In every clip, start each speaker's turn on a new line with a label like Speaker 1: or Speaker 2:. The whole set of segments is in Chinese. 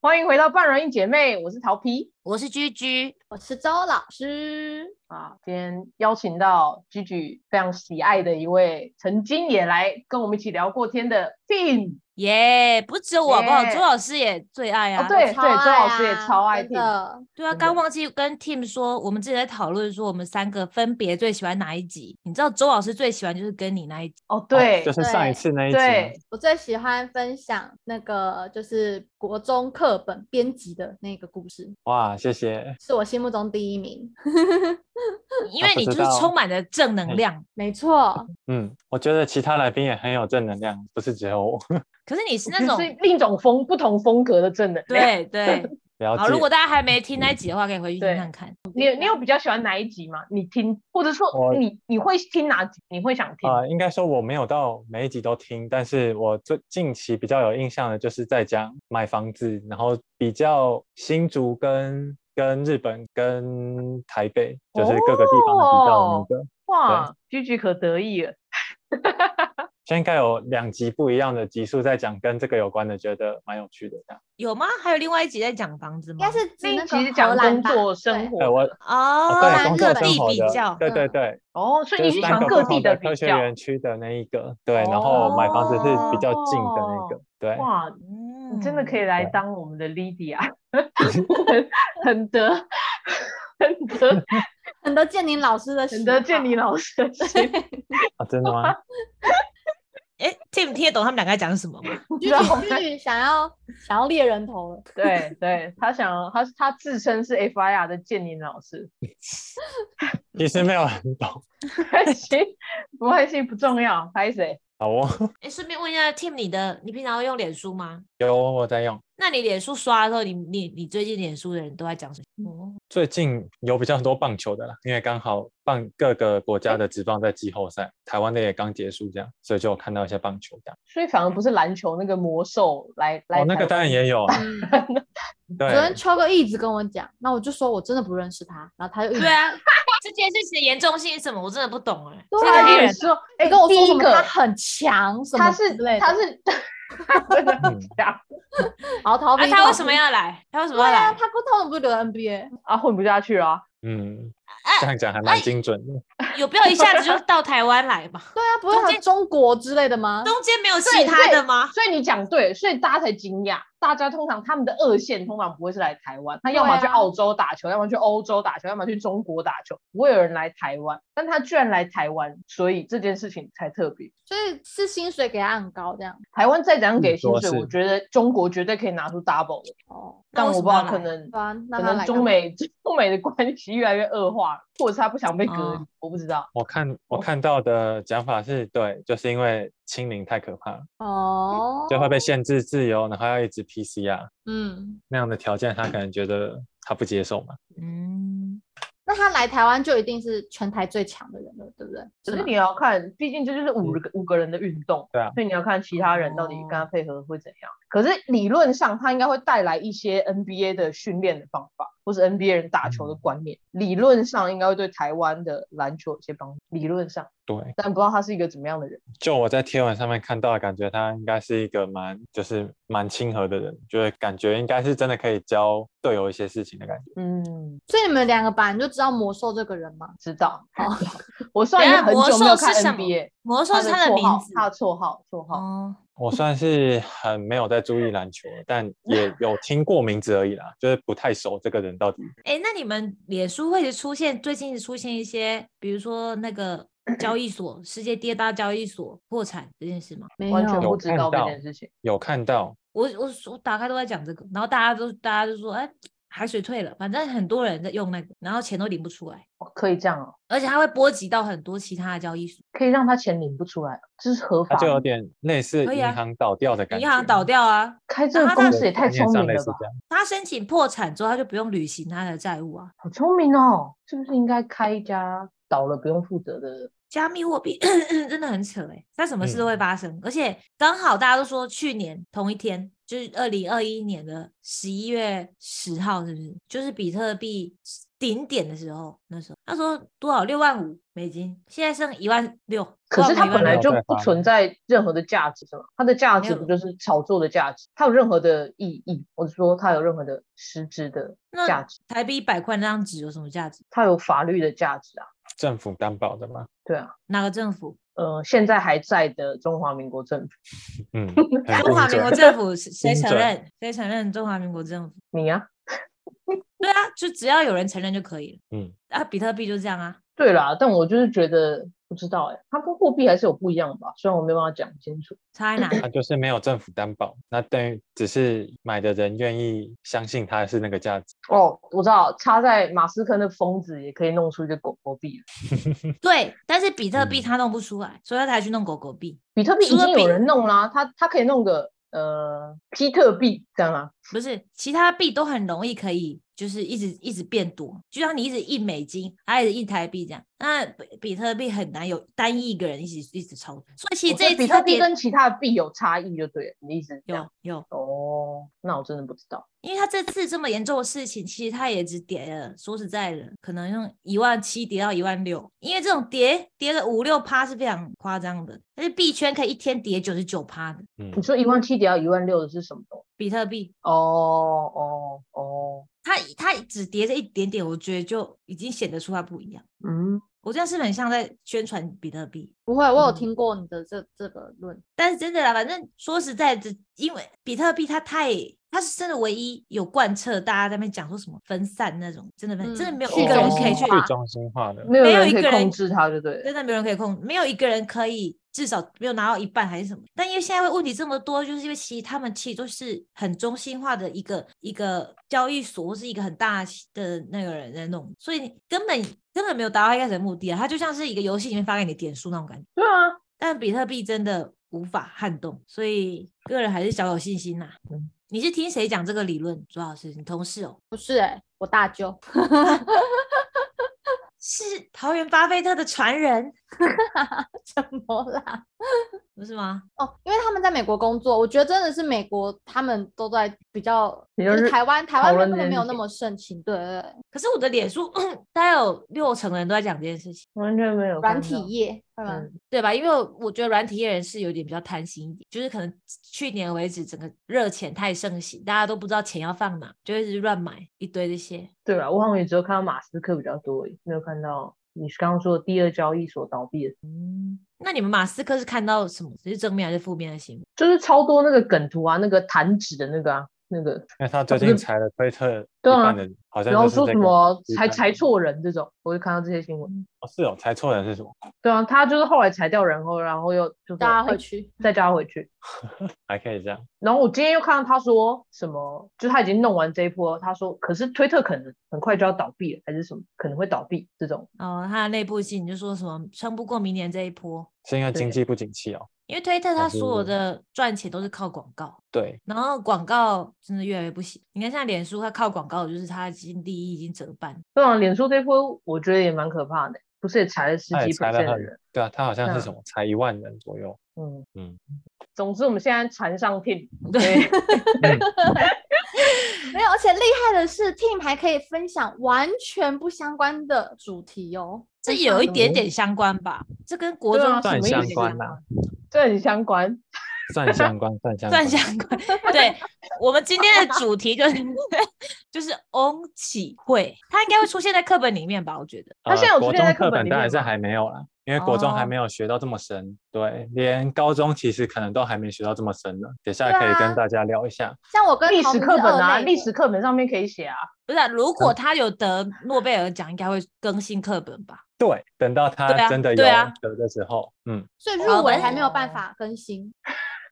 Speaker 1: 欢迎回到半软硬姐妹，我是桃皮
Speaker 2: 我是居居，
Speaker 3: 我是周老师，
Speaker 1: 啊。今天邀请到 Gigi 非常喜爱的一位，曾经也来跟我们一起聊过天的 Tim。
Speaker 2: 耶、不只有我好不好？
Speaker 1: 耶
Speaker 2: 周老师也最爱啊。
Speaker 1: 哦对
Speaker 3: 我超
Speaker 1: 周老师
Speaker 3: 爱
Speaker 1: 也
Speaker 3: 啊
Speaker 1: 超爱
Speaker 3: 真
Speaker 1: 听
Speaker 3: 的。
Speaker 2: 对
Speaker 1: 真
Speaker 2: 啊，
Speaker 1: 的
Speaker 2: 刚忘记跟 Tim 说，我们之前在讨论说我们三个分别最喜欢哪一集。你知道周老师最喜欢就是跟你 那一集，
Speaker 1: 哦，对，
Speaker 4: 就是上一
Speaker 3: 对
Speaker 4: 次那一集
Speaker 1: 对
Speaker 4: 吗，，
Speaker 3: 我最喜欢分享那个就是国中课本编辑的那个故事，
Speaker 4: 哇，谢谢，
Speaker 3: 是我心目中第一名。
Speaker 2: 因为
Speaker 4: 哦不
Speaker 2: 你就
Speaker 4: 知
Speaker 2: 是充
Speaker 4: 道嗯
Speaker 2: 满了正能
Speaker 4: 嘿
Speaker 2: 量。
Speaker 3: 没错，
Speaker 4: 嗯，我觉得其他来宾也很有正能量，不是只有我，
Speaker 2: 可是 你是那
Speaker 1: 就
Speaker 2: 种
Speaker 1: 是另一种风不同风格的正能量。
Speaker 2: 对对。
Speaker 4: 了
Speaker 2: 好，如果
Speaker 4: 解，
Speaker 2: 大家还没听那一集的话，可以回去听
Speaker 1: 对
Speaker 2: 看看。
Speaker 1: 你你有比较喜欢哪一集吗？你听，或者说
Speaker 4: 我
Speaker 1: 你你会听哪集？你会想听？
Speaker 4: 啊、应该说我没有到每一集都听，但是我最近期比较有印象的就是在讲买房子，然后比较新竹跟跟日本跟台北，就是各个地方的比较
Speaker 1: 哦
Speaker 4: 那个。
Speaker 1: 哇，居居可得意了。
Speaker 4: 现在应该有两集不一样的集数在讲跟这个有关的，觉得蛮有趣的。这样，
Speaker 2: 有吗？还有另外一集在讲房子
Speaker 3: 应
Speaker 2: 吗？
Speaker 3: 该是指
Speaker 1: 那
Speaker 3: 那
Speaker 1: 一集
Speaker 3: 个
Speaker 1: 是讲
Speaker 3: 荷兰
Speaker 1: 工
Speaker 3: 吧
Speaker 1: 作生。
Speaker 3: 对
Speaker 4: 对我
Speaker 1: 活的，
Speaker 2: 哦，
Speaker 4: 对工
Speaker 2: 各
Speaker 4: 作生
Speaker 2: 地
Speaker 4: 活
Speaker 2: 比较嗯
Speaker 4: 的，，对对对，
Speaker 1: 哦，所以
Speaker 4: 就
Speaker 1: 你
Speaker 4: 是
Speaker 1: 是喜
Speaker 4: 三
Speaker 1: 欢
Speaker 4: 个
Speaker 1: 各
Speaker 4: 不同
Speaker 1: 地
Speaker 4: 的
Speaker 1: 比
Speaker 4: 科学
Speaker 1: 较。
Speaker 4: 园区的那一个，对，然后买房子是比较近的那个，对，
Speaker 1: 哇，你
Speaker 2: 嗯
Speaker 1: 真的可以来
Speaker 4: 对
Speaker 1: 当我们的 Lydia，很很得很得
Speaker 3: 很多建宁老师的喜
Speaker 1: 很
Speaker 3: 好，
Speaker 1: 得见你老 师的心。
Speaker 4: 啊，真 的吗？
Speaker 2: 哎、t i m 听得懂他们两个在讲什么 吗？
Speaker 3: 居居居居想要想要猎人头了，
Speaker 1: 对对，他想他他自称是 FIR 的建宁老师，
Speaker 4: 其实没有很懂，
Speaker 1: 不关系不关系不重要，拍谁？
Speaker 4: 好哦，
Speaker 2: 哎、顺便问一下 Tim，你的你平常会用脸书吗？
Speaker 4: 有哦我在用，
Speaker 2: 那你脸书刷的时候，你你你最近脸书的人都在讲什么？哦，
Speaker 4: 最近有比较多棒球的啦，因为刚好棒各个国家的职棒在季后赛，台湾的也刚结束这样，所以就有看到一些棒球这样。
Speaker 1: 所以反而不是篮球那个魔兽来来台湾，
Speaker 4: 哦，那个当然也有啊，
Speaker 3: 嗯，昨天
Speaker 4: 对，
Speaker 3: 秋哥一直跟我讲，那我就说我真的不认识他，然后他就
Speaker 1: 嗯
Speaker 3: 一直
Speaker 2: 对啊， 这件事情的严重性是什么？我真的不懂哎、
Speaker 1: 这
Speaker 3: 对
Speaker 2: 这个
Speaker 1: 个
Speaker 2: 黑
Speaker 1: 也
Speaker 2: 人
Speaker 1: 是哦，哎，
Speaker 3: 你跟我说
Speaker 1: 第
Speaker 3: 什
Speaker 1: 一
Speaker 3: 么
Speaker 1: 个
Speaker 3: 他很强什么
Speaker 1: 他
Speaker 3: 之
Speaker 1: 是
Speaker 3: 类的，
Speaker 1: 他是 他真的很
Speaker 4: 嗯
Speaker 1: 强
Speaker 3: 然后
Speaker 1: 哦
Speaker 3: 逃
Speaker 2: 啊，
Speaker 3: 避
Speaker 2: 他为什么？要来？他为什么要
Speaker 3: 对啊，
Speaker 2: 来？
Speaker 3: 他不他怎么不留 NBA？
Speaker 1: 啊，混不下去啊。
Speaker 4: 嗯，这样讲还
Speaker 1: 哎
Speaker 4: 蛮精准的，
Speaker 2: 有必要一下子就到台湾来吗？
Speaker 3: 对啊，不会
Speaker 2: 中
Speaker 3: 有
Speaker 2: 间
Speaker 3: 中国之类的吗？
Speaker 2: 中间没有其
Speaker 1: 对
Speaker 2: 他
Speaker 1: 对
Speaker 2: 的吗？
Speaker 1: 所以你讲对，所以大家才惊讶。大家通常他们的二线通常不会是来台湾，他要么去
Speaker 3: 对啊
Speaker 1: 澳洲打球，要么去欧洲打球，要么去中国打球，不会有人来台湾。但他居然来台湾，所以这件事情才特别。
Speaker 3: 所以是薪水给他很高这样。
Speaker 1: 台湾再怎样给
Speaker 4: 嗯说
Speaker 1: 薪水，
Speaker 4: 是
Speaker 1: 我觉得中国绝对可以拿出 double 的。
Speaker 3: 哦，
Speaker 1: 但
Speaker 2: 那
Speaker 1: 我
Speaker 2: 为什
Speaker 1: 不知
Speaker 2: 么要
Speaker 1: 道，
Speaker 2: 来
Speaker 1: 可能
Speaker 3: 对啊，那
Speaker 1: 可
Speaker 3: 他
Speaker 1: 能
Speaker 3: 来
Speaker 1: 中
Speaker 3: 干嘛
Speaker 1: 美 中美的关系越来越恶化，或者是他不想被隔离
Speaker 2: 哦，
Speaker 1: 我不知道。
Speaker 4: 我看
Speaker 1: 哦
Speaker 4: 我看到的讲法是对，就是因为清零太可怕了，
Speaker 3: 哦，
Speaker 4: 就会被限制自由，然后要一直 PCR
Speaker 3: 嗯，
Speaker 4: 那样的条件，他可能觉得他不接受嘛。
Speaker 2: 嗯，
Speaker 3: 那他来台湾就一定是全台最强的人了，对不对？
Speaker 1: 只
Speaker 3: 吗
Speaker 1: 是你要看，毕竟这就是五
Speaker 2: 嗯
Speaker 1: 个五个人的运动，
Speaker 4: 对啊
Speaker 1: 所以你要看其他人到底跟他
Speaker 2: 哦
Speaker 1: 配合会怎样。可是理论上，他应该会带来一些 NBA 的训练的方法，或是 NBA 人打
Speaker 2: 嗯
Speaker 1: 球的观念。理论上应该会对台湾的篮球有些帮助，理论上，
Speaker 4: 对，
Speaker 1: 但不知道他是一个怎么样的人。
Speaker 4: 就我在贴文上面看到，感觉他应该是一个蛮就是蛮亲和的人，就是感觉应该是真的可以教队友一些事情的感觉。
Speaker 1: 嗯，
Speaker 3: 所以你们两个本来就知道魔兽这个人吗？
Speaker 1: 知道。
Speaker 3: 哦
Speaker 1: 我虽然很
Speaker 2: 等一下
Speaker 1: 久没有
Speaker 2: 魔兽
Speaker 1: 看
Speaker 2: 是什么
Speaker 1: NBA，
Speaker 2: 魔兽是
Speaker 1: 他
Speaker 2: 他
Speaker 1: 绰
Speaker 2: 的
Speaker 1: 号
Speaker 2: 名字
Speaker 1: 他的绰号，绰号。
Speaker 2: 哦，
Speaker 4: 我算是很没有在注意篮球，但也有听过名字而已啦，就是不太熟这个人到底。
Speaker 2: 哎，那你们脸书会出现最近出现一些，比如说那个交易所，世界第二大交易所破产这件事吗？
Speaker 3: 没
Speaker 1: 完全
Speaker 3: 有，
Speaker 1: 不知道这件事情，
Speaker 4: 有看到，
Speaker 2: 我我我打开都在讲这个，然后大家都大家就说，哎，海水退了，反正很多人在用那个，然后钱都领不出来，
Speaker 1: 哦可以这样哦，
Speaker 2: 而且它会波及到很多其他的交易所，
Speaker 1: 可以让他钱领不出来，啊这是合
Speaker 4: 他
Speaker 1: 法
Speaker 4: 就有
Speaker 1: 的。
Speaker 4: 点类似
Speaker 2: 可以啊
Speaker 4: 银行倒掉的感觉。哦
Speaker 2: 银行倒掉啊，
Speaker 1: 开这个
Speaker 2: 他那
Speaker 1: 公
Speaker 4: 对
Speaker 1: 司也太
Speaker 4: 概念
Speaker 1: 聪
Speaker 4: 上
Speaker 1: 明
Speaker 4: 类
Speaker 1: 了
Speaker 4: 似
Speaker 1: 吧！
Speaker 4: 这样
Speaker 2: 他申请破产之后，他就不用履行他的债务啊。
Speaker 1: 好聪明哦，是不是应该开一家倒了不用负责的？
Speaker 2: 加密货币 真的很扯哎、欸，它什么事都会
Speaker 4: 嗯
Speaker 2: 发生，而且刚好大家都说去年同一天，就是二零二一年的十一月十号，是不是？就是比特币顶点的时候，那时候那时候多少六万五美金，现在剩一万六。
Speaker 1: 可是它
Speaker 2: 万五
Speaker 1: 本来
Speaker 4: 有
Speaker 1: 就
Speaker 4: 在
Speaker 1: 不
Speaker 4: 发
Speaker 1: 存在任何的价值，是吗？它的价值
Speaker 2: 没有
Speaker 1: 不就是炒作的价值？它有任何的意义，或者说它有任何的实质的价
Speaker 2: 那
Speaker 1: 值？
Speaker 2: 台币一百块那张纸有什么价值？
Speaker 1: 它有法律的价值啊？
Speaker 4: 政府担保的嘛，
Speaker 1: 对啊，
Speaker 2: 哪个政府？
Speaker 1: 呃，现在还在的中华民国政府，
Speaker 4: 嗯，很
Speaker 2: 中华
Speaker 4: 精
Speaker 2: 民国
Speaker 1: 啊
Speaker 4: 准
Speaker 2: 政 府谁谁
Speaker 4: 精
Speaker 2: 承
Speaker 4: 准
Speaker 2: 认？谁承认中华民国政府？
Speaker 1: 你啊？
Speaker 2: 对啊，就只要有人承认就可以了。
Speaker 4: 嗯，
Speaker 2: 啊，比特币就这样啊。
Speaker 1: 对啦，但我就是觉得不知道哎、它跟货币还是有不一样吧？虽然我没办法讲清楚。
Speaker 2: 差在哪？
Speaker 4: 它就是没有政府担保，那等于只是买的人愿意相信它是那个价值。
Speaker 1: 哦，我知道，插在马斯克那疯子也可以弄出一个狗狗币了。
Speaker 2: 对，但是比特币
Speaker 4: 嗯
Speaker 2: 他弄不出来，所以他才去弄狗狗币。
Speaker 1: 比特币已
Speaker 2: 除了
Speaker 1: 经有
Speaker 2: 比
Speaker 1: 人弄啦、他他可以弄个呃皮特币这样啊。
Speaker 2: 不是，其他币都很容易可以，就是一直一直变多，就像你一直印美金，还有印台币这样。那比比特币很难有单一一个人一直一直操作，所以其实
Speaker 1: 哦
Speaker 2: 这
Speaker 1: 所以
Speaker 2: 一次
Speaker 1: 比
Speaker 2: 它
Speaker 1: 特币
Speaker 2: 跌
Speaker 1: 跟其他的币有差异就对了，你的意思是这样
Speaker 2: 有有，
Speaker 1: 哦，那我真的不知道。
Speaker 2: 因为他这次这么严重的事情，其实他也只跌了，说实在的，可能用一万七跌到一万六，因为这种跌跌个五六趴是非常夸张的，但是币圈可以一天跌九十九趴的
Speaker 4: 嗯
Speaker 1: 你，说一万七跌到一万六的是什么东西？
Speaker 2: 比特币。
Speaker 1: 哦哦哦，
Speaker 2: 它它只叠这一点点，我觉得就已经显得出它不一样。
Speaker 1: 嗯，
Speaker 2: 我这样是不是很像在宣传比特币？
Speaker 3: 不会，我有
Speaker 1: 嗯
Speaker 3: 听过你的这这个论，
Speaker 2: 但是真的啦，反正说实在的，因为比特币它太，它是真的唯一有贯彻大家在那边讲说什么分散那种，真的没、真的
Speaker 3: 嗯
Speaker 2: 没有
Speaker 1: 去
Speaker 2: 一个人
Speaker 1: 中
Speaker 2: 可以去
Speaker 1: 心，
Speaker 4: 去中心化的，
Speaker 1: 没有
Speaker 2: 没有
Speaker 1: 人
Speaker 2: 一
Speaker 1: 可
Speaker 2: 个
Speaker 1: 以
Speaker 2: 人
Speaker 1: 控制它，就对了。
Speaker 2: 真的没有人可以控，没有一个人可以至少没有拿到一半还是什么。但因为现在问题这么多，就是因为其实他们其实都是很中心化的一个一个交易所，或是一个很大的那个人在弄，所以你根本根本没有达到一开始的目的啊！它就像是一个游戏里面发给你点数那种感觉。
Speaker 1: 对啊，
Speaker 2: 但比特币真的无法撼动，所以个人还是小有信心呐、
Speaker 1: 嗯
Speaker 2: 你是听谁讲这个理论？朱老师，你同事哦，
Speaker 3: 不是哎、我大舅，
Speaker 2: 是桃园巴菲特的传人，
Speaker 3: 什么啦？
Speaker 2: 不是吗？
Speaker 3: 哦，因为他们在美国工作，我觉得真的是美国，他们都在比较，
Speaker 1: 比
Speaker 3: 就
Speaker 1: 较
Speaker 3: 是
Speaker 1: 日
Speaker 3: 台湾，台
Speaker 1: 讨
Speaker 3: 湾
Speaker 1: 论
Speaker 3: 根
Speaker 1: 这
Speaker 3: 本没
Speaker 1: 件
Speaker 3: 有
Speaker 1: 事
Speaker 3: 那
Speaker 1: 情
Speaker 3: 么盛情，对对对，
Speaker 2: 可是我的脸书 大概有六成的人都在讲这件事情，
Speaker 1: 完全没有
Speaker 3: 软
Speaker 1: 看
Speaker 3: 体
Speaker 1: 到
Speaker 3: 业，对吧？
Speaker 1: 嗯，
Speaker 2: 对吧？因为我觉得软体业人是有点比较贪心一点，就是可能去年为止整个热钱太盛行，大家都不知道钱要放哪，就一直乱买一堆这些。
Speaker 1: 对吧？我好像也只有看到马斯克比较多而已，没有看到你刚刚说的第二交易所倒闭的，
Speaker 2: 嗯，那你们马斯克是看到什么？是正面还是负面的新闻？
Speaker 1: 就是超多那个梗图啊，那个弹指的那个啊，那个，
Speaker 4: 因为它最
Speaker 1: 不是
Speaker 4: 近裁了推特一
Speaker 1: 对啊
Speaker 4: 半的人，好像
Speaker 1: 然后
Speaker 4: 就是
Speaker 1: 说
Speaker 4: 这
Speaker 1: 什
Speaker 4: 个
Speaker 1: 么
Speaker 4: 一
Speaker 1: 还
Speaker 4: 半
Speaker 1: 裁
Speaker 4: 的
Speaker 1: 错人这种，我就看到这些新闻。
Speaker 4: 哦是哦，裁错人是什么？
Speaker 1: 对啊，他就是后来裁掉人后，然后又就
Speaker 3: 大家
Speaker 1: 说哎
Speaker 3: 回去，
Speaker 1: 再叫他回去。
Speaker 4: 还可以这样，
Speaker 1: 然后我今天又看到他说什么，就是他已经弄完这一波，他说可是推特可能很快就要倒闭了，还是什么可能会倒闭这种。
Speaker 2: 哦，它的内部信就说什么撑不过明年这一波，
Speaker 4: 是因为经
Speaker 1: 对
Speaker 4: 济不景气哦。
Speaker 2: 因为推特它
Speaker 4: 是
Speaker 2: 所有的赚钱都是靠广告，
Speaker 4: 对，
Speaker 2: 然后广告真的越来越不行。你看像脸书，它靠广告就是它已经利益已经折 半，
Speaker 1: 对啊，脸书这一波我觉得也蛮可怕的，不是也裁了十
Speaker 4: 他也
Speaker 1: 几
Speaker 4: 裁
Speaker 1: percent
Speaker 4: 了
Speaker 1: 的
Speaker 4: 很
Speaker 1: 人。，
Speaker 4: 对啊，他好像
Speaker 1: 那
Speaker 4: 是什么裁一万人左右。
Speaker 1: 嗯嗯
Speaker 4: 嗯。
Speaker 1: 总之我们现在缠上 Tim，
Speaker 2: 对，
Speaker 3: 没有，而且厉害的是，Team 还可以分享完全不相关的主题哦。
Speaker 2: 这
Speaker 3: 分
Speaker 2: 有
Speaker 3: 享
Speaker 2: 一
Speaker 1: 嗯
Speaker 2: 点点相关吧？这跟国
Speaker 1: 对
Speaker 2: 中
Speaker 1: 啊，
Speaker 4: 算
Speaker 1: 什么意
Speaker 4: 相
Speaker 1: 思
Speaker 4: 关
Speaker 1: 啊
Speaker 4: 啦？
Speaker 1: 这很相关，
Speaker 4: 算相关，算相
Speaker 2: 算
Speaker 4: 关，
Speaker 2: 相 关。对我们今天的主题就是 就是翁启慧，它应该会出现在课本里面吧？我觉得。
Speaker 1: 它现在
Speaker 4: 呃
Speaker 1: 有出
Speaker 4: 国
Speaker 1: 现
Speaker 4: 中
Speaker 1: 在
Speaker 4: 课
Speaker 1: 课本
Speaker 4: 本
Speaker 1: 里
Speaker 4: 当然
Speaker 1: 面
Speaker 4: 是
Speaker 1: 吗
Speaker 4: 还没有啦，因为国中还
Speaker 2: 哦
Speaker 4: 没有学到这么深，对，连高中其实可能都还没学到这么深呢。等下
Speaker 3: 对
Speaker 4: 可以
Speaker 3: 啊
Speaker 4: 跟大家聊一下，
Speaker 3: 像我跟
Speaker 1: 历
Speaker 3: 陶
Speaker 1: 史
Speaker 3: 明
Speaker 1: 课
Speaker 3: 是
Speaker 1: 本
Speaker 3: 二
Speaker 1: 啊，
Speaker 3: 类
Speaker 1: 历
Speaker 3: 的
Speaker 1: 史课本上面可以写啊。
Speaker 2: 不是啊、如果
Speaker 4: 嗯
Speaker 2: 他有得诺贝尔奖，应该会更新课本吧？
Speaker 4: 对，等到
Speaker 2: 对啊
Speaker 4: 他真的有
Speaker 2: 对啊
Speaker 4: 得的时候，嗯，
Speaker 3: 所以
Speaker 2: 好
Speaker 3: 入围
Speaker 2: 的
Speaker 3: 还没有办
Speaker 1: 哦
Speaker 3: 法更新。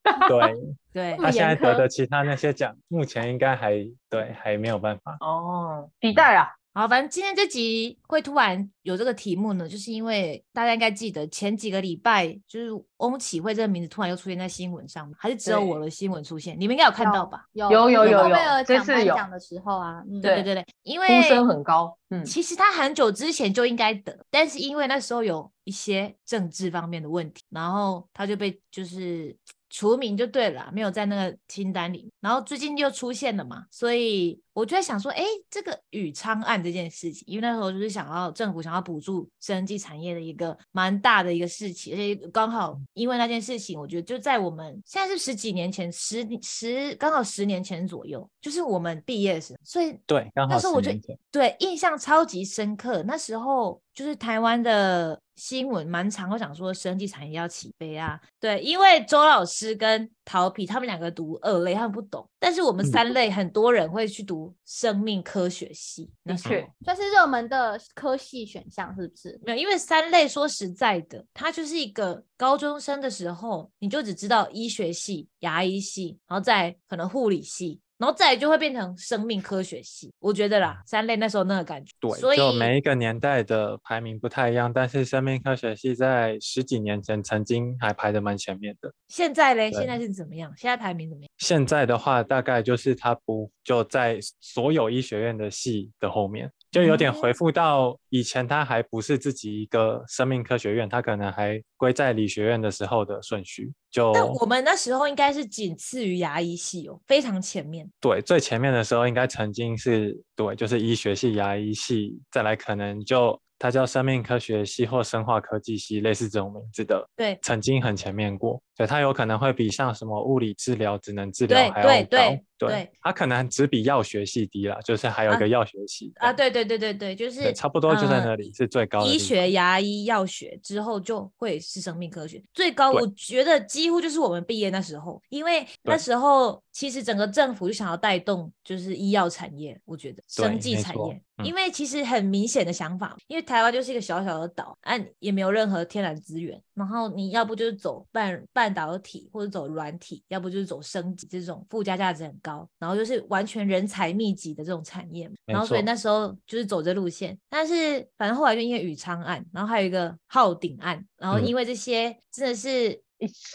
Speaker 4: 对，
Speaker 2: 对，
Speaker 1: 嗯
Speaker 4: 他现在
Speaker 3: 严
Speaker 4: 得
Speaker 3: 苛
Speaker 4: 的其他那些奖，目前应该还对还没有办法。
Speaker 1: 哦，底带啊，
Speaker 2: 好，反正今天这集会突然有这个题目呢，就是因为大家应该记得前几个礼拜，就是翁启慧这个名字突然又出现在新闻上面，还是只有我的新闻出现？你们应该有看到吧？
Speaker 3: 有
Speaker 1: 有有
Speaker 3: 有
Speaker 1: 有
Speaker 3: 诺贝
Speaker 1: 有
Speaker 3: 尔
Speaker 1: 这
Speaker 3: 奖
Speaker 1: 次
Speaker 3: 颁
Speaker 1: 有
Speaker 3: 奖的时候啊，嗯
Speaker 2: 对对对，因为
Speaker 1: 呼声很高。嗯，
Speaker 2: 其实他很久之前就应该得，但是因为那时候有一些政治方面的问题，然后他就被就是除名就对了啊，没有在那个清单里。然后最近又出现了嘛，所以我就在想说，哎，这个宇昌案这件事情，因为那时候就是想要政府想要补助生技产业的一个蛮大的一个事情，而且刚好因为那件事情，我觉得就在我们现在是十几年前，十十刚好十年前左右，就是我们毕业时，所以
Speaker 4: 对，刚好
Speaker 2: 那时候
Speaker 4: 十
Speaker 2: 我就
Speaker 4: 年前，
Speaker 2: 对，印象超级深刻。那时候就是台湾的新闻蛮常会讲说生技产业要起飞啊，对，因为周老师跟陶皮他们两个读二类，他们不懂，但是我们
Speaker 4: 嗯
Speaker 2: 三类很多人会去读生命科学系，那
Speaker 1: 的
Speaker 2: 时
Speaker 1: 确
Speaker 2: 候
Speaker 3: 算是热门的科系选项，是不是？
Speaker 2: 没有，因为三类说实在的，它就是一个高中生的时候，你就只知道医学系、牙医系，然后再可能护理系。然后再来就会变成生命科学系，我觉得啦，三类那时候那个感觉，所
Speaker 4: 对，
Speaker 2: 以
Speaker 4: 就每一个年代的排名不太一样，但是生命科学系在十几年前曾经还排得蛮前面的。
Speaker 2: 现在嘞，
Speaker 4: 对
Speaker 2: 现在是怎么样？现在排名怎么样？
Speaker 4: 现在的话，大概就是它不就在所有医学院的系的后面，就有点
Speaker 2: 嗯
Speaker 4: 回复到以前它还不是自己一个生命科学院，它可能还归在理学院的时候的顺序。就
Speaker 2: 但我们那时候应该是仅次于牙医系哦，非常前面。
Speaker 4: 对最前面的时候，应该曾经是对，就是医学系、牙医系，再来可能就它叫生命科学系或生化科技系，类似这种名字的，
Speaker 2: 对
Speaker 4: 曾经很前面过，所以它有可能会比像什么物理治疗、职能治
Speaker 2: 对
Speaker 4: 疗还要
Speaker 2: 对
Speaker 4: 高。
Speaker 2: 对对
Speaker 4: 对，它可能只比药学系低啦，就是还有一
Speaker 2: 啊
Speaker 4: 个药学系
Speaker 2: 啊，
Speaker 4: 这样
Speaker 2: 对对对对对，就是
Speaker 4: 对，差不多就在
Speaker 2: 呃
Speaker 4: 那里是最高的地
Speaker 2: 医
Speaker 4: 方。
Speaker 2: 学、牙医、药学之后就会是生命科学最高，
Speaker 4: 对
Speaker 2: 我觉得几乎就是我们毕业那时候，因为那
Speaker 4: 对
Speaker 2: 时候其实整个政府就想要带动就是医药产业，我觉得生技
Speaker 4: 没
Speaker 2: 产
Speaker 4: 错
Speaker 2: 业，
Speaker 4: 嗯
Speaker 2: 因为其实很明显的想法，因为台湾就是一个小小的岛，啊，也没有任何天然资源，然后你要不就是走半半导体或者走软体，要不就是走生技这种附加价值很高，然后就是完全人才密集的这种产业嘛，
Speaker 4: 没
Speaker 2: 然后所以
Speaker 4: 错
Speaker 2: 那。那时候就是走这路线，但是反正后来就因为宇昌案，然后还有一个浩鼎案，然后
Speaker 4: 嗯
Speaker 2: 因为这些真的是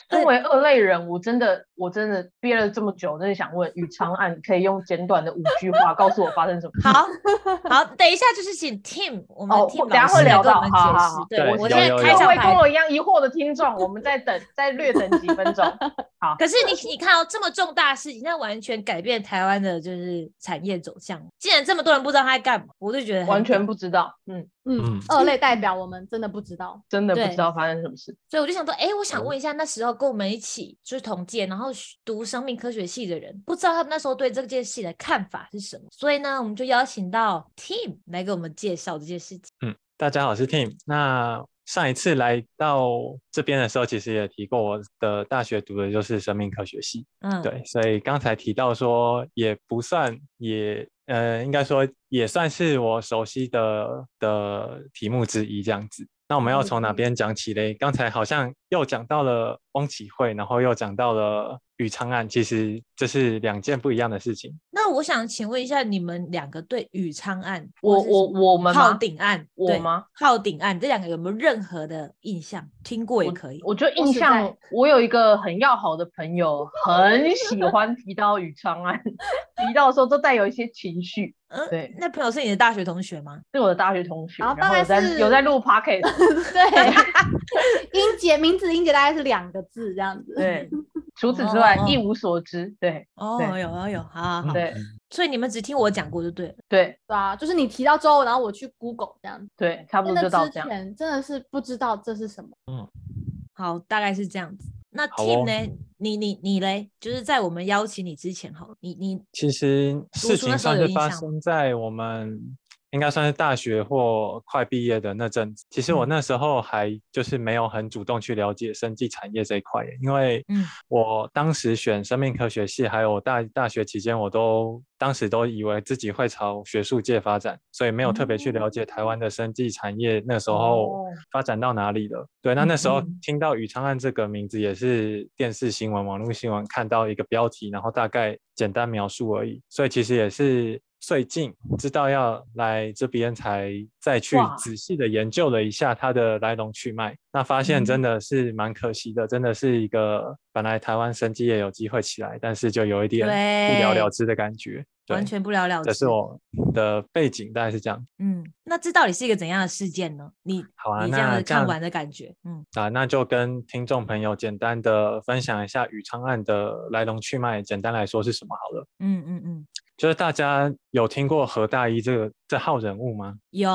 Speaker 1: 身为二类人，我真的我真的憋了这么久，真的想问宇昌案，可以用简短的五句话告诉我发生什么事？
Speaker 2: 好 好，等一下就是请 Tim 我们的
Speaker 1: 哦
Speaker 2: Tim
Speaker 1: 等下
Speaker 2: 老师
Speaker 1: 会
Speaker 2: 来
Speaker 1: 聊
Speaker 2: 跟我
Speaker 1: 到
Speaker 2: 们
Speaker 1: 好好
Speaker 2: 解释
Speaker 1: 好。
Speaker 2: 对，
Speaker 4: 对
Speaker 2: 我
Speaker 4: 有
Speaker 2: 现在
Speaker 4: 有
Speaker 2: 开
Speaker 4: 有
Speaker 1: 各
Speaker 2: 场
Speaker 1: 位
Speaker 2: 白
Speaker 1: 跟。我一样疑惑的听众，我们再等，再略等几分 钟。
Speaker 2: 可是你你看哦，这么重大的事情，那完全改变台湾的就是产业走向。既然这么多人不知道他在干嘛，我就觉得很
Speaker 1: 完全
Speaker 2: 屌，
Speaker 1: 不知道，嗯，
Speaker 3: 嗯
Speaker 4: 嗯，
Speaker 3: 二类代表我们真的不知道。
Speaker 1: 真的不
Speaker 2: 对
Speaker 1: 知道发生什么事。
Speaker 2: 所以我就想说，哎，我想
Speaker 4: 嗯
Speaker 2: 问一下，那时候跟我们一起就是同届，然后学读生命科学系的人，不知道他们那时候对这件事的看法是什么。所以呢，我们就邀请到 Tim 来给我们介绍这件事情。
Speaker 4: 大家好，我是 Tim。那上一次来到这边的时候，其实也提过，我的大学读的就是生命科学系。
Speaker 2: 嗯，
Speaker 4: 对，所以刚才提到说，也不算，也呃，应该说也算是我熟悉的的题目之一这样子。那我们要从哪边讲起嘞？刚才好像又讲到了翁启慧，然后又讲到了宇昌案，其实这是两件不一样的事情。
Speaker 2: 那我想请问一下，你们两个对宇昌案
Speaker 1: 我
Speaker 2: 或是什
Speaker 1: 我
Speaker 2: 么
Speaker 1: 我们
Speaker 2: 浩
Speaker 1: 吗
Speaker 2: 鼎案，
Speaker 1: 我
Speaker 2: 对
Speaker 1: 吗？
Speaker 2: 浩鼎案这两个有没有任何的印象？听过也可以。
Speaker 1: 我就印
Speaker 3: 我是
Speaker 1: 象
Speaker 3: 在，
Speaker 1: 我有一个很要好的朋友，很喜欢提到宇昌案， 提到的时候都带有一些情绪，
Speaker 2: 嗯
Speaker 1: 对
Speaker 2: 那朋友是你的大学同学吗？
Speaker 1: 是我的大学同学，
Speaker 3: 然后
Speaker 1: 然
Speaker 3: 大
Speaker 1: 后
Speaker 3: 概
Speaker 1: 有在
Speaker 3: 是
Speaker 1: 有在录 podcast，
Speaker 3: 对， 英姐名字英姐大概是两个字这样子。，
Speaker 1: 对，除此之外
Speaker 2: 哦
Speaker 1: 一无所知，对
Speaker 2: 哦，
Speaker 1: 对
Speaker 2: 有哦有，好好
Speaker 4: 嗯
Speaker 2: 好。
Speaker 1: 对
Speaker 2: 所以你们只听我讲过就对了。
Speaker 1: 对
Speaker 3: 对啊，就是你提到之后，然后我去 Google 这样子。
Speaker 1: 对，差不多
Speaker 3: 那
Speaker 1: 就到
Speaker 3: 之
Speaker 1: 这样。
Speaker 3: 前真的是不知道这是什么。
Speaker 2: 好，大概是这样子。那
Speaker 4: 好
Speaker 2: Tim
Speaker 4: 哦
Speaker 2: 呢？你你你嘞？就是在我们邀请你之前，好了，你你
Speaker 4: 其实
Speaker 2: 读
Speaker 4: 事
Speaker 2: 书那
Speaker 4: 情
Speaker 2: 时候
Speaker 4: 算
Speaker 2: 有
Speaker 4: 是
Speaker 2: 印
Speaker 4: 发
Speaker 2: 象
Speaker 4: 生在我们应该算是大学或快毕业的那阵子。其实我
Speaker 2: 嗯
Speaker 4: 那时候还就是没有很主动去了解生技产业这一块耶，因为
Speaker 2: 嗯
Speaker 4: 我当时选生命科学系，还有我大大学期间，我都当时都以为自己会朝学术界发展，所以没有特别去
Speaker 2: 哦
Speaker 4: 了解台湾的生技产业那时候
Speaker 1: 哦
Speaker 4: 发展到哪里了。对，那那时候
Speaker 2: 嗯
Speaker 4: 听到宇昌案这个名字，也是电视新闻、网络新闻看到一个标题，然后大概简单描述而已。所以其实也是最近知道要来这边才再去
Speaker 1: 哇
Speaker 4: 仔细的研究了一下它的来龙去脉。那发现真的是蛮可惜的，真的是一个本来台湾生机也有机会起来，但是就有一点不了了之的感觉。对
Speaker 2: 完，全不了了之。
Speaker 4: 这是我的背景，大概是这样。
Speaker 2: 嗯，那这到底是一个怎样的事件呢？你
Speaker 4: 好啊，
Speaker 2: 你这样
Speaker 4: 那
Speaker 2: 子
Speaker 4: 这
Speaker 2: 看
Speaker 4: 样
Speaker 2: 完的感觉，嗯
Speaker 4: 啊，那就跟听众朋友简单的分享一下宇昌案的来龙去脉，简单来说是什么好了。
Speaker 2: 嗯嗯嗯，
Speaker 4: 就是大家有听过何大一这个这号人物吗？
Speaker 2: 有，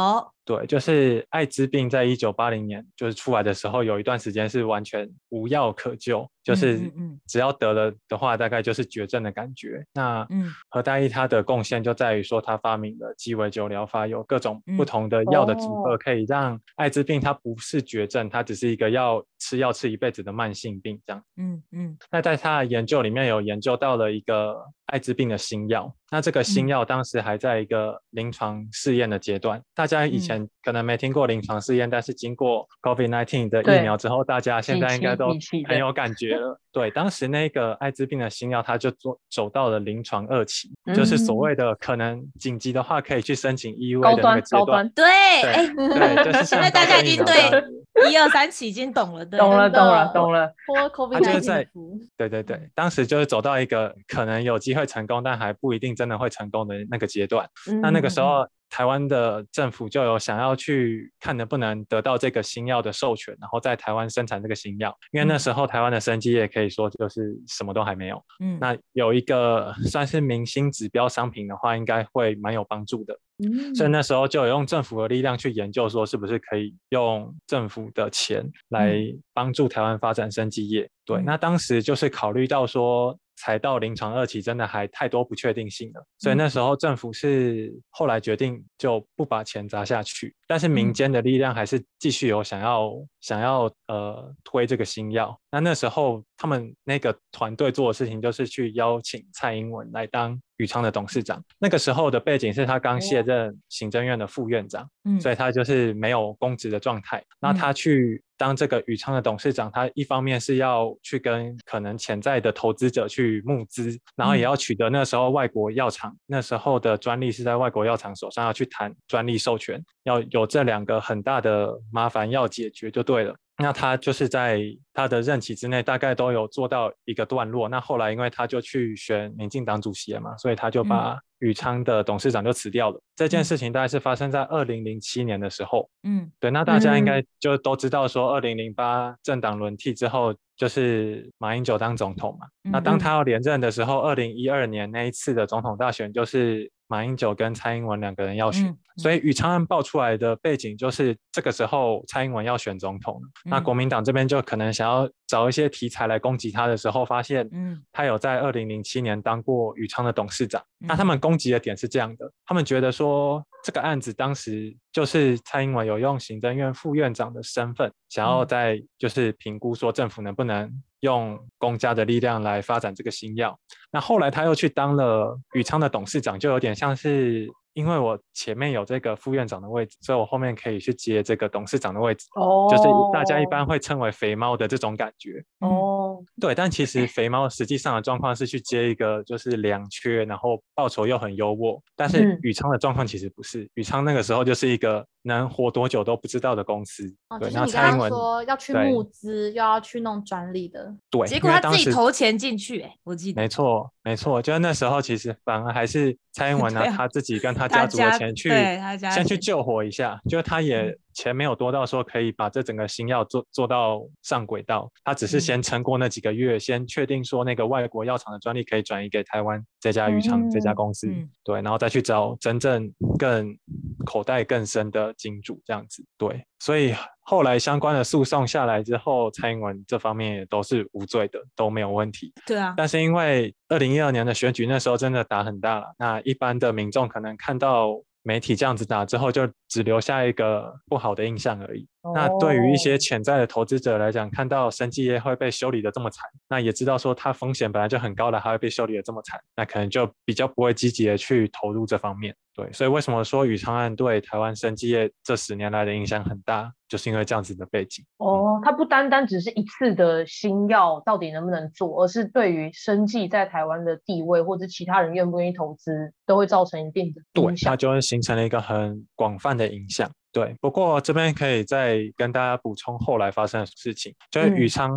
Speaker 4: 对，就是艾滋病在一九八零年就是出来的时候，有一段时间是完全无药可救，就
Speaker 2: 嗯
Speaker 4: 是
Speaker 2: 嗯嗯
Speaker 4: 只要得了的话，大概就是绝症的感觉。那
Speaker 2: 嗯
Speaker 4: 何大一他的贡献就在于说，他发明了鸡尾酒疗法，有各种不
Speaker 2: 嗯
Speaker 4: 同的药的组合，
Speaker 1: 哦
Speaker 4: 可以让艾滋病它不是绝症，它只是一个要吃药吃一辈子的慢性病这样。
Speaker 2: 嗯嗯
Speaker 4: 那在他的研究里面有研究到了一个艾滋病的新药，那这个新
Speaker 2: 嗯
Speaker 4: 药当时还在一个临床试验的阶段，大家以
Speaker 2: 嗯
Speaker 4: 前可能没听过临床试验，但是经过 COVID-19 的疫
Speaker 1: 对
Speaker 4: 苗之后，大家现
Speaker 1: 近
Speaker 4: 在应该
Speaker 1: 期
Speaker 4: 都
Speaker 1: 疫情
Speaker 4: 很
Speaker 1: 的
Speaker 4: 有感觉了。对，当时那个艾滋病的新药，它就做走到了临床二期，就是所
Speaker 2: 嗯
Speaker 4: 谓的可能紧急的话可以去申请 EUA
Speaker 1: 高
Speaker 4: 的那个
Speaker 1: 端
Speaker 4: 阶
Speaker 1: 高
Speaker 4: 段。
Speaker 1: 端，
Speaker 2: 对，
Speaker 4: 对
Speaker 2: 哎，
Speaker 4: 对，就 是
Speaker 2: 现
Speaker 4: 像
Speaker 2: 在大
Speaker 4: 高
Speaker 2: 家
Speaker 4: 端
Speaker 2: 已
Speaker 4: 疫
Speaker 2: 经
Speaker 4: 苗这样
Speaker 2: 对
Speaker 4: 子
Speaker 2: 哎一二三起已经懂了，对，
Speaker 1: 懂了
Speaker 3: 真的
Speaker 1: 懂了懂了，
Speaker 3: 托 COVID
Speaker 4: 就是
Speaker 3: nineteen
Speaker 4: 在
Speaker 3: 的福，
Speaker 4: 对对对
Speaker 2: 嗯，
Speaker 4: 当时就是走到一个可能有机会成功，但还不一定真的会成功的那个阶段。
Speaker 2: 嗯
Speaker 4: 那那个时候，台湾的政府就有想要去看能不能得到这个新药的授权，然后在台湾生产这个新药。因为那
Speaker 2: 嗯
Speaker 4: 时候台湾的生机也可以说就是什么都还没有。
Speaker 2: 嗯，
Speaker 4: 那有一个算是明星指标商品的话，应该会蛮有帮助的。
Speaker 1: 嗯
Speaker 4: 所以那时候就有用政府的力量去研究，说是不是可以用政府的钱来帮助台湾发展生技业。对，
Speaker 2: 嗯
Speaker 4: 那当时就是考虑到说，才到临床二期，真的还太多不确定性了，所以
Speaker 2: 嗯
Speaker 4: 那时候政府是后来决定就不把钱砸下去，但是民
Speaker 2: 嗯
Speaker 4: 间的力量还是继续有想要想要呃推这个新药。那那时候他们那个团队做的事情就是去邀请蔡英文来当宇昌的董事长。那个时候的背景是他刚
Speaker 2: 哦
Speaker 4: 卸任行政院的副院长。
Speaker 2: 嗯
Speaker 4: 所以他就是没有公职的状态。那
Speaker 2: 嗯
Speaker 4: 他去当这个宇昌的董事长，他一方面是要去跟可能潜在的投资者去募资，然后也
Speaker 2: 嗯
Speaker 4: 要取得那时候外国药厂那时候的专利是在外国药厂手上，要去谈专利授权，要有这两个很大的麻烦要解决就对了。那他就是在他的任期之内，大概都有做到一个段落。那后来因为他就去选民进党主席了嘛，所以他就
Speaker 2: 嗯
Speaker 4: 把宇昌的董事长就辞掉了。这件
Speaker 2: 嗯
Speaker 4: 事情大概是发生在二零零七年的时候。
Speaker 2: 嗯
Speaker 4: 对，那大家应该就都知道说，二零零八政党轮替之后，就是马英九当总统嘛。那
Speaker 2: 嗯
Speaker 4: 当
Speaker 2: 嗯
Speaker 4: 他要连任的时候，二零一二年那一次的总统大选，就是马英九跟蔡英文两个人要选。
Speaker 2: 嗯
Speaker 4: 所以宇昌案爆出来的背景就是这个时候蔡英文要选总统了，那
Speaker 2: 嗯
Speaker 4: 国民党这边就可能想要找一些题材来攻击他的时候，发现
Speaker 2: 嗯
Speaker 4: 他有在二零零七年当过宇昌的董事长。那他
Speaker 2: 嗯
Speaker 4: 们攻击的点是这样的，他们觉得说这个案子当时就是蔡英文有用行政院副院长的身份，想要
Speaker 2: 嗯
Speaker 4: 在就是评估说政府能不能用公家的力量来发展这个新药。那后来他又去当了宇昌的董事长，就有点像是。因为我前面有这个副院长的位置，所以我后面可以去接这个董事长的位置，
Speaker 1: 哦，
Speaker 4: 就是大家一般会称为“肥猫”的这种感觉。
Speaker 1: 哦，
Speaker 4: 对，但其实肥猫实际上的状况是去接一个就是两缺，然后报酬又很优渥，但是
Speaker 1: 嗯
Speaker 4: 宇昌的状况其实不是，宇昌那个时候就是一个能活多久都不知道的公司。
Speaker 3: 哦，就
Speaker 4: 对，
Speaker 3: 是
Speaker 4: 那
Speaker 3: 你
Speaker 4: 蔡
Speaker 3: 刚
Speaker 4: 英
Speaker 3: 刚
Speaker 4: 文
Speaker 3: 说要去
Speaker 4: 对
Speaker 3: 募资，又要去弄专利的，
Speaker 4: 对，
Speaker 2: 结
Speaker 4: 因
Speaker 2: 果
Speaker 4: 为
Speaker 2: 他
Speaker 4: 当
Speaker 2: 自己
Speaker 4: 时
Speaker 2: 投钱进去，哎，我记得
Speaker 4: 没错，没错，就是那时候其实反而还是蔡英文拿
Speaker 2: 对啊
Speaker 4: 他自己跟他
Speaker 2: 他
Speaker 4: 家族的
Speaker 2: 家
Speaker 4: 钱去
Speaker 2: 对他家嗯
Speaker 4: 先去
Speaker 2: 钱
Speaker 4: 救火一下，就是他也钱没有多到说可以把这整个新药做做到上轨道，他只是
Speaker 2: 嗯
Speaker 4: 先撑过那几个月，先确定说那个外国药厂的专利可以转移给台湾这家渔场、这家
Speaker 1: 嗯
Speaker 4: 公司，
Speaker 2: 嗯
Speaker 4: 对，然后再去找真正更口袋更深的金主这样子，对，所以后来相关的诉讼下来之后，蔡英文这方面也都是无罪的，都没有问题。
Speaker 2: 对啊，
Speaker 4: 但是因为二零一二年的选举那时候真的打很大了，那一般的民众可能看到媒体这样子打之后，就只留下一个不好的印象而已。那对于一
Speaker 1: 哦
Speaker 4: 些潜在的投资者来讲，看到生技业会被修理的这么惨，那也知道说它风险本来就很高了，还会被修理的这么惨，那可能就比较不会积极的去投入这方面。对，所以为什么说宇昌案对台湾生技业这十年来的影响很大，就是因为这样子的背景。
Speaker 1: 哦，它不单单只是一次的新药到底能不能做，而是对于生计在台湾的地位，或者其他人愿不愿意投资，都会造成一定的
Speaker 4: 对
Speaker 1: 影，
Speaker 4: 它
Speaker 1: 响。
Speaker 4: 就会形成了一个很广泛的影响。对，不过这边可以再跟大家补充后来发生的事情，就是
Speaker 1: 嗯
Speaker 4: 宇昌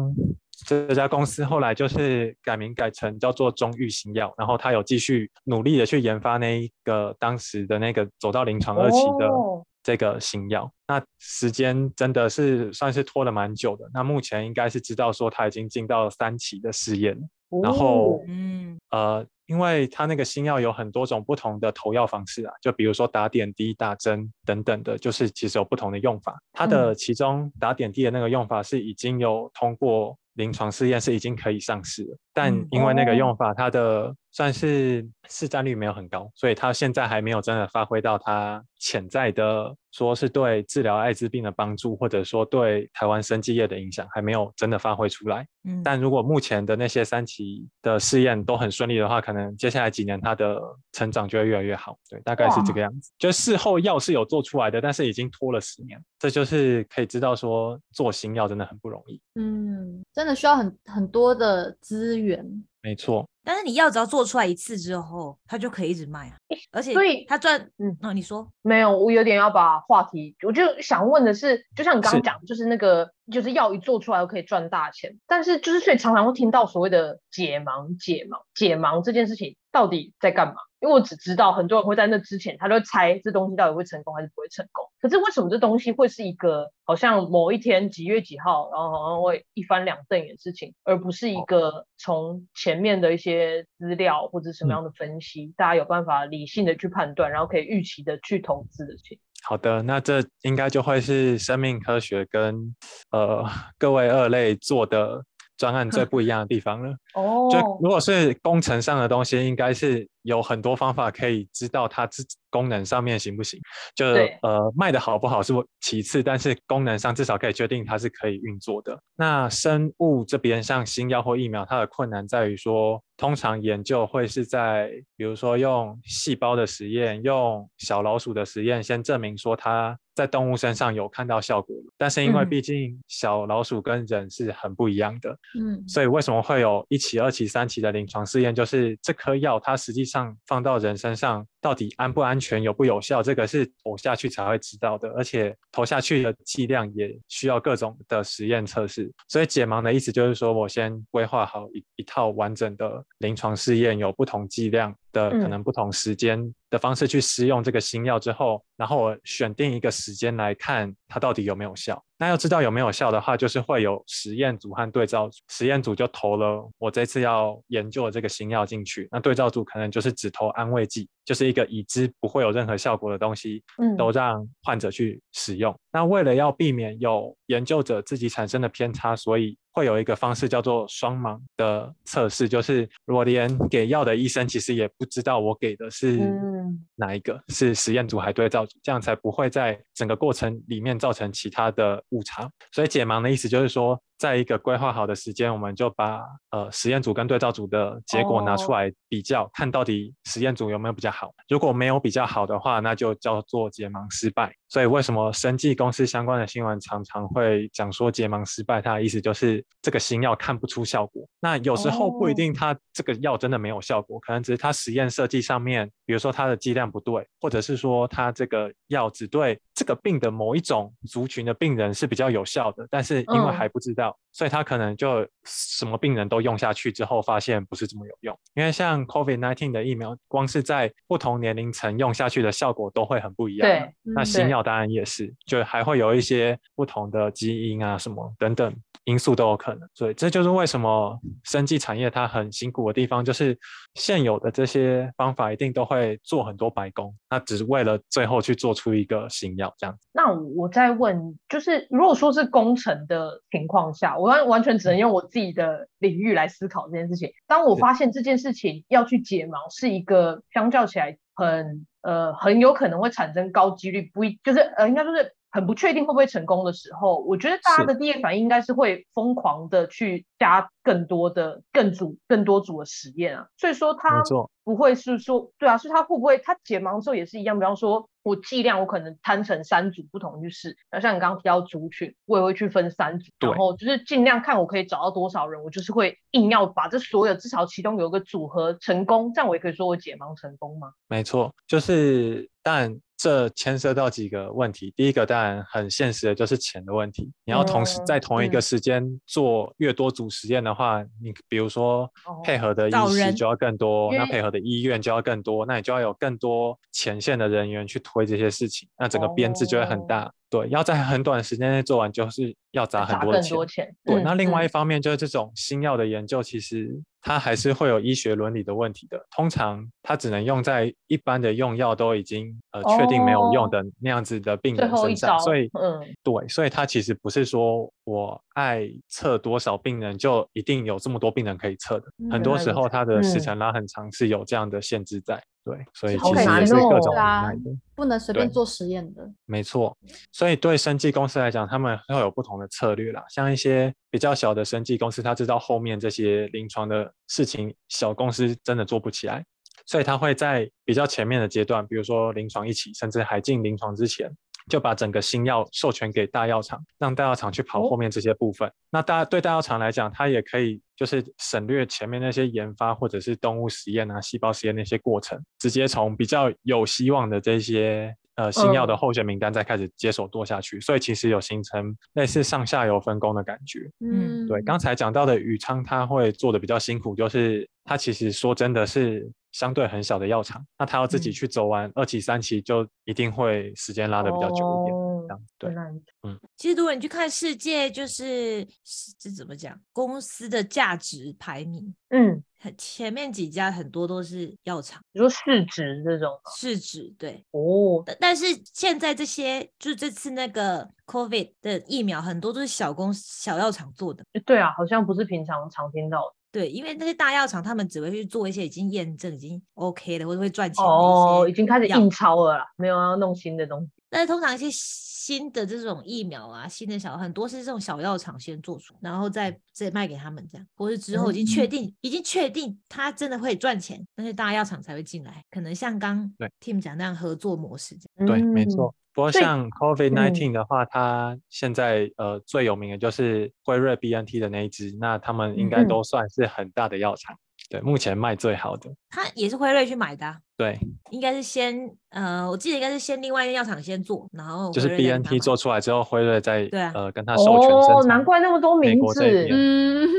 Speaker 4: 这家公司后来就是改名改成叫做中裕新药，然后他有继续努力的去研发那一个当时的那个走到临床二期的
Speaker 1: 哦
Speaker 4: 这个新药。那时间真的是算是拖了蛮久的，那目前应该是知道说他已经进到三期的试验了。然后
Speaker 2: 嗯，
Speaker 4: 呃，因为它那个新药有很多种不同的投药方式啊，就比如说打点滴、打针等等的，就是其实有不同的用法。它的其中打点滴的那个用法是已经有通过临床试验，是已经可以上市了，但
Speaker 2: 嗯
Speaker 4: 因为那个
Speaker 1: 哦
Speaker 4: 用法它的算是市占率没有很高，所以它现在还没有真的发挥到它潜在的。说是对治疗艾滋病的帮助，或者说对台湾生技业的影响，还没有真的发挥出来。
Speaker 2: 嗯
Speaker 4: 但如果目前的那些三期的试验都很顺利的话，可能接下来几年它的成长就会越来越好。对，大概是这个样子。就事后药是有做出来的，但是已经拖了十年，这就是可以知道说做新药真的很不容易。
Speaker 3: 嗯，真的需要很很多的资源，
Speaker 4: 没错，
Speaker 2: 但是你药只要做出来一次之后，它就可以一直卖啊，而且
Speaker 1: 所以
Speaker 2: 它赚，
Speaker 1: 嗯
Speaker 2: 嗯，哦，你说，
Speaker 1: 没有，我有点要把话题，我就想问的是，就像你刚刚
Speaker 4: 是
Speaker 1: 讲，就是那个就是药一做出来就可以赚大钱，但是就是所以常常会听到所谓的解盲、解盲、解盲这件事情到底在干嘛？因为我只知道很多人会在那之前，他就会猜这东西到底会成功还是不会成功。可是为什么这东西会是一个好像某一天几月几号，然后好像会一翻两瞪眼的事情，而不是一个从前面的一些资料或者什么样的分析，大家有办法理性的去判断，然后可以预期的去投资的事情。
Speaker 4: 好的，那这应该就会是生命科学跟呃各位二类做的专案最不一样的地方了。
Speaker 1: 哦
Speaker 4: 就如果是工程上的东西，应该是有很多方法可以知道它自功能上面行不行。就
Speaker 1: 对
Speaker 4: 呃卖的好不好是我其次，但是功能上至少可以确定它是可以运作的。那生物这边像新药或疫苗，它的困难在于说，通常研究会是在比如说用细胞的实验、用小老鼠的实验，先证明说它。在动物身上有看到效果，但是因为
Speaker 1: 嗯
Speaker 4: 毕竟小老鼠跟人是很不一样的，
Speaker 3: 嗯，
Speaker 4: 所以为什么会有一期、二期、三期的临床试验？就是这颗药它实际上放到人身上到底安不安全、有不有效，这个是投下去才会知道的，而且投下去的剂量也需要各种的实验测试。所以解盲的意思就是说，我先规划好一一套完整的临床试验，有不同剂量的可
Speaker 1: 嗯
Speaker 4: 能不同时间的方式去施用这个新药之后，然后我选定一个时间来看它到底有没有效。那要知道有没有效的话，就是会有实验组和对照组。实验组就投了我这次要研究的这个新药进去，那对照组可能就是只投安慰剂，就是一个已知不会有任何效果的东西，
Speaker 1: 嗯
Speaker 4: 都让患者去使用。那为了要避免有研究者自己产生的偏差，所以会有一个方式叫做双盲的测试，就是我连给药的医生其实也不知道我给的是
Speaker 1: 嗯
Speaker 4: 哪一个，是实验组还对照组，这样才不会在整个过程里面造成其他的误差。所以解盲的意思就是说，在一个规划好的时间，我们就把呃实验组跟对照组的结果拿出
Speaker 1: 哦
Speaker 4: 来比较，看到底实验组有没有比较好。如果没有比较好的话，那就叫做解盲失败。所以为什么生技公司相关的新闻常常会讲说解盲失败？它的意思就是这个新药看不出效果。那有时候不一
Speaker 1: 哦
Speaker 4: 定它这个药真的没有效果，可能只是它实验设计上面，比如说它的剂量不对，或者是说它这个药只对这个病的某一种族群的病人是比较有效的，但是因为
Speaker 1: 嗯
Speaker 4: 还不知道，所以它可能就什么病人都用下去之后，发现不是这么有用。因为像 COVID-19 的疫苗，光是在不同年龄层用下去的效果都会很不一样啊。
Speaker 1: 对，
Speaker 4: 那
Speaker 3: 嗯
Speaker 4: 新
Speaker 1: 对
Speaker 4: 药当然也是，就还会有一些不同的基因啊什么等等因素都有可能，所以这就是为什么生技产业它很辛苦的地方，就是现有的这些方法一定都会做很多白工，那只是为了最后去做出一个新药这样。
Speaker 1: 那我再问，就是如果说是工程的情况下，我完完全
Speaker 4: 嗯
Speaker 1: 只能用我自己的领域来思考这件事情。当我
Speaker 4: 是
Speaker 1: 发现这件事情要去解盲是一个相较起来很呃很有可能会产生高几率不一，就是呃应该说是很不确定会不会成功的时候，我觉得大家
Speaker 4: 是
Speaker 1: 的第一反应应该是会疯狂的去加更多的、更组、更多组的实验啊。所以说它
Speaker 4: 没错，
Speaker 1: 不会是说，对啊，所以它会不会它解盲之后也是一样？比方说，我剂量我可能摊成三组不同去试，那像你刚刚提到族群，我也会去分三组，
Speaker 4: 对
Speaker 1: 然后就是尽量看我可以找到多少人，我就是会硬要把这所有至少其中有一个组合成功，这样我也可以说我解盲成功吗？
Speaker 4: 没错，就是但这牵涉到几个问题。第一个当然很现实的就是钱的问题，你要同时
Speaker 1: 嗯
Speaker 4: 在同一个
Speaker 1: 嗯
Speaker 4: 时间做越多组实验的话，你比如说
Speaker 1: 哦
Speaker 4: 配合的医
Speaker 2: 找
Speaker 4: 师
Speaker 2: 人
Speaker 4: 就要更多，
Speaker 1: 因
Speaker 4: 那
Speaker 1: 为
Speaker 4: 配合的医院就要更多，那你就要有更多前线的人员去推这些事情，那整个编制就会
Speaker 1: 哦
Speaker 4: 很大。对，要在很短的时间内做完，就是要砸很
Speaker 1: 砸
Speaker 4: 多的
Speaker 1: 更
Speaker 4: 钱
Speaker 1: 多。钱，
Speaker 4: 对，
Speaker 1: 嗯
Speaker 4: 那另外一
Speaker 1: 嗯
Speaker 4: 方面就是这种新药的研究，其实它还是会有医学伦理的问题的。通常它只能用在一般的用药都已经呃确定没有用
Speaker 1: 哦
Speaker 4: 的那样子的病
Speaker 1: 最
Speaker 4: 人
Speaker 1: 后一
Speaker 4: 身上，
Speaker 1: 招，
Speaker 4: 所以
Speaker 1: 嗯，
Speaker 4: 对，所以它其实不是说我爱测多少病人就一定有这么多病人可以测的，很
Speaker 3: 嗯
Speaker 4: 多
Speaker 1: 原来
Speaker 4: 时
Speaker 1: 如
Speaker 4: 候
Speaker 1: 此
Speaker 4: 它的
Speaker 1: 嗯
Speaker 4: 时程拉很长是有这样的限制在。对，所以
Speaker 3: 好
Speaker 4: 其实
Speaker 3: 感
Speaker 4: 也是
Speaker 1: 人
Speaker 4: 各
Speaker 1: 哦
Speaker 4: 种
Speaker 3: 对
Speaker 4: 无
Speaker 3: 啊
Speaker 4: 奈的。
Speaker 3: 不能随便
Speaker 4: 对
Speaker 3: 做实验的。
Speaker 4: 没错，所以对生技公司来讲，他们会有不同的策略啦。像一些比较小的生技公司，他知道后面这些临床的事情，小公司真的做不起来，所以他会在比较前面的阶段，比如说临床一起，甚至还进临床之前，就把整个新药授权给大药厂，让大药厂去跑
Speaker 1: 哦
Speaker 4: 后面这些部分。那大对大药厂来讲，它也可以就是省略前面那些研发或者是动物实验啊、细胞实验那些过程，直接从比较有希望的这些呃新药的
Speaker 1: 嗯
Speaker 4: 候选名单再开始接手做下去。所以其实有形成类似上下游分工的感觉。
Speaker 2: 嗯
Speaker 4: 对，刚才讲到的宇昌，他会做的比较辛苦，就是他其实说真的是相对很小的药厂，那他要自己
Speaker 2: 嗯
Speaker 4: 去走完二期、三期，就一定会时间拉的比较久一点。
Speaker 1: 哦
Speaker 4: 这样对
Speaker 1: 原，来如此
Speaker 2: 其实如果你去看世界，就是是这怎么讲，公司的价值排名，
Speaker 1: 嗯，
Speaker 2: 很前面几家很多都是药厂
Speaker 1: 你说市值这种
Speaker 2: 市值，对，
Speaker 1: 哦，
Speaker 2: 但但是现在这些就是这次那个 COVID 的疫苗，很多都是小公司小药厂做的。
Speaker 1: 对啊，好像不是平常常听到
Speaker 2: 对，因为那些大药厂他们只会去做一些已经验证、已经 OK 的或者会赚
Speaker 1: 的
Speaker 2: 钱的
Speaker 1: 哦，已
Speaker 2: 一些
Speaker 1: 经开始
Speaker 2: 药
Speaker 1: 印钞了啦，没有要弄新的东西。
Speaker 2: 但是通常一些新的这种疫苗啊，新的小很多是这种小药厂先做出，然后再再卖给他们这样，或是之后已经确
Speaker 1: 嗯
Speaker 2: 定、已经确定它真的会赚钱，那些大药厂才会进来。可能像刚
Speaker 4: 对
Speaker 2: Tim 讲那样合作模式这样。
Speaker 4: 对，没
Speaker 1: 嗯
Speaker 4: 错。。不过
Speaker 1: 所以
Speaker 4: 像 COVID nineteen 的话，它现在呃最有名的就是辉瑞 BNT 的那一支，那他们应该
Speaker 1: 嗯
Speaker 4: 都算是很大的药厂，对，目前卖最好的。
Speaker 2: 他也是辉瑞去买的啊、
Speaker 4: 对，
Speaker 1: 哦
Speaker 2: 应该是先呃，我记得应该是先另外一个药厂先做，然后辉
Speaker 4: 就是
Speaker 2: 瑞再跟他
Speaker 4: BNT
Speaker 2: 买
Speaker 4: 做出来之后，辉瑞再
Speaker 2: 对啊
Speaker 4: 呃跟他授权生
Speaker 1: 哦，
Speaker 4: 产
Speaker 1: 难怪那么多
Speaker 4: 美
Speaker 1: 名
Speaker 4: 国这一
Speaker 1: 字
Speaker 4: 边。
Speaker 3: 嗯，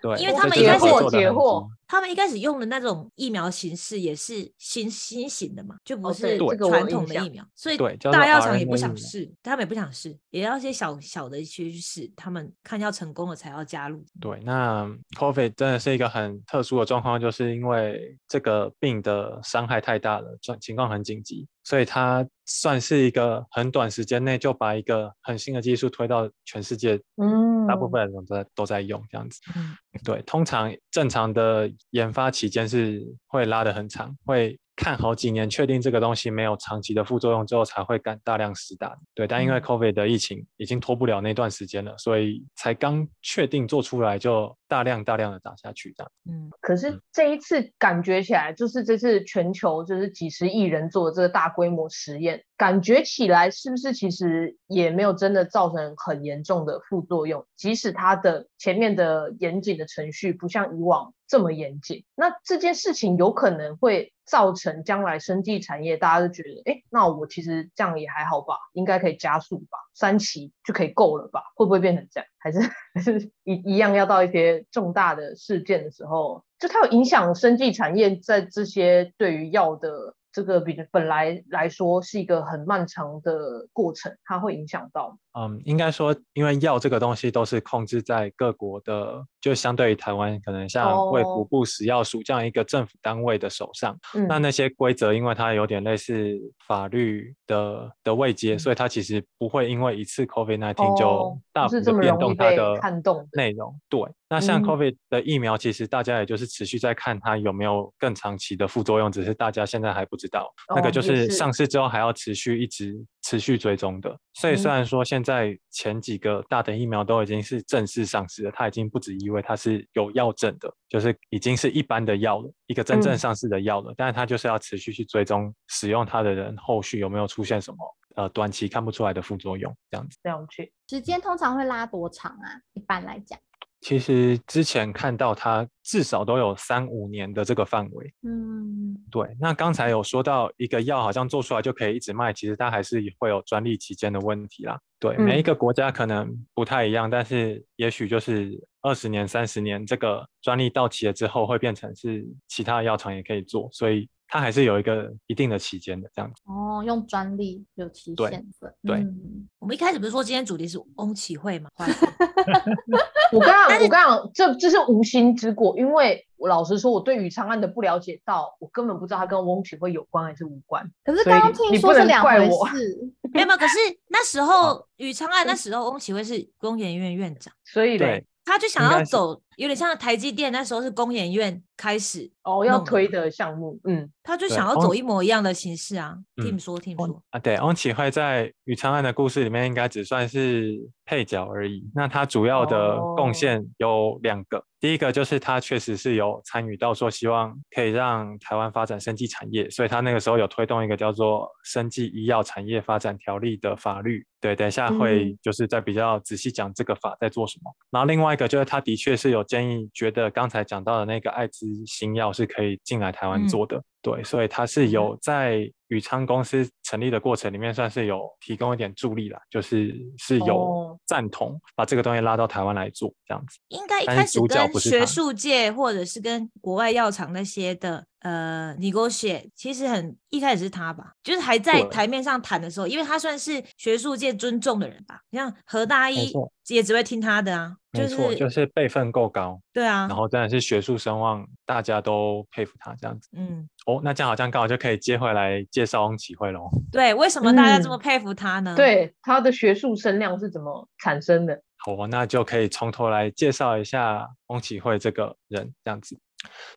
Speaker 4: 对，
Speaker 2: 因为
Speaker 4: 这
Speaker 2: 他们
Speaker 4: 就是
Speaker 2: 一开
Speaker 4: 合
Speaker 2: 始
Speaker 4: 作的
Speaker 1: 解
Speaker 4: 痕
Speaker 1: 惑
Speaker 4: 迹
Speaker 2: 他们一开始用的那种疫苗形式也是新新型的嘛，就不
Speaker 1: 哦对
Speaker 2: 是
Speaker 1: 这个我
Speaker 2: 传
Speaker 1: 有
Speaker 2: 统
Speaker 1: 印
Speaker 2: 的
Speaker 1: 象
Speaker 2: 疫苗，所以
Speaker 4: 对叫
Speaker 2: 大
Speaker 4: 做
Speaker 2: 药厂也
Speaker 4: RNA
Speaker 2: 不想
Speaker 4: 疫苗
Speaker 2: 试，他们也不想试，也要一些小小的去试，他们看要成功了才要加入。
Speaker 4: 对，那 COVID 真的是一个很特殊的状况，就是因为这个病的伤害太大了，状情况很紧急，所以它算是一个很短时间内就把一个很新的技术推到全世界，
Speaker 1: 嗯，
Speaker 4: 大部分人都在都在用这样子。
Speaker 2: 嗯
Speaker 4: 对，通常正常的研发期间是会拉得很长，会看好几年，确定这个东西没有长期的副作用之后，才会敢大量施打。对，但因为
Speaker 2: 嗯
Speaker 4: COVID 的疫情已经拖不了那段时间了，所以才刚确定做出来就大量大量的打下去这样。
Speaker 2: 嗯，
Speaker 1: 可是这一次感觉起来，就是这次全球就是几十亿人做的这个大规模实验，感觉起来是不是其实也没有真的造成很严重的副作用？即使它的前面的严谨的程序不像以往这么严谨，那这件事情有可能会造成将来生技产业大家都觉得，哎，那我其实这样也还好吧，应该可以加速吧，三期就可以够了吧？会不会变成这样？还是？还是一一样要到一些重大的事件的时候，就它有影响生技产业在这些对于药的这个比本来来说是一个很漫长的过程，它会影响到吗。
Speaker 4: 嗯，应该说，因为药这个东西都是控制在各国的，就相对于台湾，可能像卫福
Speaker 1: 哦
Speaker 4: 部食药署这样一个政府单位的手上。
Speaker 1: 嗯，
Speaker 4: 那那些规则，因为它有点类似法律的的位阶，所以它其实不会因为一次 COVID 1 9
Speaker 1: 嗯哦
Speaker 4: 就大
Speaker 1: 不
Speaker 4: 幅
Speaker 1: 是这
Speaker 4: 的
Speaker 1: 么
Speaker 4: 变
Speaker 1: 容易
Speaker 4: 动它
Speaker 1: 被
Speaker 4: 的
Speaker 1: 撼动的
Speaker 4: 内容。对，那
Speaker 1: 嗯
Speaker 4: 像 COVID 的疫苗，其实大家也就是持续在看它有没有更长期的副作用，只是大家现在还不知道。那
Speaker 1: 哦
Speaker 4: 个就
Speaker 1: 也
Speaker 4: 是
Speaker 1: 是
Speaker 4: 上市之后还要持续一直持续追踪的。所以虽
Speaker 1: 嗯
Speaker 4: 然说现在前几个大等疫苗都已经是正式上市了，它已经不止一位，它是有药证的，就是已经是一般的药了，一个真正
Speaker 1: 嗯
Speaker 4: 上市的药了。但是它就是要持续去追踪使用它的人后续有没有出现什么呃短期看不出来的副作用这样子。
Speaker 1: 了解。
Speaker 3: 时间通常会拉多长啊？一般来讲，
Speaker 4: 其实之前看到它至少都有三五年的这个范围。
Speaker 3: 嗯，
Speaker 4: 对，那刚才有说到一个药好像做出来就可以一直卖，其实它还是会有专利期间的问题啦。对，每
Speaker 1: 嗯
Speaker 4: 一个国家可能不太一样，但是也许就是二十年、三十年，这个专利到期了之后会变成是其他的药厂也可以做，所以它还是有一个一定的期间的这样子。
Speaker 3: 哦，用专利有期
Speaker 4: 对
Speaker 3: 限的，
Speaker 4: 对
Speaker 3: 嗯
Speaker 2: 我们一开始不是说今天主题是翁启慧嘛？换
Speaker 1: 我刚刚我刚刚这这是无心之过，因为我老实说，我对于长安的不了解到，我根本不知道它跟翁启慧有关还是无关。
Speaker 3: 可是
Speaker 1: 所以
Speaker 3: 刚刚
Speaker 1: 你
Speaker 3: 听
Speaker 1: 你
Speaker 3: 说
Speaker 1: 不
Speaker 3: 是
Speaker 1: 能
Speaker 3: 两
Speaker 1: 怪
Speaker 3: 回
Speaker 1: 我
Speaker 3: 事，
Speaker 2: 没有没有，可是那时候宇昌案那时候翁启慧是工研院院长，
Speaker 1: 所以嘞
Speaker 4: 对，，
Speaker 2: 他就想
Speaker 4: 应
Speaker 2: 要
Speaker 4: 该是
Speaker 2: 走，有点像台积电那时候是工研院开始，
Speaker 1: 哦，要
Speaker 2: 弄
Speaker 1: 推的项目，嗯，
Speaker 2: 他就
Speaker 4: 对
Speaker 2: 想要
Speaker 4: 翁
Speaker 2: 走一模一样的形式啊。
Speaker 4: 嗯
Speaker 2: Tim 说，Tim
Speaker 4: 翁
Speaker 2: 说，
Speaker 4: 啊，对，翁启惠在《与长安》的故事里面应该只算是配角而已。那他主要的
Speaker 1: 哦
Speaker 4: 贡献有两个，第一个就是他确实是有参与到说希望可以让台湾发展生技产业，所以他那个时候有推动一个叫做《生技医药产业发展条例》的法律。对，等一下会
Speaker 1: 嗯
Speaker 4: 就是再比较仔细讲这个法在做什么。然后另外一个就是他的确是有建议，觉得刚才讲到的那个艾滋新药是可以进来台湾
Speaker 2: 嗯
Speaker 4: 做的。对，所以他是有在宇昌公司成立的过程里面，算是有提供一点助力啦，就是是
Speaker 1: 哦
Speaker 4: 有赞同把这个东西拉到台湾来做这样子。
Speaker 2: 应该一
Speaker 4: 但
Speaker 2: 开
Speaker 4: 是
Speaker 2: 始
Speaker 4: 主角
Speaker 2: 跟
Speaker 4: 不是
Speaker 2: 学
Speaker 4: 他
Speaker 2: 术界或者是跟国外药厂那些的呃 negotiate，其实很一开始是他吧，就是还在
Speaker 4: 对
Speaker 2: 台面上谈的时候，因为他算是学术界尊重的人吧，你像何大一
Speaker 4: 错
Speaker 2: 也只会听他的啊，
Speaker 4: 没
Speaker 2: 是
Speaker 4: 错，就是辈分够高，
Speaker 2: 对啊，
Speaker 4: 然后真的是学术声望，大家都佩服他这样子。
Speaker 2: 嗯，
Speaker 4: 哦，那这样好像刚好就可以接回来介绍翁启惠喽。
Speaker 2: 对，为什么大家这
Speaker 1: 嗯
Speaker 2: 么佩服他呢？，
Speaker 1: 对，它的学术声量是怎么产生的？
Speaker 4: 好哦，那就可以从头来介绍一下翁启惠这个人这样子。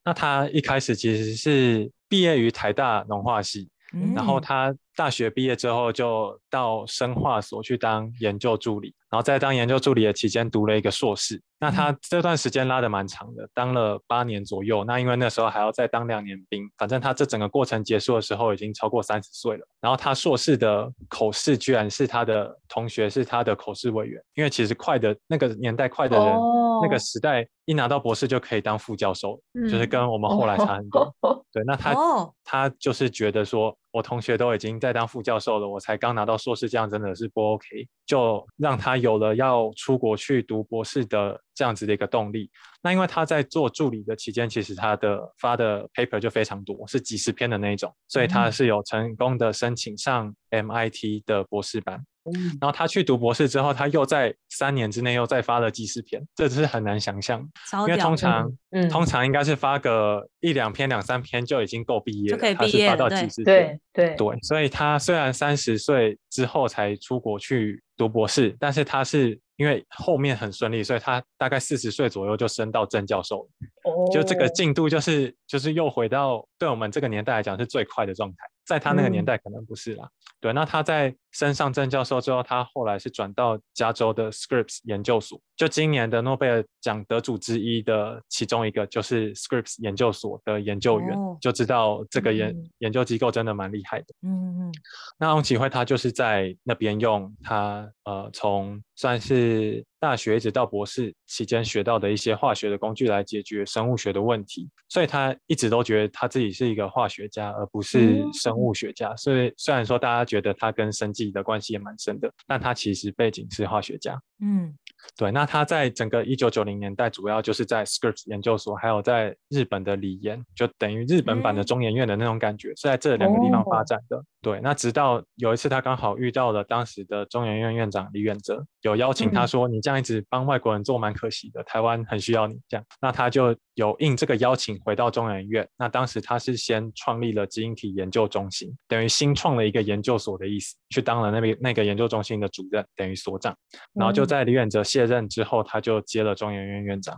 Speaker 4: 那他一开始其实是毕业于台大农化系，
Speaker 2: 嗯、
Speaker 4: 然后他大学毕业之后就到生化所去当研究助理，然后在当研究助理的期间读了一个硕士。那他这段时间拉的蛮长的，当了八年左右。那因为那时候还要再当两年兵，反正他这整个过程结束的时候已经超过三十岁了。然后他硕士的口试居然是他的同学是他的口试委员，因为其实快的那个年代快的人。
Speaker 1: 哦
Speaker 4: 那个时代一拿到博士就可以当副教授，就是
Speaker 3: 嗯
Speaker 4: 跟我
Speaker 1: 哦
Speaker 4: 们后来差很多。对，那他
Speaker 2: 哦，
Speaker 4: 他就是觉得说，我同学都已经在当副教授了，我才刚拿到硕士，这样真的是不 OK，就让他有了要出国去读博士的这样子的一个动力。那因为他在做助理的期间，其实他的发的 paper 就非常多，是几十篇的那一种，所以他
Speaker 2: 嗯
Speaker 4: 是有成功的申请上 MIT 的博士班。
Speaker 1: 嗯
Speaker 4: 然后他去读博士之后，他又在三年之内又再发了几十篇，这是很难想象，
Speaker 2: 超
Speaker 4: 因为
Speaker 2: 屌
Speaker 4: 通
Speaker 2: 的，
Speaker 4: 常
Speaker 1: 嗯，
Speaker 4: 通常应该是发个一两篇、两三篇就已经够毕业
Speaker 2: 就
Speaker 4: 了，
Speaker 2: 可以
Speaker 4: 他
Speaker 2: 毕
Speaker 4: 是
Speaker 2: 业
Speaker 4: 发
Speaker 2: 了
Speaker 4: 到
Speaker 2: 对
Speaker 4: 几十
Speaker 1: 对对
Speaker 4: 对，所以他虽然三十岁之后才出国去读博士，但是他是因为后面很顺利，所以他大概四十岁左右就升到正教授了，
Speaker 1: 哦
Speaker 4: 就这个进度就是就是又回到对我们这个年代来讲是最快的状态，在他那个
Speaker 1: 嗯
Speaker 4: 年代可能不是啦。对，那他在升上正教授之后，他后来是转到加州的 Scripps 研究所，就今年的诺贝尔奖得主之一的其中一个就是 Scripps 研究所的研究员，
Speaker 2: 哦
Speaker 4: 就知道这个研、
Speaker 2: 嗯
Speaker 4: 研究机构真的蛮厉害的。
Speaker 2: 嗯嗯
Speaker 4: 那翁启惠他就是在那边用他呃从算是大学一直到博士期间学到的一些化学的工具来解决生物学的问题，所以他一直都觉得他自己是一个化学家，而不是
Speaker 1: 嗯
Speaker 4: 生物学家。所以虽然说大家觉得他跟生计的关系也蛮深的，但他其实背景是化学家。
Speaker 2: 嗯
Speaker 4: 对，那他在整个一九九零年代，主要就是在 Scripps 研究所，还有在日本的理研，就等于日本版的
Speaker 2: 嗯
Speaker 4: 中研院的那种感觉，是在这两个地方
Speaker 1: 哦
Speaker 4: 发展的。对，那直到有一次，他刚好遇到了当时的中研院院长李远哲，有邀请他
Speaker 1: 嗯
Speaker 4: 说：“你这样一直帮外国人做，蛮可惜的，台湾很需要你。”这样，那他就有应这个邀请回到中研院。那当时他是先创立了基因体研究中心，等于新创了一个研究所的意思，去当了那边那个研究中心的主任，等于所长。然后就
Speaker 1: 嗯
Speaker 4: 在李远哲卸任之后，他就接了中研院院长。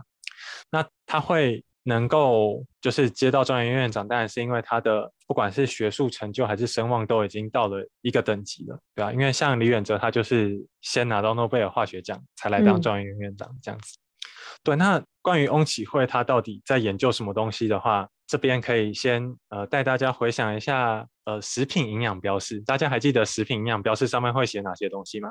Speaker 4: 那他会能够就是接到专业院长，当然是因为他的不管是学术成就还是声望都已经到了一个等级了，对啊吧、因为像李远哲他就是先拿到诺贝尔化学奖才来当
Speaker 1: 嗯
Speaker 4: 专业院长、这样子。对，那关于翁启慧他到底在研究什么东西的话，这边可以先呃带大家回想一下呃食品营养标示，大家还记得食品营养标示上面会写哪些东西吗？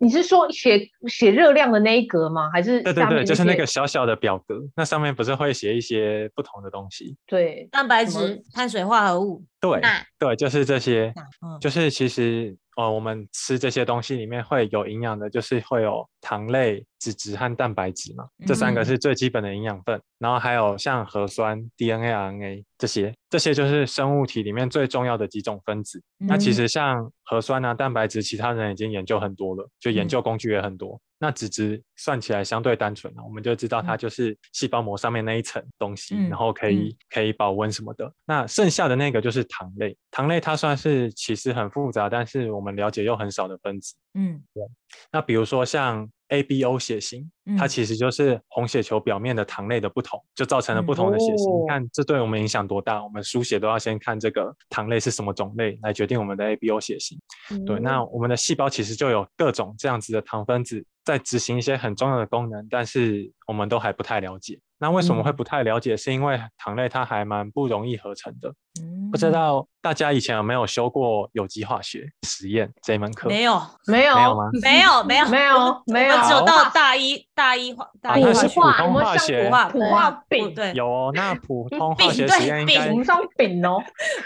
Speaker 1: 你是说写写热量的那一格吗？还是
Speaker 4: 对对
Speaker 1: 下面
Speaker 4: 对，就是
Speaker 1: 些
Speaker 4: 那个小小的表格，那上面不是会写一些不同的东西？
Speaker 1: 对
Speaker 2: 蛋白
Speaker 1: 什么
Speaker 2: 质、碳水化合物，
Speaker 4: 对
Speaker 3: 钠
Speaker 4: 对，就是这些，
Speaker 2: 嗯，
Speaker 4: 就是其实呃我们吃这些东西里面会有营养的，就是会有糖类、脂质和蛋白质嘛，这三个
Speaker 2: 嗯
Speaker 4: 是最基本的营养分，然后还有像核酸、DNA、RNA 这些，这些就是生物体里面最重要的几种分子。那其
Speaker 2: 嗯
Speaker 4: 实像核酸啊、蛋白质，其他人已经研究很多了，就研
Speaker 2: 嗯
Speaker 4: 究工具也很多。那脂质算起来相对单纯啊，我们就知道它
Speaker 2: 嗯
Speaker 4: 就是细胞膜上面那一层东西，
Speaker 2: 嗯
Speaker 4: 然后可以、可以保温什么的。那剩下的那个就是糖类，糖类它算是其实很复杂，但是我们了解又很少的分子。
Speaker 2: 嗯，
Speaker 4: 那比如说像 ABO 血型，它
Speaker 2: 嗯
Speaker 4: 其实就是红血球表面的糖类的不同，就造成了不
Speaker 2: 嗯
Speaker 4: 同的血型。
Speaker 1: 哦
Speaker 4: 你看这对我们影响多大？我们输血都要先看这个糖类是什么种类来决定我们的 ABO 血型。对，
Speaker 2: 嗯
Speaker 4: 那我们的细胞其实就有各种这样子的糖分子在执行一些很重要的功能，但是我们都还不太了解。那为什么会
Speaker 2: 嗯
Speaker 4: 不太了解？是因为糖类它还蛮不容易合成的。不知
Speaker 2: 嗯
Speaker 4: 道大家以前有没有修过有机化学实验这一门课？
Speaker 2: 没有，
Speaker 1: 没有
Speaker 4: 没有吗？
Speaker 2: 没有，没有，
Speaker 1: 没有
Speaker 2: 我们
Speaker 1: 没
Speaker 2: 我们只
Speaker 4: 有
Speaker 2: 有到大一，大一化，大
Speaker 4: 啊，
Speaker 2: 一
Speaker 4: 那
Speaker 1: 那
Speaker 4: 是
Speaker 1: 是
Speaker 4: 普
Speaker 1: 化
Speaker 4: 通
Speaker 1: 我们
Speaker 4: 化
Speaker 1: 上
Speaker 4: 学
Speaker 2: 普。化
Speaker 1: 普
Speaker 2: 对
Speaker 1: 化
Speaker 2: 普
Speaker 1: 饼
Speaker 2: 对，
Speaker 4: 有哦，那普 通
Speaker 2: 饼
Speaker 4: 化学
Speaker 2: 对
Speaker 4: 实验应
Speaker 2: 饼
Speaker 4: 该
Speaker 1: 我们上饼 哦，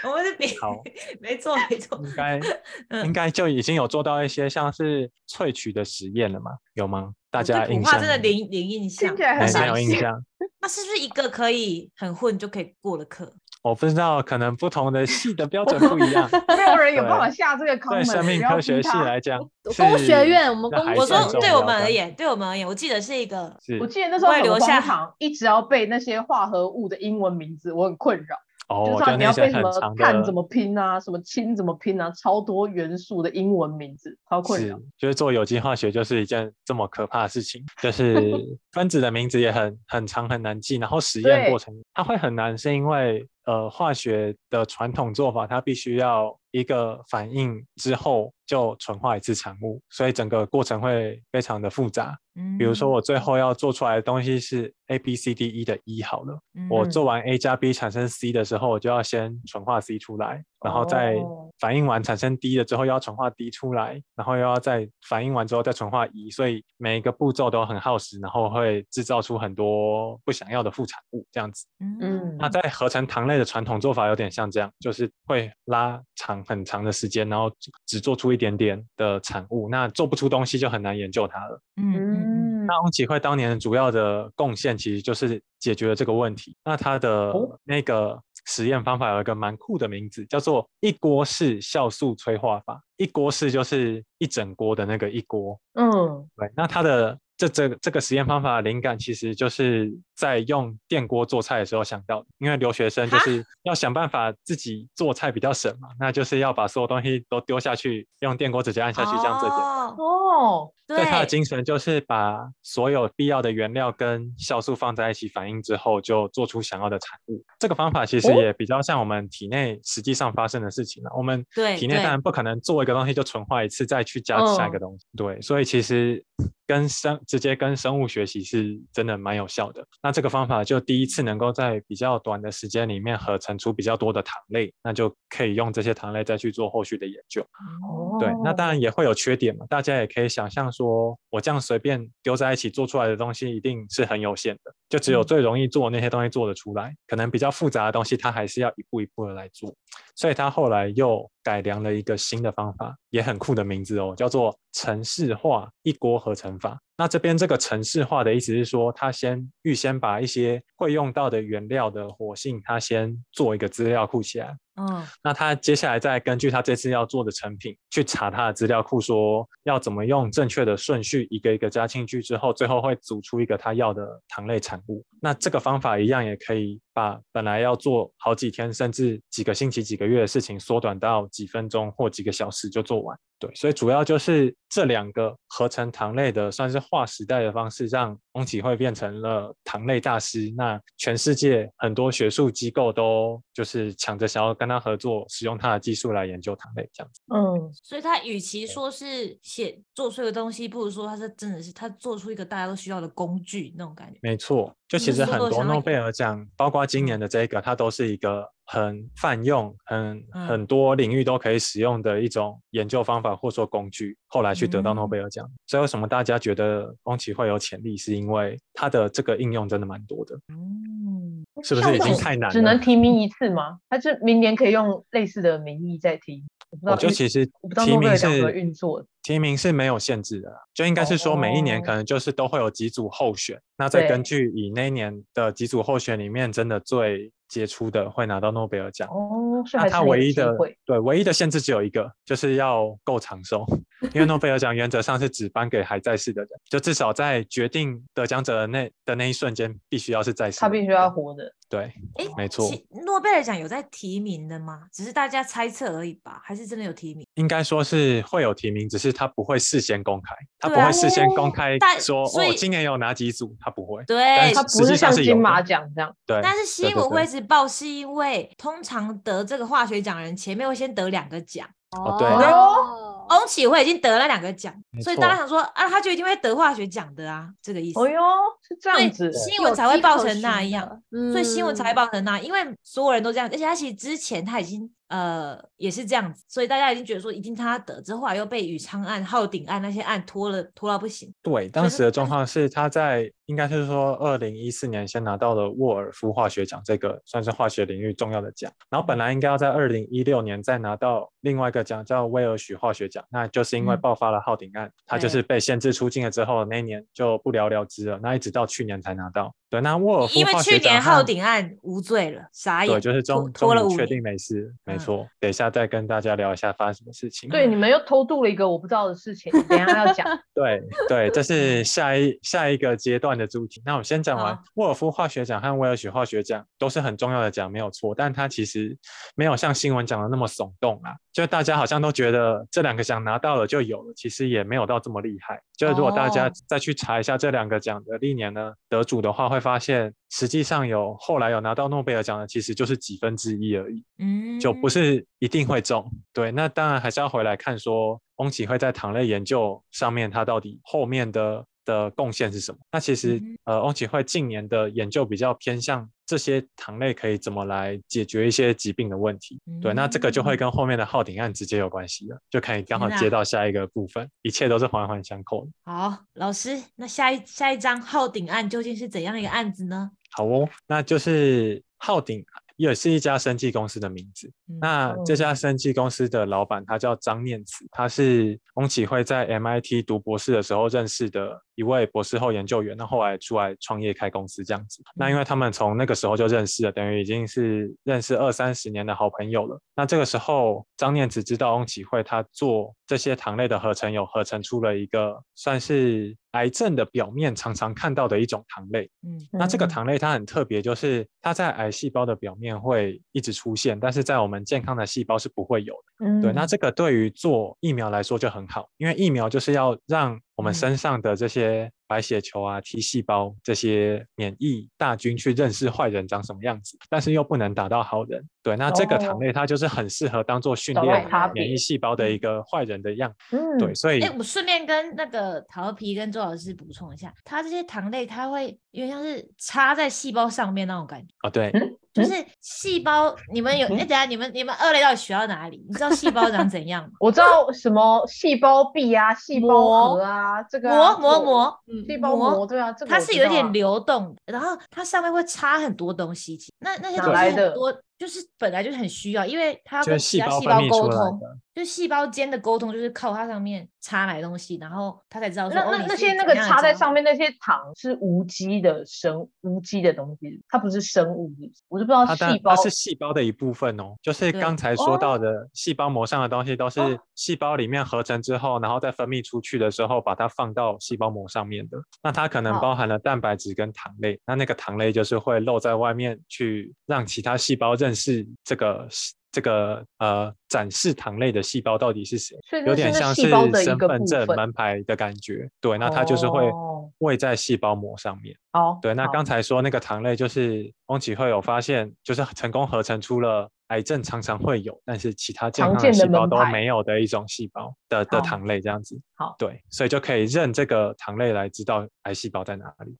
Speaker 2: 我们是饼，
Speaker 4: 好
Speaker 2: 没错，没错，
Speaker 4: 应该应
Speaker 2: 嗯，
Speaker 4: 该就已经有做到一些像是萃取的实验了嘛？有吗？大
Speaker 2: 我哦对
Speaker 4: 家
Speaker 2: 普
Speaker 4: 印
Speaker 2: 化
Speaker 4: 象哎
Speaker 2: 真的零零印象，
Speaker 1: 听起来
Speaker 4: 没
Speaker 1: 很
Speaker 4: 没
Speaker 1: 难
Speaker 4: 有印
Speaker 1: 记
Speaker 4: 象？
Speaker 2: 那是不是一个可以很混就可以过的课？
Speaker 4: 我不知道，可能不同的系的标准不一样。
Speaker 1: 没有人有
Speaker 4: 对
Speaker 1: 办法下这个
Speaker 4: 对
Speaker 1: comment，
Speaker 4: 生命
Speaker 1: 不要
Speaker 4: 科学
Speaker 1: 逼
Speaker 4: 系
Speaker 1: 他
Speaker 4: 来讲，
Speaker 3: 工学
Speaker 4: 是
Speaker 3: 院我们
Speaker 4: 那还
Speaker 3: 工
Speaker 2: 我
Speaker 4: 是很
Speaker 2: 说
Speaker 4: 重
Speaker 2: 对
Speaker 4: 要
Speaker 2: 我们
Speaker 4: 的
Speaker 2: 而言，对我们而言，我记得是一个，
Speaker 4: 是
Speaker 1: 我记得那时候
Speaker 2: 我也
Speaker 1: 很
Speaker 2: 留下
Speaker 1: 荒唐，一直要背那些化合物的英文名字，我很困扰。
Speaker 4: 哦，
Speaker 1: 就
Speaker 4: 就是
Speaker 1: 你要
Speaker 4: 那些
Speaker 1: 背什
Speaker 4: 很
Speaker 1: 么
Speaker 4: 长
Speaker 1: 碳
Speaker 4: 的
Speaker 1: 怎么拼啊，什么氢怎么拼啊，超多元素的英文名字，超困
Speaker 4: 是
Speaker 1: 扰。，
Speaker 4: 就是做有机化学就是一件这么可怕的事情，就是分子的名字也很很长很难记，然后实验过
Speaker 1: 对
Speaker 4: 程它会很难，是因为呃化学的传统做法它必须要一个反应之后就纯化一次产物，所以整个过程会非常的复杂。
Speaker 2: 嗯
Speaker 4: 比如说我最后要做出来的东西是 A B C D E 的 E 好了，我
Speaker 2: 嗯
Speaker 4: 做完 A 加 B 产生 C 的时候，我就要先纯化 C 出来，然后再
Speaker 1: 哦
Speaker 4: 反应完产生 D 了之后，又要纯化 D 出来，然后又要再反应完之后再纯化 E，所以每一个步骤都很耗时，然后会制造出很多不想要的副产物这样子。
Speaker 1: 嗯
Speaker 4: 那在合成糖类的传统做法有点像这样，就是会拉长很长的时间，然后只只做出一点点的产物，那做不出东西就很难研究它了。
Speaker 2: 嗯嗯嗯
Speaker 1: 嗯，
Speaker 4: 那翁启慧当年主要的贡献其实就是解决了这个问题。那他的
Speaker 1: 哦
Speaker 4: 那个实验方法有一个蛮酷的名字，叫做一锅式酵素催化法。一锅式就是一整锅的那个一锅。
Speaker 1: 嗯，
Speaker 4: 对，那他的这这这个实验方法的灵感其实就是在用电锅做菜的时候想到的，因为留学生就
Speaker 2: 哈
Speaker 4: 是要想办法自己做菜比较省嘛，那就是要把所有东西都丢下去，用电锅直接按下去，这样最简单。
Speaker 2: 哦
Speaker 1: 哦，
Speaker 4: 所
Speaker 2: 对，
Speaker 4: 以它的精神就是把所有必要的原料跟酵素放在一起反应之后，就做出想要的产物。这个方法其实
Speaker 1: 哦
Speaker 4: 也比较像我们体内实际上发生的事情了。我们
Speaker 2: 对
Speaker 4: 体内当
Speaker 2: 对
Speaker 4: 然不可能做一个东西就纯化一次，再去加
Speaker 1: 嗯
Speaker 4: 下一个东西。对，所以其实跟生直接跟生物学习是真的蛮有效的。那这个方法就第一次能够在比较短的时间里面合成出比较多的糖类，那就可以用这些糖类再去做后续的研究。
Speaker 3: 嗯
Speaker 1: 哦
Speaker 4: 对，那当然也会有缺点嘛，大家也可以想象说，我这样随便丢在一起做出来的东西一定是很有限的，就只有
Speaker 2: 嗯
Speaker 4: 最容易做的那些东西做得出来，可能比较复杂的东西它还是要一步一步的来做，所以他后来又改良了一个新的方法，也很酷的名字哦，叫做城市化一锅合成法。那这边这个城市化的意思是说，它先预先把一些会用到的原料的活性，它先做一个资料库起来，
Speaker 2: 嗯
Speaker 4: 那他接下来再根据他这次要做的成品去查他的资料库，说要怎么用正确的顺序一个一个加进去之后，最后会组出一个他要的糖类产物。那这个方法一样也可以把本来要做好几天甚至几个星期、几个月的事情缩短到几分钟或几个小时就做完。对，所以主要就是这两个合成糖类的算是划时代的方式，让翁启惠变成了堂内大师。那全世界很多学术机构都就是抢着想要跟他合作，使用他的技术来研究堂内这样子。
Speaker 1: 嗯，
Speaker 2: 所以他与其说是写做出一个东西，不如说他是真的是他做出一个大家都需要的工具那种感觉。
Speaker 4: 没错，就其
Speaker 2: 嗯
Speaker 4: 实
Speaker 2: 所以
Speaker 4: 很
Speaker 2: 我
Speaker 4: 多
Speaker 2: 想要
Speaker 4: 诺贝尔奖，包括今
Speaker 1: 嗯
Speaker 4: 年的这个，它都是一个很泛用、很
Speaker 2: 嗯
Speaker 4: 很多领域都可以使用的一种研究方法或说工具，后来去得到
Speaker 1: 嗯
Speaker 4: 诺贝尔奖。所以为什么大家觉得宫崎会有潜力，是因为它的这个应用真的蛮多的，
Speaker 2: 嗯，
Speaker 4: 是不
Speaker 1: 像
Speaker 4: 是已
Speaker 1: 这
Speaker 4: 经
Speaker 1: 种
Speaker 4: 太难了？
Speaker 1: 只能提名一次吗？他就明年可以用类似的名义再提？我不知道
Speaker 4: 我觉得
Speaker 1: 运
Speaker 4: 哦其实
Speaker 1: 我不知道
Speaker 4: 提
Speaker 1: 诺贝
Speaker 4: 名
Speaker 1: 尔奖
Speaker 4: 是
Speaker 1: 怎么运作的。
Speaker 4: 提名是没有限制的啦，就应该是说每一年可能就是都会有几组候选，那再根
Speaker 1: 对
Speaker 4: 据以那一年的几组候选里面真的最杰出的会拿到诺贝尔奖。
Speaker 1: 哦，所以
Speaker 4: 那
Speaker 1: 还是
Speaker 4: 它
Speaker 1: 没有
Speaker 4: 唯一
Speaker 1: 机
Speaker 4: 的
Speaker 1: 会
Speaker 4: 对唯一的限制只有一个，就是要够 长寿，因为诺贝尔奖原则上是只颁给还在世的人，就至少在决定得奖者的那的那一瞬间，必须要是在世的
Speaker 1: 他
Speaker 4: 人。
Speaker 1: 必须要活着。
Speaker 4: 对，
Speaker 2: 诶
Speaker 4: 没错
Speaker 2: 其诺贝尔奖有在提名的吗？只是大家猜测而已吧？还是真的有提名？
Speaker 4: 应该说是会有提名，只是他不会事先公开，他不
Speaker 2: 对啊
Speaker 4: 会事先公开
Speaker 2: 但
Speaker 4: 说
Speaker 2: 所
Speaker 4: 哦
Speaker 2: 以
Speaker 4: 今年有哪几组，他不会。
Speaker 2: 对
Speaker 4: 但，
Speaker 1: 他
Speaker 4: 实
Speaker 1: 不
Speaker 4: 际
Speaker 1: 是
Speaker 4: 上
Speaker 1: 像
Speaker 4: 是有
Speaker 1: 金马
Speaker 4: 的
Speaker 1: 奖这样，
Speaker 4: 对，
Speaker 2: 但是新
Speaker 4: 对对
Speaker 2: 闻
Speaker 4: 对
Speaker 2: 会一直报，是因为通常得这个化学奖的人前面会先得两个奖，
Speaker 4: 哦对
Speaker 3: 哦，
Speaker 2: 翁启惠已经得了两个奖
Speaker 4: 没，
Speaker 2: 所以大家
Speaker 4: 错
Speaker 2: 想说啊，他就一定会得化学奖的啊，这个意思。
Speaker 1: 哦哟，是这
Speaker 2: 所以
Speaker 1: 样子。
Speaker 2: 新闻才会爆成那样，
Speaker 3: 嗯，
Speaker 2: 所以新闻才会爆成那，因为所有人都这样，而且他其实之前他已经呃也是这样子，所以大家已经觉得说一定他得，之后来又被宇昌案、浩鼎案那些案拖了拖到不行。
Speaker 4: 对，当
Speaker 2: 可是
Speaker 4: 时的
Speaker 2: 但
Speaker 4: 状
Speaker 2: 是
Speaker 4: 况是他在应该是说二零一四年先拿到了沃尔夫化学奖，这个算是化学领域重要的奖。然
Speaker 2: 嗯
Speaker 4: 后本来应该要在二零一六年再拿到另外一个奖，叫威尔许化学奖，那就是因为
Speaker 2: 嗯
Speaker 4: 爆发了浩鼎案，他就
Speaker 2: 对
Speaker 4: 是被限制出境了之后，那一年就不了了之了。那一直到去年才拿到。对，那沃尔夫
Speaker 2: 因为
Speaker 4: 化学
Speaker 2: 去
Speaker 4: 奖
Speaker 2: 年浩
Speaker 4: 和
Speaker 2: 鼎案无罪了，傻眼，
Speaker 4: 对，就是
Speaker 2: 拖
Speaker 4: 终
Speaker 2: 拖了
Speaker 4: 终于
Speaker 2: 五
Speaker 4: 确定
Speaker 2: 年。
Speaker 4: 没事，没
Speaker 2: 嗯
Speaker 4: 错。等一下再跟大家聊一下发生什么事情。
Speaker 1: 对，你们又偷渡了一个我不知道的事情，等一下要讲。
Speaker 4: 对对，这是下一下一个阶段的主题。那我先讲完
Speaker 2: 好
Speaker 4: 沃尔夫化学奖和威尔许化学奖都是很重要的奖，没有错。但它其实没有像新闻讲的那么耸动啦，就大家好像都觉得这两个奖拿到了就有了，其实也没有到这么厉害。就是如果大家
Speaker 2: 哦
Speaker 4: 再去查一下这两个奖的历年呢得主的话，会发现实际上有后来有拿到诺贝尔奖的，其实就是几分之一而已。
Speaker 2: 嗯
Speaker 4: 就不是一定会中。对，那当然还是要回来看说，翁启惠在糖类研究上面，他到底后面的的贡献是什么？那其实、
Speaker 2: 嗯
Speaker 4: 呃，翁启惠近年的研究比较偏向这些糖类可以怎么来解决一些疾病的问题。对，那这个就会
Speaker 2: 嗯
Speaker 4: 跟后面的浩鼎案直接有关系了，就可以刚好
Speaker 2: 天哪
Speaker 4: 接到下一个部分，一切都是环环相扣的。
Speaker 2: 好，老师，那下一下一章浩鼎案究竟是怎样的一个案子呢？
Speaker 4: 好哦，那就是浩鼎也是一家生技公司的名字。
Speaker 2: 嗯
Speaker 4: 那这家生技公司的老板他叫张念慈，他是翁启惠在 MIT 读博士的时候认识的一位博士后研究员，那后来出来创业开公司这样子。那因为他们从那个时候就认识了，等于已经是认识二三十年的好朋友了。那这个时候张念慈知道翁启惠他做这些糖类的合成，有合成出了一个算是癌症的表面常常看到的一种糖类。
Speaker 2: 嗯
Speaker 4: 那这个
Speaker 1: 嗯
Speaker 4: 糖类它很特别，就是它在癌细胞的表面会一直出现，但是在我们健康的细胞是不会有的。
Speaker 1: 嗯
Speaker 4: 对，那这个对于做疫苗来说就很好，因为疫苗就是要让我
Speaker 2: 嗯
Speaker 4: 们身上的这些白血球啊、T 细胞这些免疫大军去认识坏人长什么样子，但是又不能打到好人。对，那这个糖
Speaker 1: 哦
Speaker 4: 类它就是很适合当做训
Speaker 1: 找到
Speaker 4: 练
Speaker 1: 差
Speaker 4: 免疫
Speaker 1: 别
Speaker 4: 细胞的一
Speaker 2: 嗯
Speaker 4: 个坏人的样。
Speaker 1: 嗯
Speaker 4: 对，所以
Speaker 2: 哎、我顺便跟那个桃皮跟周老师补充一下，它这些糖类它会有点像是插在细胞上面那种感觉，
Speaker 4: 哦，对，
Speaker 2: 就
Speaker 1: 嗯？
Speaker 2: 是细胞。你们有哎、等一下你们你们二类到底学到哪里？你知道细胞长怎样吗
Speaker 1: 我知道什么细胞壁啊、细胞核啊，这个啊
Speaker 2: 膜膜，膜，
Speaker 1: 这个细
Speaker 3: 嗯，
Speaker 1: 胞
Speaker 2: 膜
Speaker 1: 膜，对啊，这个
Speaker 2: 它
Speaker 1: 我
Speaker 2: 是
Speaker 1: 知
Speaker 2: 有
Speaker 1: 道啊
Speaker 2: 点流动的，然后它上面会插很多东西，那那些
Speaker 1: 哪
Speaker 2: 东西
Speaker 1: 来
Speaker 2: 很
Speaker 1: 的
Speaker 2: 多就是本来就是很需要，因为它要
Speaker 4: 就
Speaker 2: 跟
Speaker 4: 是
Speaker 2: 其
Speaker 4: 细
Speaker 2: 他
Speaker 4: 胞
Speaker 2: 细
Speaker 4: 分
Speaker 2: 胞
Speaker 4: 泌
Speaker 2: 沟
Speaker 4: 出来
Speaker 2: 通，
Speaker 4: 的。
Speaker 2: 就细胞间的沟通就是靠它上面插来东西，然后它才知道说
Speaker 1: 那
Speaker 2: 哦
Speaker 1: 那
Speaker 2: 你
Speaker 1: 那
Speaker 2: 是
Speaker 1: 些那
Speaker 2: 怎
Speaker 1: 个
Speaker 2: 样的
Speaker 1: 插在
Speaker 2: 状
Speaker 1: 上面那些糖是无机的生无机的东西，它不是生物，是不是我就不知道
Speaker 4: 它当
Speaker 1: 哦细
Speaker 4: 然
Speaker 1: 胞哦
Speaker 4: 它是细胞的一部分哦，就是
Speaker 2: 对
Speaker 4: 刚才说到的细胞膜上的东西，都是细胞里面合成之后，然后再分泌出去的时候，把它放到细胞膜上面的。那它可能
Speaker 1: 好
Speaker 4: 包含了蛋白质跟糖类，那那个糖类就是会露在外面去让其他细胞认识这个。这个呃展示糖类的细胞到底是谁，
Speaker 1: 所以那是
Speaker 4: 有点
Speaker 1: 那
Speaker 4: 像
Speaker 1: 细
Speaker 4: 是
Speaker 1: 胞的一
Speaker 4: 身
Speaker 1: 个
Speaker 4: 份
Speaker 1: 部
Speaker 4: 证
Speaker 1: 分
Speaker 4: 门牌的感觉。对，那它就是会
Speaker 1: 哦
Speaker 4: 喂在细胞膜上面。
Speaker 1: 好，
Speaker 4: 对，那
Speaker 1: 好
Speaker 4: 刚才说那个糖类，就是翁启慧有发现，就是成功合成出了癌症常常会有，但是其他健
Speaker 1: 常
Speaker 4: 康的
Speaker 1: 见的
Speaker 4: 细胞
Speaker 1: 门
Speaker 4: 都
Speaker 1: 派
Speaker 4: 没有的一种细胞的的
Speaker 1: 好
Speaker 4: 糖类这样子。
Speaker 1: 好
Speaker 4: 对，所以就可以认这个糖类来知道癌细胞在哪里。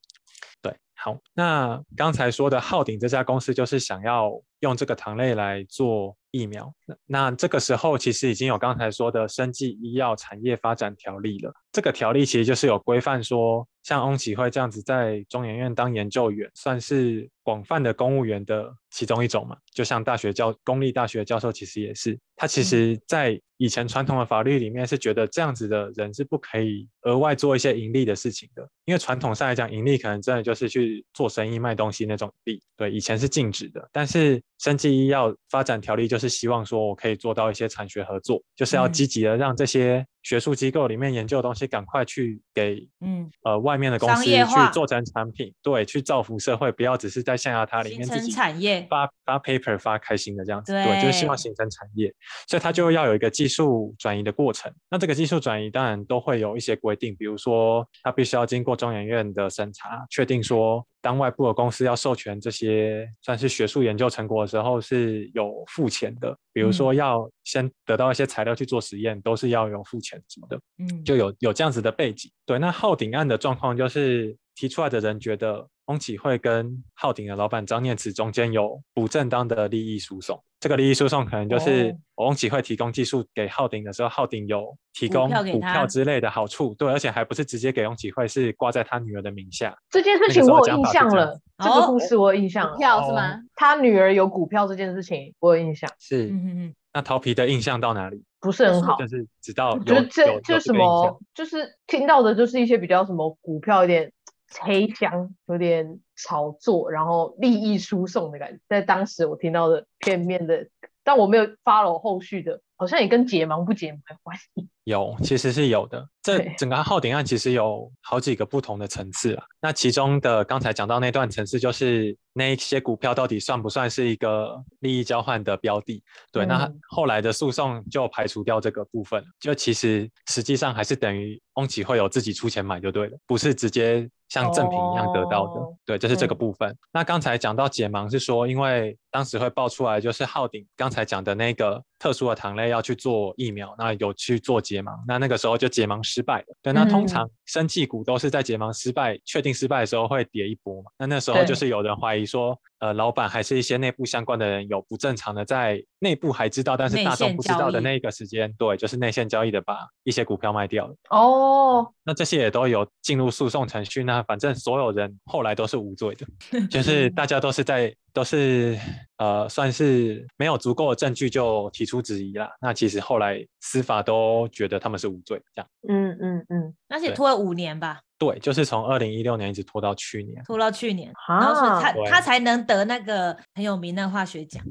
Speaker 4: 对，好，那刚才说的浩鼎这家公司就是想要用这个糖类来做疫苗。那那这个时候其实已经有刚才说的《生技医药产业发展条例》了。这个条例其实就是有规范说，像翁启慧这样子在中研院当研究员，算是广泛的公务员的其中一种嘛。就像大学教公立大学教授，其实也是他其实在以前传统的法律里面是觉得这样子的人是不可以额外做一些盈利的事情的，因为传统上来讲，盈利可能真的就是去做生意卖东西那种利。对，以前是禁止的，但是生技医药发展条例就是希望说我可以做到一些产学合作，就是要
Speaker 2: 嗯
Speaker 4: 积极的让这些学术机构里面研究的东西赶快去给
Speaker 2: 嗯，
Speaker 4: 呃外面的公
Speaker 2: 商
Speaker 4: 司
Speaker 2: 业化
Speaker 4: 去做成产品，对，去造福社会，不要只是在象牙塔里
Speaker 2: 形
Speaker 4: 面自
Speaker 2: 成
Speaker 4: 己
Speaker 2: 产业，
Speaker 4: 发发 paper 发开心的这样子，对，就是希望
Speaker 2: 对
Speaker 4: 形成产业，所以它就要有一个技术转移的过程。那这个技术转移当然都会有一些规定，比如说它必须要经过中研院的审查，确定说当外部的公司要授权这些算是学术研究成果的时候是有付钱的，比如说要先得到一些材料去做实验，都是要有付钱什么的。
Speaker 2: 嗯，
Speaker 4: 就有有这样子的背景。对，那浩鼎案的状况就是提出来的人觉得翁启慧跟浩鼎的老板张念慈中间有不正当的利益输送。这个利益输送可能就是
Speaker 1: 哦
Speaker 4: 哦翁启慧提供技术给浩鼎的时候，浩鼎有提
Speaker 2: 股
Speaker 4: 供
Speaker 2: 票给
Speaker 4: 股
Speaker 2: 他
Speaker 4: 票之类的好处，对，而且还不是直接给翁启慧，是挂在他女儿的名下。
Speaker 1: 这件事
Speaker 4: 那个
Speaker 1: 情
Speaker 4: 时候
Speaker 1: 我有
Speaker 4: 讲
Speaker 1: 印
Speaker 4: 法是
Speaker 1: 象
Speaker 4: 这样
Speaker 1: 了
Speaker 4: 子，
Speaker 1: 这个
Speaker 2: 哦
Speaker 1: 故事我有印象
Speaker 3: 股
Speaker 1: 了。
Speaker 3: 票是
Speaker 4: 哦
Speaker 3: 吗？
Speaker 1: 他女儿有股票这件事情，我有印象，
Speaker 4: 是，
Speaker 2: 嗯嗯嗯，
Speaker 4: 那陶皮的印象到哪里？
Speaker 1: 不是很
Speaker 3: 就是
Speaker 1: 好
Speaker 4: 就。是直到
Speaker 1: 我觉
Speaker 4: 有
Speaker 1: 得
Speaker 4: 有
Speaker 1: 这
Speaker 4: 有
Speaker 1: 这
Speaker 4: 个
Speaker 1: 什
Speaker 4: 印象
Speaker 1: 么，就是听到的，就是一些比较什么股票有点黑箱，有点炒作，然后利益输送的感觉。在当时我听到的片面的，但我没有 follow 后续的，好像也跟解盲不解盲有关系。
Speaker 4: 有，其实是有的。这
Speaker 1: 对
Speaker 4: 整个浩鼎案其实有好几个不同的层次啊。那其中的刚才讲到那段层次，就是那一些股票到底算不算是一个利益交换的标的？对，那
Speaker 1: 嗯
Speaker 4: 后来的诉讼就排除掉这个部分了，就其实实际上还是等于翁启会有自己出钱买就对了，不是直接像赠品一样得到的。
Speaker 1: 哦
Speaker 4: 对，这是这个
Speaker 1: 嗯
Speaker 4: 部分。那刚才讲到解盲是说，因为当时会爆出来就是浩鼎刚才讲的那个特殊的糖类要去做疫苗，那有去做解盲，那那个时候就解盲失败了。对，那
Speaker 2: 嗯
Speaker 4: 通常生技股都是在解盲失败、确定失败的时候会跌一波嘛。那那时候就
Speaker 1: 对
Speaker 4: 是有人怀疑说，呃，老板还是一些内部相关的人有不正常的在内部还知道，但是
Speaker 2: 内
Speaker 4: 大众
Speaker 2: 线
Speaker 4: 不知道
Speaker 2: 交
Speaker 4: 的
Speaker 2: 易
Speaker 4: 那个时间，对，就是内线交易的把一些股票卖掉了。
Speaker 1: 哦，
Speaker 4: 那这些也都有进入诉讼程序。那反正所有人后来都是无 罪的，就是大家都是在都是呃，算是没有足够的证据就提出质疑啦。那其实后来司法都觉得他们是无罪，这样
Speaker 1: 嗯嗯嗯，
Speaker 2: 而且
Speaker 4: 对
Speaker 2: 拖了五年吧，
Speaker 4: 对，就是从二零一六年一直拖到去年。
Speaker 2: 拖到去年，然后所以
Speaker 1: 啊
Speaker 2: 他，他
Speaker 4: 对
Speaker 2: 才能得那个很有名的化学奖，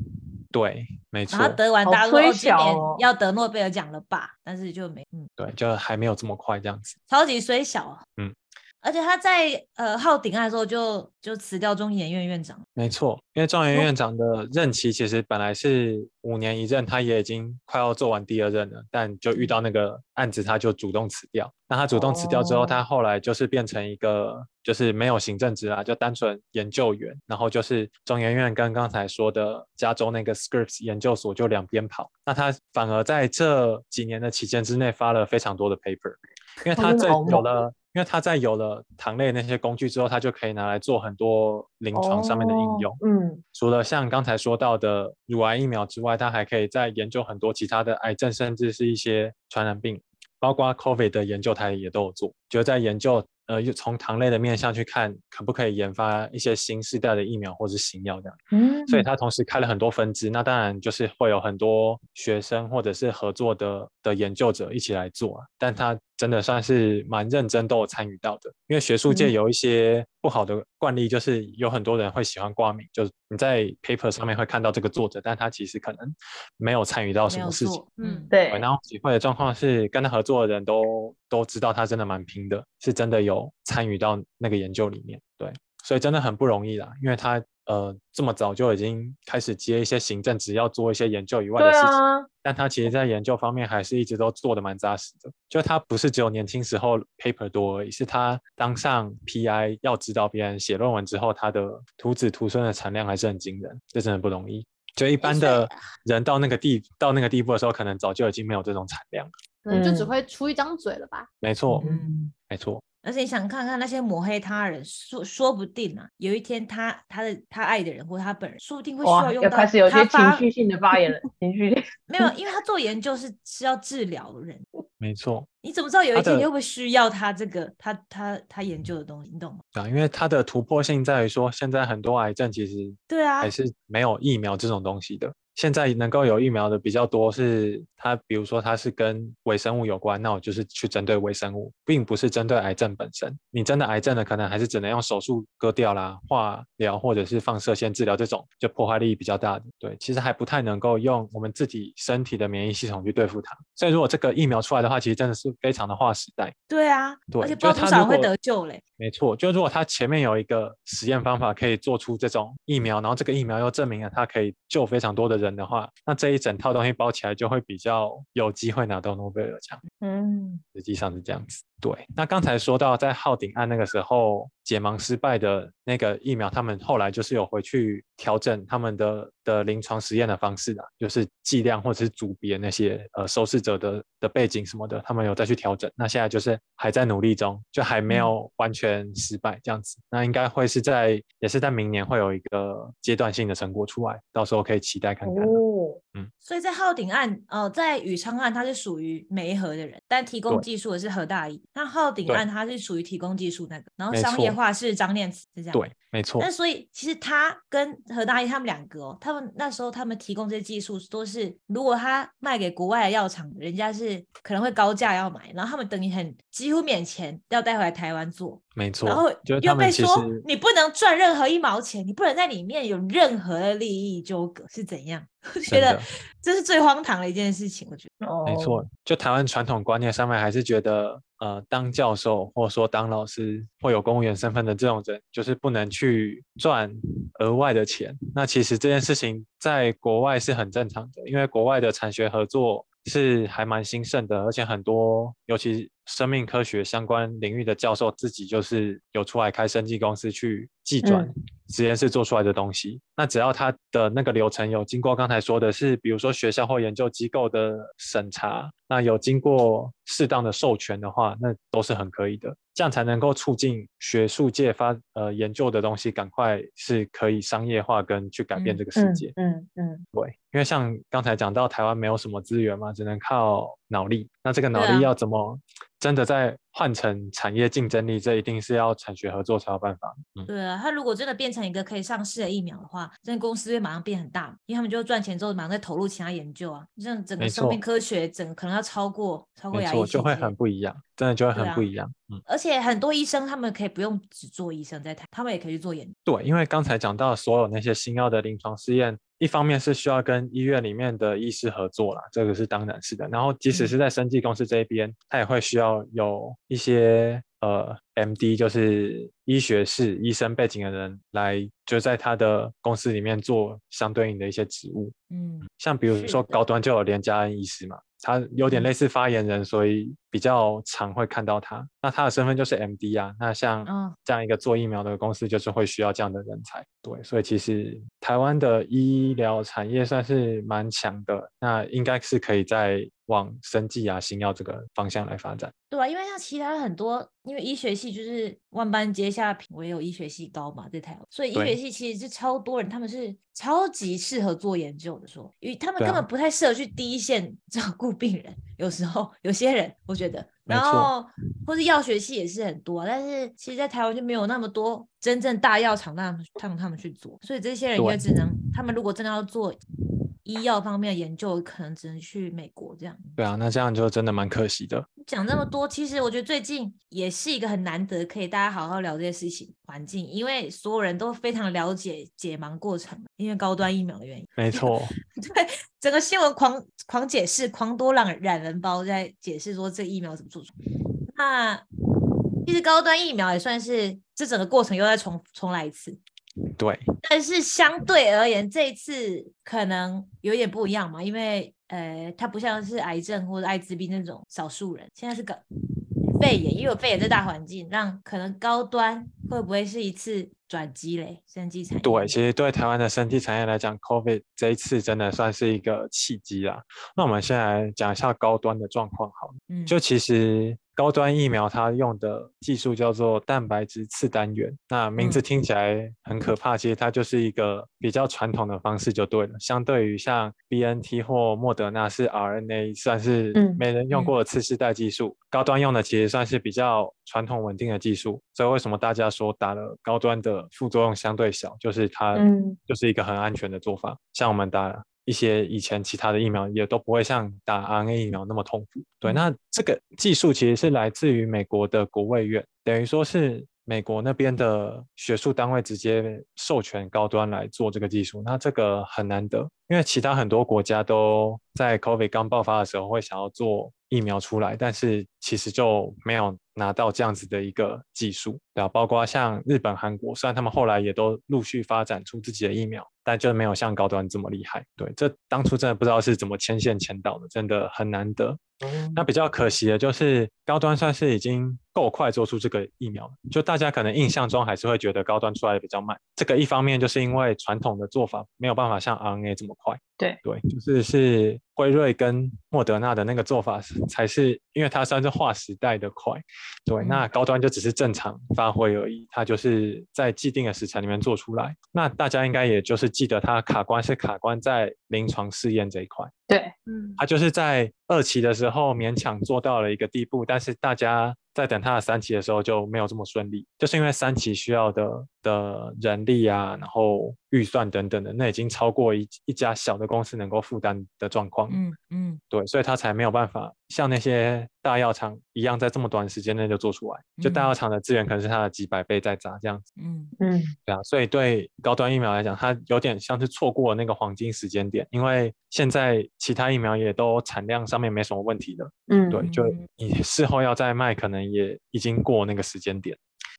Speaker 4: 对，没错
Speaker 2: 然后，得完
Speaker 1: 好
Speaker 2: 大家都
Speaker 1: 推
Speaker 2: 说哦今
Speaker 1: 小
Speaker 2: 年
Speaker 1: 哦
Speaker 2: 要得诺贝尔奖了吧，但是就没，嗯，
Speaker 4: 对，就还没有这么快这样子。
Speaker 2: 超级虽小、啊，
Speaker 4: 嗯。
Speaker 2: 而且他在呃浩鼎案的时候就就辞掉中研院院长，
Speaker 4: 没错，因为
Speaker 1: 哦
Speaker 4: 状元院长的任期其实本来是五年一任，他也已经快要做完第二任了，但就遇到那个案子，他就主动辞掉。那他主动辞掉之后，
Speaker 1: 哦
Speaker 4: 他后来就是变成一个就是没有行政职啊，就单纯研究员，然后就是中研院跟刚才说的加州那个 Scripps 研究所就两边跑。那他反而在这几年的期间之内发了非常多的 paper，因为
Speaker 1: 哇哦
Speaker 4: 他
Speaker 1: 真的
Speaker 4: 在
Speaker 1: 好
Speaker 4: 有
Speaker 1: 猛
Speaker 4: 了。因为他在有了糖类那些工具之后，他就可以拿来做很多临床上面的应用
Speaker 1: 哦。嗯，
Speaker 4: 除了像刚才说到的乳癌疫苗之外，它还可以再研究很多其他的癌症，甚至是一些传染病，包括 COVID 的研究，它也都有做，就是在研究呃，又从糖类的面向去看，可不可以研发一些新时代的疫苗或是新药这样。
Speaker 1: 嗯
Speaker 4: 所以它同时开了很多分支，那当然就是会有很多学生或者是合作的的研究者一起来做啊。但它真的算是蛮认真都有参与到的，因为学术界
Speaker 1: 嗯
Speaker 4: 有一些不好的惯例，就是有很多人会喜欢挂名，就是你在 paper 上面会看到这个作者，但他其实可能没有参与到什
Speaker 2: 没有
Speaker 4: 么事情
Speaker 2: 做。，嗯，
Speaker 1: 对
Speaker 4: 对，，然后体会的状况是，跟他合作的人都都知道他真的蛮拼的，是真的有参与到那个研究里面。对，所以真的很不容易啦，因为他呃这么早就已经开始接一些行政职要做一些研究以外的
Speaker 1: 对
Speaker 4: 事情，
Speaker 1: 啊，
Speaker 4: 但他其实在研究方面还是一直都做的蛮扎实的。就他不是只有年轻时候 paper 多而已，是他当上 PI 要指导别人写论文之后，他的徒子徒孙的产量还是很惊人，这真的不容易。就一般
Speaker 3: 所以
Speaker 4: 的人到那个地到那个地步的时候，可能早就已经没有这种产量了。
Speaker 3: 可能就只
Speaker 1: 嗯
Speaker 3: 会出一张嘴了吧？
Speaker 4: 没错，
Speaker 1: 嗯，
Speaker 4: 没错，
Speaker 2: 而且你想看看那些抹黑他人，说说不定啊，有一天他他的他爱的人或他本人，说不定会需
Speaker 1: 哇，
Speaker 2: 用
Speaker 1: 要
Speaker 2: 到
Speaker 1: 开始有一
Speaker 2: 他
Speaker 1: 些情
Speaker 2: 发
Speaker 1: 绪性的发言了，情绪 性。
Speaker 2: 没有，因为他做研究是是要治疗人，
Speaker 4: 没错。
Speaker 2: 你怎么知道有
Speaker 4: 他
Speaker 2: 一天
Speaker 4: 的
Speaker 2: 你会不会需要他这个他他他研究的东西，你懂吗？
Speaker 4: 啊，因为它的突破性在于说，现在很多癌症其实
Speaker 2: 对啊
Speaker 4: 还，是没有疫苗这种东西的。现在能够有疫苗的比较多是它，比如说它是跟微生物有关，那我就是去针对微生物，并不是针对癌症本身。你真的癌症了，可能还是只能用手术割掉啦、化疗或者是放射线治疗这种，就破坏力比较大的。对，其实还不太能够用我们自己身体的免疫系统去对付它。所以如果这个疫苗出来的话，其实真的是非常的划时代。
Speaker 2: 对啊，
Speaker 4: 对
Speaker 2: 而且不知
Speaker 4: 就
Speaker 2: 道
Speaker 4: 是
Speaker 2: 多
Speaker 4: 他
Speaker 2: 少人
Speaker 4: 如
Speaker 2: 会
Speaker 4: 果
Speaker 2: 得救嘞。
Speaker 4: 没错，就如果它前面有一个实验方法可以做出这种疫苗，然后这个疫苗又证明了它可以救非常多的人的话，那这一整套东西包起来就会比较有机会拿到诺贝尔奖。
Speaker 1: 嗯，
Speaker 4: 实际上是这样子。对，那刚才说到在浩鼎案那个时候解盲失败的那个疫苗，他们后来就是有回去调整他们的的临床实验的方式啊，就是剂量或者是组别那些呃受试者的的背景什么的，他们有再去调整。那现在就是还在努力中，就还
Speaker 2: 嗯
Speaker 4: 没有完全失败这样子。那应该会是在也是在明年会有一个阶段性的成果出来，到时候可以期待看看啊。
Speaker 1: 哦，
Speaker 2: 所以在浩鼎案，呃，在宇昌案，他是属于梅河的人，但提供
Speaker 4: 对
Speaker 2: 技术的是何大一。那浩鼎
Speaker 4: 对
Speaker 2: 案，他是属于提供技术那个，然后
Speaker 4: 没
Speaker 2: 商业
Speaker 4: 错
Speaker 2: 化是张念慈，是这样。
Speaker 4: 对，没错
Speaker 2: 那，所以其实他跟何大一他们两个哦，他们那时候他们提供这些技术都是，如果他卖给国外的药厂，人家是可能会高价要买，然后他们等于很几乎免钱要带回来台湾做，
Speaker 4: 没错。
Speaker 2: 然后
Speaker 4: 就是
Speaker 2: 又
Speaker 4: 他们
Speaker 2: 被
Speaker 4: 其实
Speaker 2: 说你不能赚任何一毛钱，你不能在里面有任何的利益纠葛，是怎样？ 我觉
Speaker 4: 真的
Speaker 2: 得这是最荒唐的一件事情，我觉得。
Speaker 1: 哦
Speaker 4: 没错，，就台湾传统观念上面还是觉得，呃，当教授或者说当老师或有公务员身份的这种人，就是不能去赚额外的钱。那其实这件事情在国外是很正常的，因为国外的产学合作是还蛮兴盛的，而且很多尤其生命科学相关领域的教授自己就是有出来开生技公司去技转。
Speaker 1: 嗯
Speaker 4: 实验室做出来的东西。那只要它的那个流程有经过刚才说的是，比如说学校或研究机构的审查，那有经过适当的授权的话，那都是很可以的。这样才能够促进学术界发呃研究的东西，赶快是可以商业化跟去改
Speaker 2: 嗯
Speaker 4: 变这个世
Speaker 1: 嗯
Speaker 4: 界。
Speaker 1: 嗯嗯，
Speaker 4: 对，因为像刚才讲到，台湾没有什么资源嘛，只能靠脑力。那这个脑
Speaker 2: 对啊
Speaker 4: 力要怎么真的再换成产业竞争力？这一定是要产学合作才有办法。嗯，
Speaker 2: 对啊，他如果真的变成一个可以上市的疫苗的话，这公司会马上变很大，因为他们就赚钱之后马上再投入其他研究啊，这样整个
Speaker 4: 没
Speaker 2: 生命
Speaker 4: 错
Speaker 2: 科学整个可能要超过超过
Speaker 4: 没
Speaker 2: 牙医
Speaker 4: 错，就
Speaker 2: 学
Speaker 4: 会
Speaker 2: 界
Speaker 4: 很不一样，真的就会
Speaker 2: 对
Speaker 4: 很不
Speaker 2: 啊
Speaker 4: 一样。嗯，
Speaker 2: 而且很多医生他们可以不用只做医生在台，他们也可以去做研究。
Speaker 4: 对，因为刚才讲到所有那些新药的临床试验，一方面是需要跟医院里面的医师合作啦，这个是当然是的。然后即
Speaker 2: 嗯
Speaker 4: 使是在生技公司这一边，它也会需要有一些呃 MD，就是医学士医生背景的人来，就在他的公司里面做相对应的一些职务。
Speaker 2: 嗯，
Speaker 4: 像比如
Speaker 2: 是
Speaker 4: 说
Speaker 2: 的
Speaker 4: 高端就有连家恩医师嘛，他有点
Speaker 2: 嗯
Speaker 4: 类似发言人，所以比较常会看到他。那他的身份就是 MD 啊，那像
Speaker 2: 嗯
Speaker 4: 这样一个做疫苗的公司，就是会需要这样的人才。对，所以其实台湾的医疗产业算是蛮强的，那应该是可以在往生技啊、新药这个方向来发展。
Speaker 2: 对啊，因为像其他很多，因为医学系就是万般皆下品，唯有医学系高嘛，在台湾，所以医学
Speaker 4: 对
Speaker 2: 系其实是超多人，他们是超级适合做研究的，说，因为他们
Speaker 4: 对
Speaker 2: 根
Speaker 4: 啊
Speaker 2: 本不太适合去第一线 照顾病人，有时候有些人我觉得，
Speaker 4: 没
Speaker 2: 然
Speaker 4: 错嗯
Speaker 2: 后或是药学系也是很多啊，但是其实，在台湾就没有那么多真正大药厂让他们他们他们去做，所以这些人也
Speaker 4: 对
Speaker 2: 只能，他们如果真的要做医药方面的研究，可能只能去美国这样。
Speaker 4: 对啊，那这样就真的蛮可惜的。
Speaker 2: 讲这么多，其实我觉得最近也是一个很难得可以大家好好聊这些事情环境，因为所有人都非常了解解盲过程，因为高端疫苗的原因，
Speaker 4: 没错，
Speaker 2: 对整个新闻狂狂解释，狂多让染人包在解释说这疫苗怎么做出来。那其实高端疫苗也算是这整个过程又再重重来一次，
Speaker 4: 对，
Speaker 2: 但是相对而言，这一次可能有点不一样嘛，因为呃，它不像是癌症或者艾滋病那种少数人，现在是个肺炎，因为有肺炎这大环境，让可能高端会不会是一次转机嘞？生技产业
Speaker 4: 对，其实对台湾的生体产业来讲，COVID 这一次真的算是一个契机啊。那我们先来讲一下高端的状况好了。
Speaker 2: 嗯，
Speaker 4: 就其实高端疫苗它用的技术叫做蛋白质次单元，那名字
Speaker 2: 嗯
Speaker 4: 听起来很可怕，其实它就是一个比较传统的方式就对了。相对于像 B N T 或莫德纳是 R N A，算是
Speaker 1: 嗯
Speaker 4: 没人用
Speaker 2: 嗯
Speaker 4: 过的次世代技术，高端用的其实算是比较传统稳定的技术。所以为什么大家说打了高端的副作用相对小，就是它
Speaker 1: 嗯
Speaker 4: 就是一个很安全的做法。像我们打一些以前其他的疫苗，也都不会像打 RNA 疫苗那么痛苦。对，
Speaker 2: 嗯
Speaker 4: 那这个技术其实是来自于美国的国卫院，等于说是美国那边的学术单位直接授权高端来做这个技术。那这个很难得，因为其他很多国家都在 COVID 刚爆发的时候会想要做疫苗出来，但是其实就没有拿到这样子的一个技术，对啊，包括像日本、韩国，虽然他们后来也都陆续发展出自己的疫苗，但就没有像高端这么厉害。对，这当初真的不知道是怎么牵线牵到的，真的很难得。那比较可惜的就是，高端算是已经够快做出这个疫苗了，就大家可能印象中还是会觉得高端出来的比较慢。这个一方面就是因为传统的做法没有办法像 RNA 这么快，
Speaker 1: 对
Speaker 4: 对，就是是辉瑞跟莫德纳的那个做法是才是，因为它算是划时代的快，对，
Speaker 2: 嗯
Speaker 4: 那高端就只是正常发挥而已，它就是在既定的时程里面做出来。那大家应该也就是记得它卡关是卡关在临床试验这一块。
Speaker 1: 对，
Speaker 3: 嗯，
Speaker 4: 他就是在二期的时候勉强做到了一个地步，但是大家在等他的三期的时候就没有这么顺利，就是因为三期需要的的人力啊，然后预算等等的，那已经超过一一家小的公司能够负担的状况，
Speaker 2: 嗯嗯
Speaker 4: 对，所以他才没有办法像那些大药厂一样，在这么短时间内就做出来。就大
Speaker 2: 嗯
Speaker 4: 药厂的资源可能是它的几百倍在砸这样子，
Speaker 2: 嗯
Speaker 1: 嗯
Speaker 4: 对啊，所以对高端疫苗来讲，它有点像是错过了那个黄金时间点，因为现在其他疫苗也都产量上面没什么问题的，
Speaker 1: 嗯，
Speaker 4: 对，就
Speaker 2: 嗯
Speaker 4: 你事后要再卖，可能也已经过那个时间点，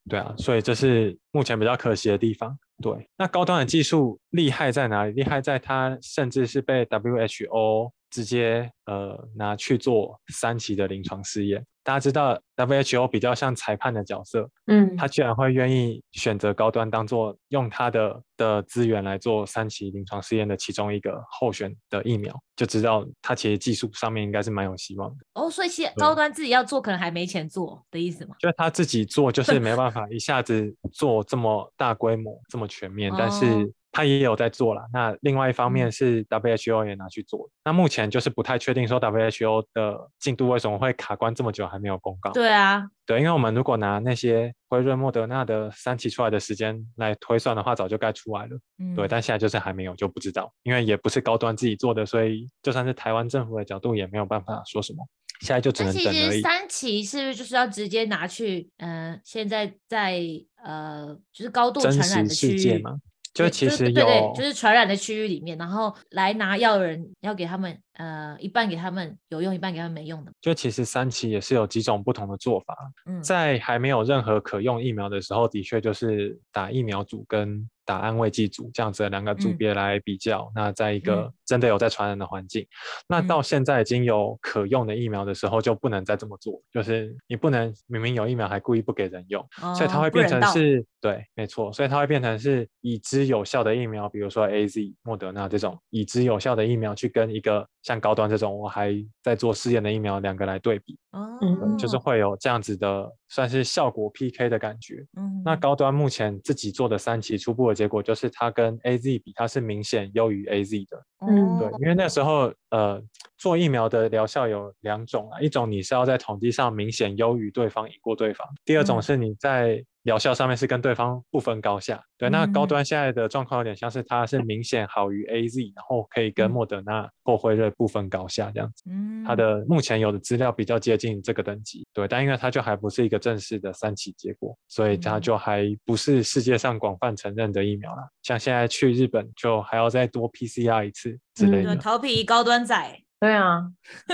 Speaker 4: 对啊，所以这是目前比较可惜的地方。对，那高端的技术厉害在哪里？厉害在它甚至是被 WHO 直接呃拿去做三期的临床试验。大家知道 WHO 比较像裁判的角色，
Speaker 1: 嗯
Speaker 4: 他居然会愿意选择高端当做用他的的资源来做三期临床试验的其中一个候选的疫苗，就知道他其实技术上面应该是蛮有希望的。
Speaker 2: 哦，所以其实高端自己要做，可能还没钱做的意思嘛。
Speaker 4: 就是他自己 做，就是没办法一下子做这么大规模、这么全面，但
Speaker 2: 哦
Speaker 4: 是他也有在做啦。那另外一方面
Speaker 2: 嗯
Speaker 4: 是 WHO 也拿去做，那目前就是不太确定说 WHO 的进度为什么会卡关这么久还没有公告。
Speaker 2: 对啊，
Speaker 4: 对，因为我们如果拿那些辉瑞、莫德纳的三期出来的时间来推算的话，早就该出来了。
Speaker 2: 嗯，
Speaker 4: 对，但现在就是还没有，就不知道，因为也不是高端自己做的，所以就算是台湾政府的角度也没有办法说什么，现在就只
Speaker 2: 那
Speaker 4: 能
Speaker 2: 其
Speaker 4: 等而
Speaker 2: 实
Speaker 4: 已。
Speaker 2: 三期是不是就是要直接拿去？嗯、现在在呃，就是高度
Speaker 4: 真
Speaker 2: 传染
Speaker 4: 实
Speaker 2: 的区
Speaker 4: 世界
Speaker 2: 域，
Speaker 4: 嘛，
Speaker 2: 对
Speaker 4: 就其实
Speaker 2: 对对
Speaker 4: 有
Speaker 2: 对，就是传染的区域里面，然后来拿药的人要给他们呃一半给他们有用，一半给他们没用的。
Speaker 4: 就其实三期也是有几种不同的做法，
Speaker 2: 嗯，
Speaker 4: 在还没有任何可用疫苗的时候，的确就是打疫苗组跟打安慰剂组这样子的两个组
Speaker 2: 嗯
Speaker 4: 别来比较。那在一个
Speaker 2: 嗯
Speaker 4: 真的有在传染的环境，那
Speaker 2: 嗯
Speaker 4: 到现在已经有可用的疫苗的时候，就不能再这么做，就是你不能明明有疫苗还故意不给人用，所以它
Speaker 2: 哦
Speaker 4: 会
Speaker 2: 不
Speaker 4: 变
Speaker 2: 人
Speaker 4: 成
Speaker 2: 道
Speaker 4: 是对，没错，所以它会变成是已知有效的疫苗，比如说 A Z、莫德纳这种已知有效的疫苗，去跟一个像高端这种我还在做试验的疫苗两个来对比，
Speaker 2: 哦、
Speaker 1: 嗯
Speaker 4: 就是会有这样子的算是效果 P K 的感觉。
Speaker 2: 嗯
Speaker 4: 那高端目前自己做的三期初步的结果就是，它跟 A Z 比，它是明显优于 A Z 的。
Speaker 2: 哦
Speaker 1: 嗯
Speaker 4: 对，因为那时候呃，做疫苗的疗效有两种啊，一种你是要在统计上明显优于对方、赢过对方；第二种
Speaker 2: 嗯
Speaker 4: 是你在疗效上面是跟对方不分高下。对，那
Speaker 2: 嗯
Speaker 4: 高
Speaker 2: 嗯
Speaker 4: 端现在的状况有点像是它是明显好于 A Z，然后可以跟
Speaker 2: 嗯
Speaker 4: 莫德纳或辉瑞不分高下这样子。
Speaker 2: 嗯
Speaker 4: 它的目前有的资料比较接近这个等级，对，但因为它就还不是一个正式的三期结果，所以它
Speaker 2: 嗯
Speaker 4: 就还不是世界上广泛承认的疫苗啦。像现在去日本就还要再多 PCR 一次之
Speaker 1: 嗯
Speaker 4: 类
Speaker 2: 对
Speaker 4: 的。
Speaker 2: 头皮高端仔
Speaker 1: 对啊，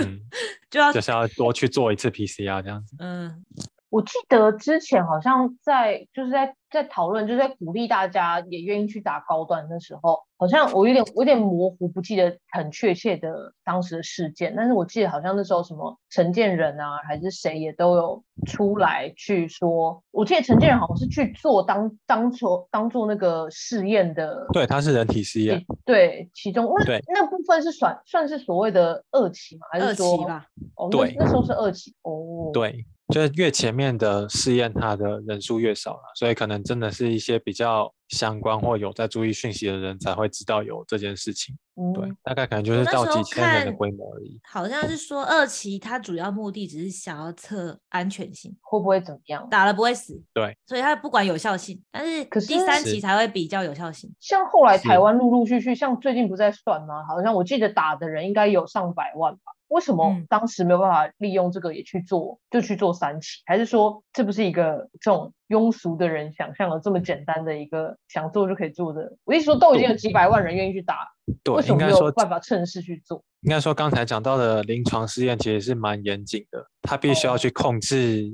Speaker 4: 嗯，
Speaker 2: 就要
Speaker 4: 就是要多去做一次 PCR 这样子。
Speaker 2: 嗯
Speaker 1: 我记得之前好像在就是在在讨论，就是在鼓励大家也愿意去打高端的时候，好像我有点我有点模糊，不记得很确切的当时的事件，但是我记得好像那时候什么陈建仁啊，还是谁也都有出来去说，我记得陈建仁好像是去做当当做当做那个试验的，
Speaker 4: 对，它是人体试验，
Speaker 1: 对，其中那
Speaker 4: 对
Speaker 1: 那部分是算算是所谓的二期嘛，还
Speaker 2: 二
Speaker 1: 是
Speaker 2: 期
Speaker 1: 说
Speaker 2: 吧，
Speaker 1: 哦，那
Speaker 4: 对
Speaker 1: 那时候是二期哦，，
Speaker 4: 对，就是越前面的试验，它的人数越少了，所以可能真的是一些比较相关或有在注意讯息的人才会知道有这件事情。
Speaker 1: 嗯、
Speaker 4: 对，大概可能就是
Speaker 2: 那
Speaker 4: 到
Speaker 2: 时候
Speaker 4: 几千人的
Speaker 2: 看
Speaker 4: 规模而已。
Speaker 2: 好像是说二期它主要目的只是想要测安全性，
Speaker 1: 会不会怎么样？
Speaker 2: 打了不会死。
Speaker 4: 对，
Speaker 2: 所以它不管有效性，但是
Speaker 1: 可
Speaker 2: 第
Speaker 1: 是
Speaker 2: 三
Speaker 4: 是
Speaker 2: 期才会比较有效性。
Speaker 1: 像后来
Speaker 4: 是
Speaker 1: 台湾陆陆续续，像最近不是在算吗？好像我记得打的人应该有上百万吧？为什么
Speaker 2: 嗯
Speaker 1: 当时没有办法利用这个也去做，就去做三期？还是说这不是一个这种庸俗的人想象的这么简单的一个想做就可以做的？我一说都已经有几百万人愿意去打，为
Speaker 4: 对，
Speaker 1: 什
Speaker 4: 应
Speaker 1: 么没
Speaker 4: 该
Speaker 1: 有
Speaker 4: 说
Speaker 1: 办法趁势去做？
Speaker 4: 应该说刚才讲到的临床试验其实是蛮严谨的，它必须要
Speaker 1: 哦
Speaker 4: 去控制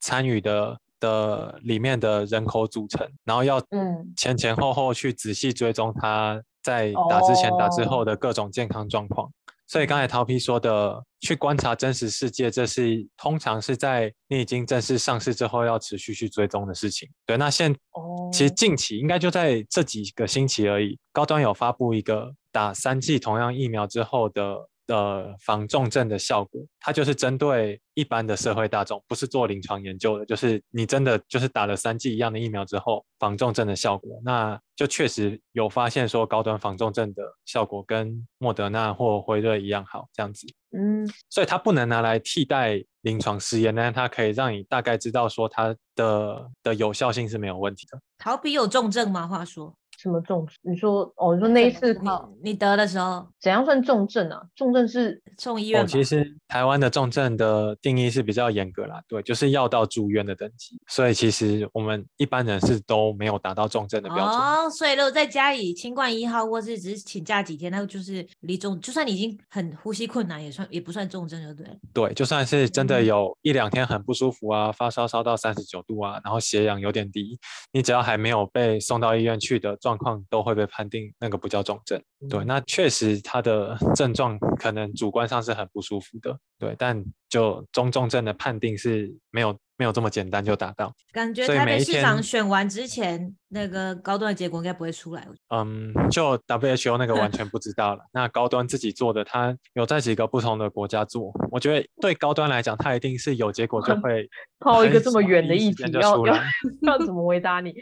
Speaker 4: 参与的的里面的人口组成，然后要
Speaker 1: 嗯
Speaker 4: 前前后后去仔细追踪他在打之前、打之后
Speaker 1: 哦嗯
Speaker 4: 的各种健康状况。所以刚才桃皮说的，去观察真实世界，这是通常是在你已经正式上市之后要持续去追踪的事情。对，那现
Speaker 1: 哦，
Speaker 4: 其实近期应该就在这几个星期而已，高端有发布一个打三剂同样疫苗之后的呃防重症的效果，它就是针对一般的社会大众，不是做临床研究的，就是你真的就是打了三剂一样的疫苗之后防重症的效果，那就确实有发现说高端防重症的效果跟莫德纳或辉瑞一样好这样子。
Speaker 1: 嗯
Speaker 4: 所以它不能拿来替代临床试验，但是它可以让你大概知道说它的的有效性是没有问题的。
Speaker 2: 逃避有重症吗？话说
Speaker 1: 什么重？你说哦，你说那一次
Speaker 3: 怎么好
Speaker 2: 你得的时候
Speaker 1: 怎样算重症啊？重症是
Speaker 2: 送医
Speaker 4: 哦，
Speaker 2: 院吧
Speaker 4: 其，实台湾的重症的定义是比较严格啦，对，就是要到住院的等级，所以其实我们一般人是都没有达到重症的标准。
Speaker 2: 哦，所以如果在家里新冠一号或是只是请假几天，那就是离重，就算你已经很呼吸困难，也算也不算重症，就对了。
Speaker 4: 对，就算是真的
Speaker 2: 嗯
Speaker 4: 有一两天很不舒服啊，发烧烧到三十九度啊，然后血氧有点低，你只要还没有被送到医院去的状况，都会被判定那个不叫重症。对，那确实他的症状可能主观上是很不舒服的，对，但就中重症的判定是没有没有这么简单就达到。
Speaker 2: 感觉
Speaker 4: 所以
Speaker 2: 台
Speaker 4: 每
Speaker 2: 北
Speaker 4: 一
Speaker 2: 市长
Speaker 4: 天
Speaker 2: 选完之前，那个高端的结果应该不会出来。我觉
Speaker 4: 嗯，就 WHO 那个完全不知道了。那高端自己做的，它有在几个不同的国家做。我觉得对高端来讲，它一定是有结果就
Speaker 2: 嗯
Speaker 4: 会
Speaker 1: 抛一
Speaker 4: 很
Speaker 1: 个这么
Speaker 4: 少
Speaker 1: 远的
Speaker 4: 第一
Speaker 1: 议
Speaker 4: 时间
Speaker 1: 题，
Speaker 4: 就
Speaker 1: 要
Speaker 4: 出
Speaker 1: 要
Speaker 4: 来
Speaker 1: 要 怎么回答你？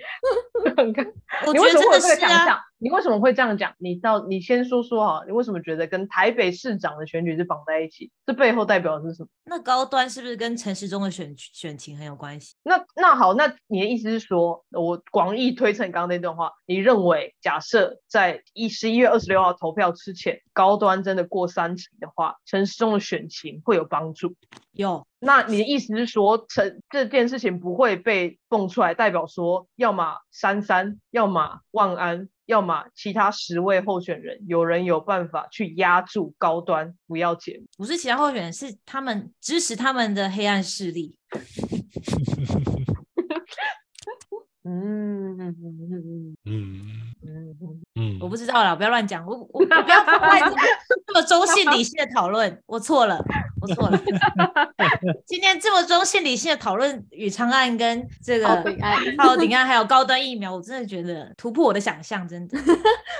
Speaker 1: 很尴
Speaker 2: 得我
Speaker 1: 你
Speaker 2: 觉
Speaker 1: 为
Speaker 2: 得
Speaker 1: 什么会有
Speaker 2: 真的
Speaker 1: 这个
Speaker 2: 是
Speaker 1: 想
Speaker 2: 啊，
Speaker 1: 象？你为什么会这样讲？你到你先说说哈，你为什么觉得跟台北市长的选举是绑在一起？这背后代表的是什么？
Speaker 2: 那高端是不是跟陈时中的选选情很有关系？
Speaker 1: 那那好，那你的意思是说，我广义推测你刚刚那段话，你认为假设在一十一月二十六号投票之前，高端真的过三级的话，陈时中的选情会有帮助？
Speaker 2: 有，
Speaker 1: 那你的意思是说，成这件事情不会被蹦出来，代表说，要么三三，要么万安，要么其他十位候选人，有人有办法去压住高端，不要解
Speaker 2: 不是其他候选人，是他们支持他们的黑暗势力。
Speaker 1: 嗯嗯嗯
Speaker 4: 嗯
Speaker 1: 嗯
Speaker 4: 嗯，
Speaker 2: 我不知道啦，不要乱讲，我我我不要破坏这个这么中性理性的讨论，我错了，我错了。 今天这么中性理性的讨论宇昌案跟这个
Speaker 3: 好悲 哀，
Speaker 2: 还有顶啊案还有高端疫苗，我真的觉得突破我的想象，真的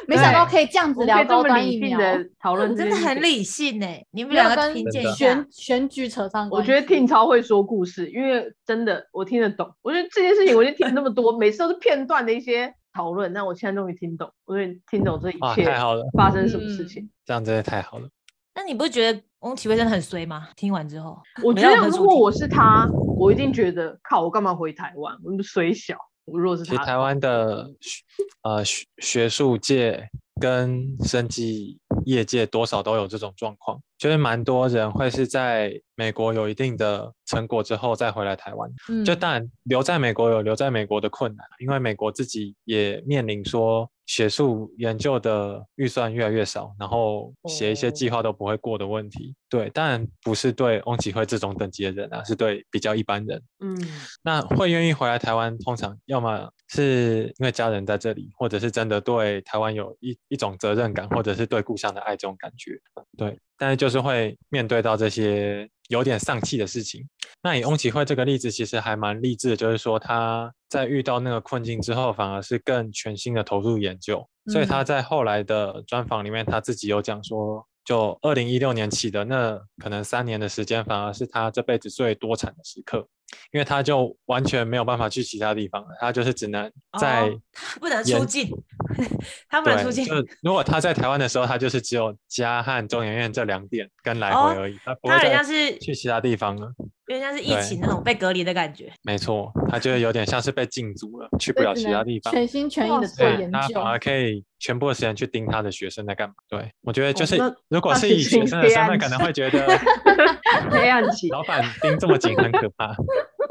Speaker 3: 没想到
Speaker 1: 对
Speaker 3: 可以这样
Speaker 1: 我
Speaker 3: 子
Speaker 1: 们可
Speaker 3: 聊
Speaker 1: 以这
Speaker 3: 高
Speaker 1: 么
Speaker 3: 端
Speaker 1: 理
Speaker 3: 疫
Speaker 1: 性
Speaker 3: 苗，
Speaker 1: 的讨
Speaker 3: 哦
Speaker 1: 论这
Speaker 2: 真
Speaker 1: 件
Speaker 2: 的
Speaker 1: 事情，
Speaker 2: 很理性哎、你们
Speaker 3: 没有
Speaker 2: 两个
Speaker 3: 跟
Speaker 2: 评
Speaker 4: 真
Speaker 2: 鉴
Speaker 4: 的
Speaker 2: 一下
Speaker 3: 选。选举扯上
Speaker 1: 我
Speaker 3: 关系。
Speaker 1: 觉得听超会说故事，因为真的我听得懂。我觉得这件事情我已经听那么多，每次都是片段的一些讨论，那我现在终于听懂，我终于听懂这一
Speaker 4: 啊，
Speaker 1: 切
Speaker 4: 太好了，
Speaker 1: 发生什么事情。
Speaker 4: 这样真的太
Speaker 2: 啊
Speaker 4: 好了。
Speaker 2: 那你不觉得翁启慧真的很衰吗？听完之后，
Speaker 1: 我
Speaker 2: 没
Speaker 1: 觉
Speaker 2: 有
Speaker 1: 得
Speaker 2: 合
Speaker 1: 如
Speaker 2: 主
Speaker 1: 果
Speaker 2: 题
Speaker 1: 我是他，我一定觉得靠，我干嘛回台湾？我们水小。我如果是
Speaker 4: 其实
Speaker 1: 他，
Speaker 4: 台湾的学呃学学术界跟生技业界多少都有这种状况，就是蛮多人会是在美国有一定的成果之后再回来台湾。
Speaker 3: 嗯
Speaker 4: 就当然留在美国有留在美国的困难，因为美国自己也面临说学术研究的预算越来越少，然后写一些
Speaker 1: 哦
Speaker 4: 计划都不会过的问题。对，当然不是对翁启惠这种等级的人啊，是对比较一般人。
Speaker 1: 嗯，
Speaker 4: 那会愿意回来台湾，通常要么是因为家人在这里，或者是真的对台湾有一一种责任感，或者是对故乡的爱这种感觉。对，但是就是会面对到这些有点丧气的事情。那以翁启惠这个例子，其实还蛮励志的，就是说他在遇到那个困境之后，反而是更全心的投入研究。所以他在后来的专访里面，他自己有讲说，就二零一六年起的那可能三年的时间，反而是他这辈子最多产的时刻，因为他就完全没有办法去其他地方了，他就是只能在、
Speaker 2: 哦、他不能
Speaker 4: 研
Speaker 2: 出境，他不能出
Speaker 4: 对，
Speaker 2: 境。
Speaker 4: 就如果他在台湾的时候，他就是只有家和中研院这两点跟来回
Speaker 2: 哦
Speaker 4: 而已，他不会
Speaker 2: 他人
Speaker 4: 再
Speaker 2: 家是
Speaker 4: 去其他地方了。
Speaker 2: 有点像是疫
Speaker 4: 对
Speaker 2: 情那种被隔离的感觉。
Speaker 4: 没错，他就有点像是被禁足了，去不
Speaker 3: 所以
Speaker 4: 了
Speaker 3: 只
Speaker 4: 其他
Speaker 3: 能
Speaker 4: 地方。
Speaker 3: 全心全意
Speaker 1: 哇
Speaker 3: 的
Speaker 1: 塞
Speaker 3: 做
Speaker 1: 对
Speaker 3: 研
Speaker 4: 他
Speaker 3: 究
Speaker 4: 反。而可以全部的时间去盯他的学生在干嘛。对，我觉得就
Speaker 1: 哦
Speaker 4: 是、
Speaker 1: 那
Speaker 4: 如果
Speaker 1: 那
Speaker 4: 是
Speaker 1: 其
Speaker 4: 以
Speaker 1: 实
Speaker 4: 学
Speaker 1: 你
Speaker 4: 生的
Speaker 1: 黑
Speaker 4: 身份，
Speaker 1: 暗
Speaker 4: 可能
Speaker 1: 期
Speaker 4: 会觉得
Speaker 1: 黑暗期
Speaker 4: 老板盯这么紧很可怕。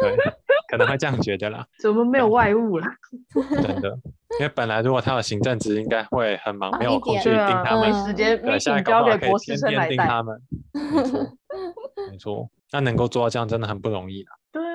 Speaker 4: 对，可能会这样觉得啦，
Speaker 1: 怎么没有外物啦？
Speaker 4: 真的。因为本来如果他有行政职，应该会很忙，
Speaker 3: 忙
Speaker 4: 没
Speaker 3: 一
Speaker 4: 有空
Speaker 3: 点
Speaker 4: 去
Speaker 1: 对
Speaker 4: 盯
Speaker 1: 啊，
Speaker 4: 他们。
Speaker 3: 嗯
Speaker 1: 时间
Speaker 4: 对，现在
Speaker 1: meeting
Speaker 4: 搞
Speaker 1: 交
Speaker 4: 不好
Speaker 1: 给
Speaker 4: 可
Speaker 1: 博
Speaker 4: 以
Speaker 1: 士
Speaker 4: 天
Speaker 1: 生
Speaker 4: 天
Speaker 1: 来
Speaker 4: 盯
Speaker 1: 带。
Speaker 4: 他们。没
Speaker 3: 嗯
Speaker 4: 错，没错。那能够做到这样真的很不容易啦。
Speaker 1: 对啊，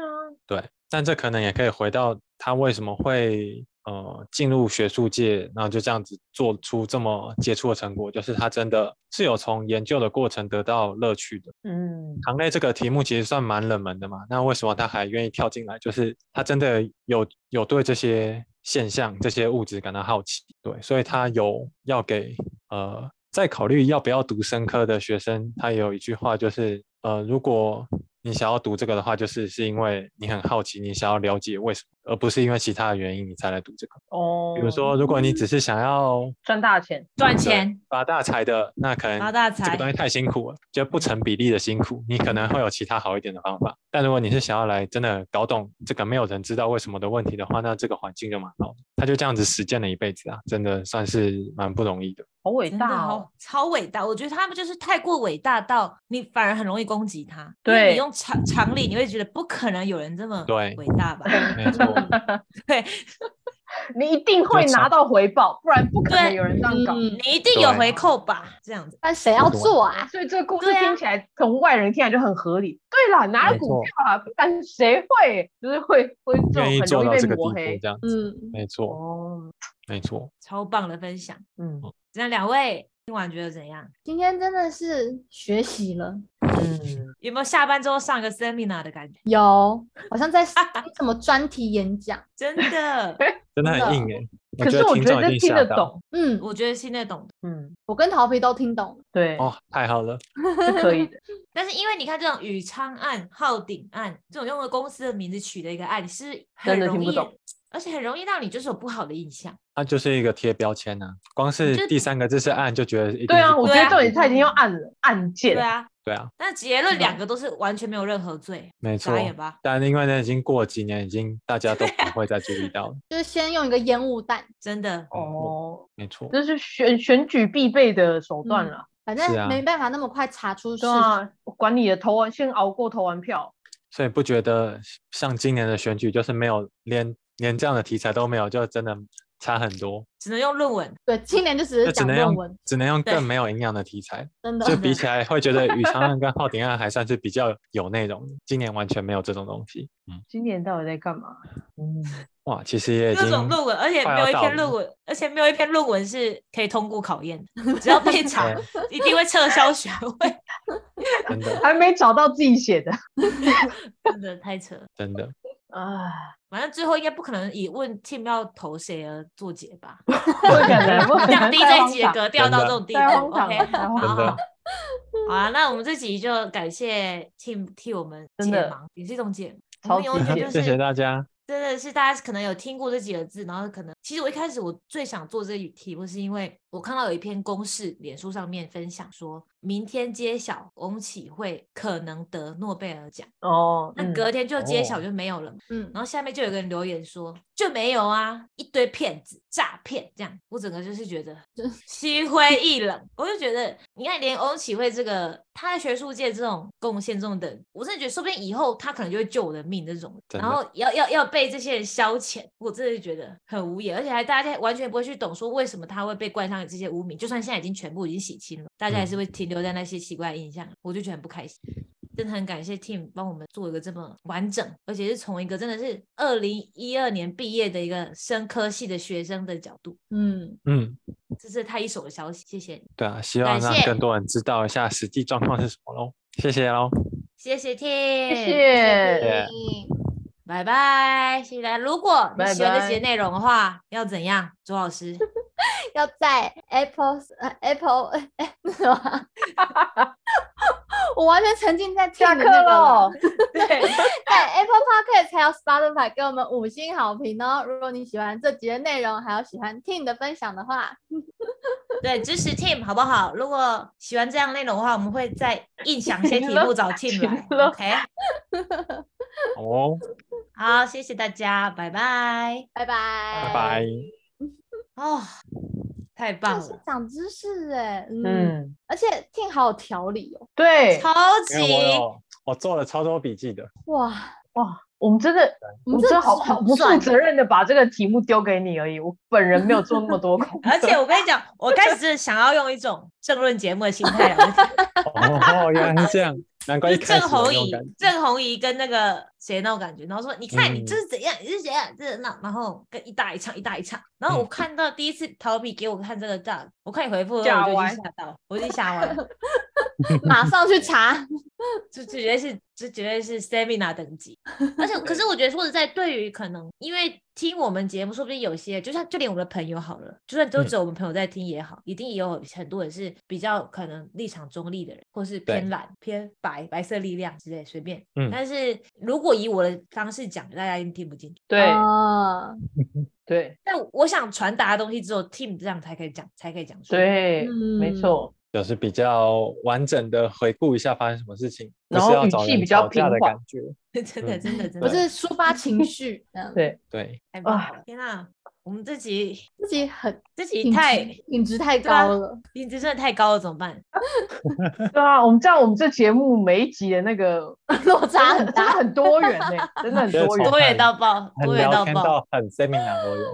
Speaker 4: 对，但这可能也可以回到他为什么会呃进入学术界，然后就这样子做出这么杰出的成果，就是他真的是有从研究的过程得到乐趣的。
Speaker 1: 嗯，
Speaker 4: 糖类这个题目其实算蛮冷门的嘛，那为什么他还愿意跳进来？就是他真的有有对这些现象、这些物质感到好奇，对，所以他有要给呃在考虑要不要读生科的学生，他也有一句话就是呃，如果你想要读这个的话，就是是因为你很好奇，你想要了解为什么，而不是因为其他的原因你才来读这个。
Speaker 1: 哦，
Speaker 4: 比如说，如果你只是想要
Speaker 1: 赚大钱，
Speaker 2: 赚
Speaker 4: 对
Speaker 2: 钱
Speaker 4: 发大财的，那可能
Speaker 2: 发大
Speaker 4: 这
Speaker 2: 财
Speaker 4: 个东西太辛苦了，就不成比例的辛苦，你可能会有其他好一点的方法。但如果你是想要来真的搞懂这个没有人知道为什么的问题的话，那这个环境就蛮好的。他就这样子实践了一辈子啊，真的算是蛮不容易的。
Speaker 1: 好伟
Speaker 2: 真的
Speaker 1: 大
Speaker 2: 好
Speaker 1: 哦，
Speaker 2: 超伟大！我觉得他们就是太过伟大到你反而很容易攻击他。
Speaker 1: 对
Speaker 2: 因为你用常常理，你会觉得不可能有人这么
Speaker 4: 对
Speaker 2: 伟大吧？
Speaker 4: 没错，
Speaker 2: 对，
Speaker 1: 你一定会拿到回报，不然不可能
Speaker 2: 对
Speaker 1: 有人这样搞。
Speaker 3: 嗯，
Speaker 2: 你一定有
Speaker 4: 对啊
Speaker 2: 回扣吧？这样子，
Speaker 3: 但谁要做啊？
Speaker 1: 所以这个故事
Speaker 2: 对啊
Speaker 1: 听起来，从外人听起来就很合理。对啦，拿了
Speaker 4: 没
Speaker 1: 股
Speaker 4: 错
Speaker 1: 票啊，不然谁会就是会会 这种
Speaker 4: 愿意
Speaker 1: 很
Speaker 4: 做
Speaker 1: 容
Speaker 4: 到
Speaker 1: 易
Speaker 4: 这
Speaker 1: 被
Speaker 4: 个地
Speaker 1: 抹
Speaker 4: 步
Speaker 1: 黑
Speaker 4: 这。样子，
Speaker 3: 嗯，
Speaker 4: 没错，
Speaker 1: 哦，
Speaker 4: 没错，
Speaker 2: 超棒的分享。
Speaker 1: 嗯
Speaker 4: 哦
Speaker 2: 这样两位听完觉得怎样？
Speaker 3: 今天真的是学习了，
Speaker 1: 嗯，
Speaker 2: 有没有下班之后上个 seminar 的感觉？
Speaker 3: 有好 像在听什么专题演讲。
Speaker 2: 真的，
Speaker 4: 真的
Speaker 3: 真的
Speaker 4: 很硬哎、
Speaker 1: 可是
Speaker 4: 我
Speaker 1: 我
Speaker 4: 觉得听
Speaker 1: 觉
Speaker 4: 众
Speaker 1: 得
Speaker 4: 一定
Speaker 1: 听
Speaker 4: 吓
Speaker 1: 得
Speaker 4: 到。
Speaker 1: 懂，欸
Speaker 3: 嗯，
Speaker 2: 我觉得听得懂的。
Speaker 1: 嗯，
Speaker 3: 我跟桃皮都听懂了。
Speaker 1: 对，
Speaker 4: 哦，太好了，
Speaker 1: 是可以的。
Speaker 2: 但是因为你看这种宇昌案、浩鼎案这种用了公司的名字取的一个案，你是很
Speaker 1: 真的
Speaker 2: 容
Speaker 1: 听不
Speaker 2: 易
Speaker 1: 懂，
Speaker 2: 而且很容易让你就是有不好的印象。
Speaker 4: 它就是一个贴标签呐、啊，光
Speaker 2: 就是
Speaker 4: 第三个字是按就觉得一定
Speaker 1: 对啊，
Speaker 4: 是
Speaker 1: 我觉得
Speaker 4: 不
Speaker 2: 对啊
Speaker 1: 重点他已经用按了按键
Speaker 2: 对，啊，
Speaker 4: 对啊，
Speaker 2: 但结论两个都是完全没有任何罪，
Speaker 4: 没错
Speaker 2: 傻。眼吧？
Speaker 4: 但因为呢，已经过几年，已经大家都不会再注意到了。
Speaker 3: 就是先用一个烟雾弹，
Speaker 2: 真的，
Speaker 1: 哦，
Speaker 4: 嗯没错，
Speaker 1: 这是选选举必备的手段
Speaker 2: 嗯
Speaker 1: 了。
Speaker 3: 反
Speaker 4: 是
Speaker 3: 正
Speaker 4: 啊
Speaker 3: 没办法那么快查出是
Speaker 1: 对啊，管你的投完先熬过投完票，
Speaker 4: 所以不觉得像今年的选举就是没有连连这样的题材都没有，就真的差很多，
Speaker 2: 只能用论文。
Speaker 3: 对，今年就只
Speaker 4: 就是只
Speaker 3: 讲
Speaker 4: 能
Speaker 3: 论
Speaker 4: 用
Speaker 3: 文，
Speaker 4: 只能用
Speaker 2: 对
Speaker 4: 更没有营养的题 材，
Speaker 3: 真的
Speaker 4: 就比起来会觉得宇昌案跟浩鼎案还算是比较有内容的，今年完全没有这种东西。嗯，
Speaker 1: 今年到底在干嘛？嗯，
Speaker 4: 哇，其实也已
Speaker 2: 各种
Speaker 4: 经
Speaker 2: 论文，而且
Speaker 4: 快
Speaker 2: 没
Speaker 4: 要
Speaker 2: 有一
Speaker 4: 到
Speaker 2: 篇
Speaker 4: 了
Speaker 2: 论文，而且没有一篇论文是可以通过考验的， 只要被查
Speaker 4: 对，
Speaker 2: 一定会撤销学位。
Speaker 4: 真的
Speaker 1: 还没找到自己写 的
Speaker 2: 真的太扯了，
Speaker 4: 真的
Speaker 1: 啊，
Speaker 2: 反正最后应该不可能以问 team 要投谁而作结 吧，
Speaker 1: 不可能，不可能，
Speaker 2: 降低
Speaker 1: 太
Speaker 2: 这一
Speaker 1: 荒
Speaker 2: 集的
Speaker 1: 唐
Speaker 2: 格调
Speaker 4: 真
Speaker 2: 到
Speaker 4: 的
Speaker 2: 这种地步。
Speaker 1: 太荒唐
Speaker 2: OK，
Speaker 1: 了太荒
Speaker 2: 好
Speaker 4: 真
Speaker 2: 好
Speaker 4: 的
Speaker 2: 好。好啊，那我们这集就感谢 team 替我们
Speaker 1: 真
Speaker 2: 解
Speaker 1: 的
Speaker 2: 盲，也是一种解盲。
Speaker 1: 超
Speaker 2: 我们
Speaker 1: 级
Speaker 2: 永
Speaker 1: 解
Speaker 2: 远
Speaker 1: 盲
Speaker 2: 就
Speaker 4: 谢谢
Speaker 2: 是
Speaker 4: 大家。
Speaker 2: 真的是大家可能有听过这几个字，然后可能其实我一开始我最想做这个题目，是因为我看到有一篇公式，脸书上面分享说明天揭晓翁启慧可能得诺贝尔奖，
Speaker 1: 哦，
Speaker 2: 那
Speaker 1: 嗯
Speaker 2: 隔天就揭晓
Speaker 4: 哦
Speaker 2: 就没有了嘛。
Speaker 3: 嗯
Speaker 2: 然后下面就有个人留言说就没有啊，一堆骗子、诈骗这样，我整个就是觉得心灰意冷。我就觉得，你看连翁启慧这个他在学术界这种贡献这种等，我真的觉得，说不定以后他可能就会救我的命这种。
Speaker 4: 真
Speaker 2: 然
Speaker 4: 的
Speaker 2: 后要要要被这些人消遣，我真的觉得很无言，而且还大家完全不会去懂说为什么他会被冠上这些污名，就算现在已经全部已经洗清了，大家还是
Speaker 1: 嗯
Speaker 2: 会停留在那些奇怪的印象，我就觉得很不开心。真的很感谢 Team 帮我们做一个这么完整，而且是从一个真的是二零一二年毕业的一个生科系的学生的角度，
Speaker 3: 嗯，
Speaker 4: 嗯，
Speaker 2: 这是他一手的消息，谢谢你，
Speaker 4: 对啊，希望
Speaker 2: 感
Speaker 4: 让
Speaker 2: 谢
Speaker 4: 更多人知道一下实际状况是什么喽。谢谢喽，
Speaker 2: 谢谢 Team，
Speaker 1: 谢谢。
Speaker 4: 谢
Speaker 2: 拜拜，谢谢大家。如果你
Speaker 1: 拜
Speaker 2: 喜欢这
Speaker 1: 拜
Speaker 2: 期的内容的话，要怎样？周老师
Speaker 3: 要在 Apple 呃 Apple 哎、哎什么啊 我完全沉浸在
Speaker 1: 下
Speaker 3: Tim 的
Speaker 1: 课
Speaker 3: 那个了
Speaker 1: 喽。对，
Speaker 3: 在 Apple Podcast 还有 Spotify 给我们五星好评哦。如果你喜欢这集的内容，还有喜欢 Tim 的分享的话，
Speaker 2: 对支持 Team 好不好？如果喜欢这样内容的话，我们会再硬想 一些题
Speaker 1: 行
Speaker 2: 目
Speaker 1: 了
Speaker 2: 找 Team 来。
Speaker 1: 行了
Speaker 2: OK，
Speaker 4: 好哦，
Speaker 2: 好，谢谢大家，拜拜。
Speaker 3: 拜拜，
Speaker 4: 拜
Speaker 2: 嗯
Speaker 4: 拜。
Speaker 2: 哦，太棒
Speaker 3: 这是
Speaker 2: 了，
Speaker 3: 长知识哎、嗯，
Speaker 1: 嗯，
Speaker 3: 而且 Tim 好有条理哦，
Speaker 1: 对，
Speaker 2: 超级
Speaker 4: 因为我有我做了超多笔记的，
Speaker 3: 哇，
Speaker 1: 我们真的，我
Speaker 3: 我
Speaker 1: 们
Speaker 3: 们
Speaker 1: 真
Speaker 3: 这
Speaker 1: 的好好不负
Speaker 3: 赚
Speaker 1: 责任的把这个题目丢给你而已。我本人没有做那么多功课，
Speaker 2: 而且我跟你讲，我开始真的想要用一种政论节目的心态来 问
Speaker 4: 哦，原来是这样，难怪
Speaker 2: 就
Speaker 4: 一
Speaker 2: 是
Speaker 4: 开
Speaker 2: 郑
Speaker 4: 始有
Speaker 2: 红
Speaker 4: 那种
Speaker 2: 怡
Speaker 4: 感觉、
Speaker 2: 郑红怡跟那个谁那种感觉，然后说你看你
Speaker 4: 嗯
Speaker 2: 这是怎样，你是怎样，这是那，然后跟一大一唱一大一唱，然后我
Speaker 4: 嗯
Speaker 2: 看到第一次陶比给我看这个账，我看你回复了，我
Speaker 1: 吓
Speaker 2: 就已
Speaker 1: 歪
Speaker 2: 经吓到，我已经吓完，
Speaker 3: 马上去查，
Speaker 2: 就就绝对是这绝对是 seminar 等级， 而且可是我觉得说实在，对于可能因为听我们节目，说不定有些就像就连我们的朋友好了，就算都
Speaker 4: 嗯
Speaker 2: 只有我们朋友在听也好，一定也有很多人是比较可能立场中立的人，或是
Speaker 4: 对
Speaker 2: 偏蓝、偏白、白色力量之类，随便。
Speaker 4: 嗯
Speaker 2: 但是如果以我的方式讲，大家一定听不进去。
Speaker 1: 对
Speaker 3: 哦
Speaker 1: 对
Speaker 2: 但我想传达的东西只有 team 这样才可以讲，才可以讲出来。
Speaker 1: 对，没
Speaker 3: 嗯
Speaker 1: 错，
Speaker 4: 就是比较完整的回顾一下发生什么事情，不
Speaker 1: 然
Speaker 4: 是
Speaker 1: 后
Speaker 4: 要
Speaker 1: 语
Speaker 4: 找
Speaker 1: 气
Speaker 4: 人
Speaker 1: 比较
Speaker 4: 吵架
Speaker 1: 平
Speaker 4: 的
Speaker 1: 缓
Speaker 4: 感觉。
Speaker 2: 真的，
Speaker 4: 嗯
Speaker 2: 真的，真
Speaker 3: 不
Speaker 2: 的，
Speaker 3: 是抒发情绪，嗯，
Speaker 1: 对
Speaker 4: 对，
Speaker 2: 太棒
Speaker 1: 啊
Speaker 2: 了！天啊，我们这集
Speaker 3: 自己很
Speaker 2: 这集
Speaker 3: 品
Speaker 2: 太
Speaker 3: 质品质太
Speaker 2: 对啊
Speaker 3: 高了，
Speaker 2: 品质真的太高了，怎么办？
Speaker 1: 对啊，我们这样，我们这节目每一集的那 个
Speaker 3: 落差
Speaker 1: 真
Speaker 3: 很
Speaker 1: 的
Speaker 3: 大。
Speaker 1: 很多元呢、真的很
Speaker 4: 就是
Speaker 1: 多
Speaker 4: 从
Speaker 1: 元。
Speaker 2: 多元
Speaker 4: 看
Speaker 2: 到爆，
Speaker 4: 哦很
Speaker 2: 多元
Speaker 4: 聊
Speaker 2: 到
Speaker 4: 天
Speaker 2: 爆。
Speaker 4: 到很 seminar 我有，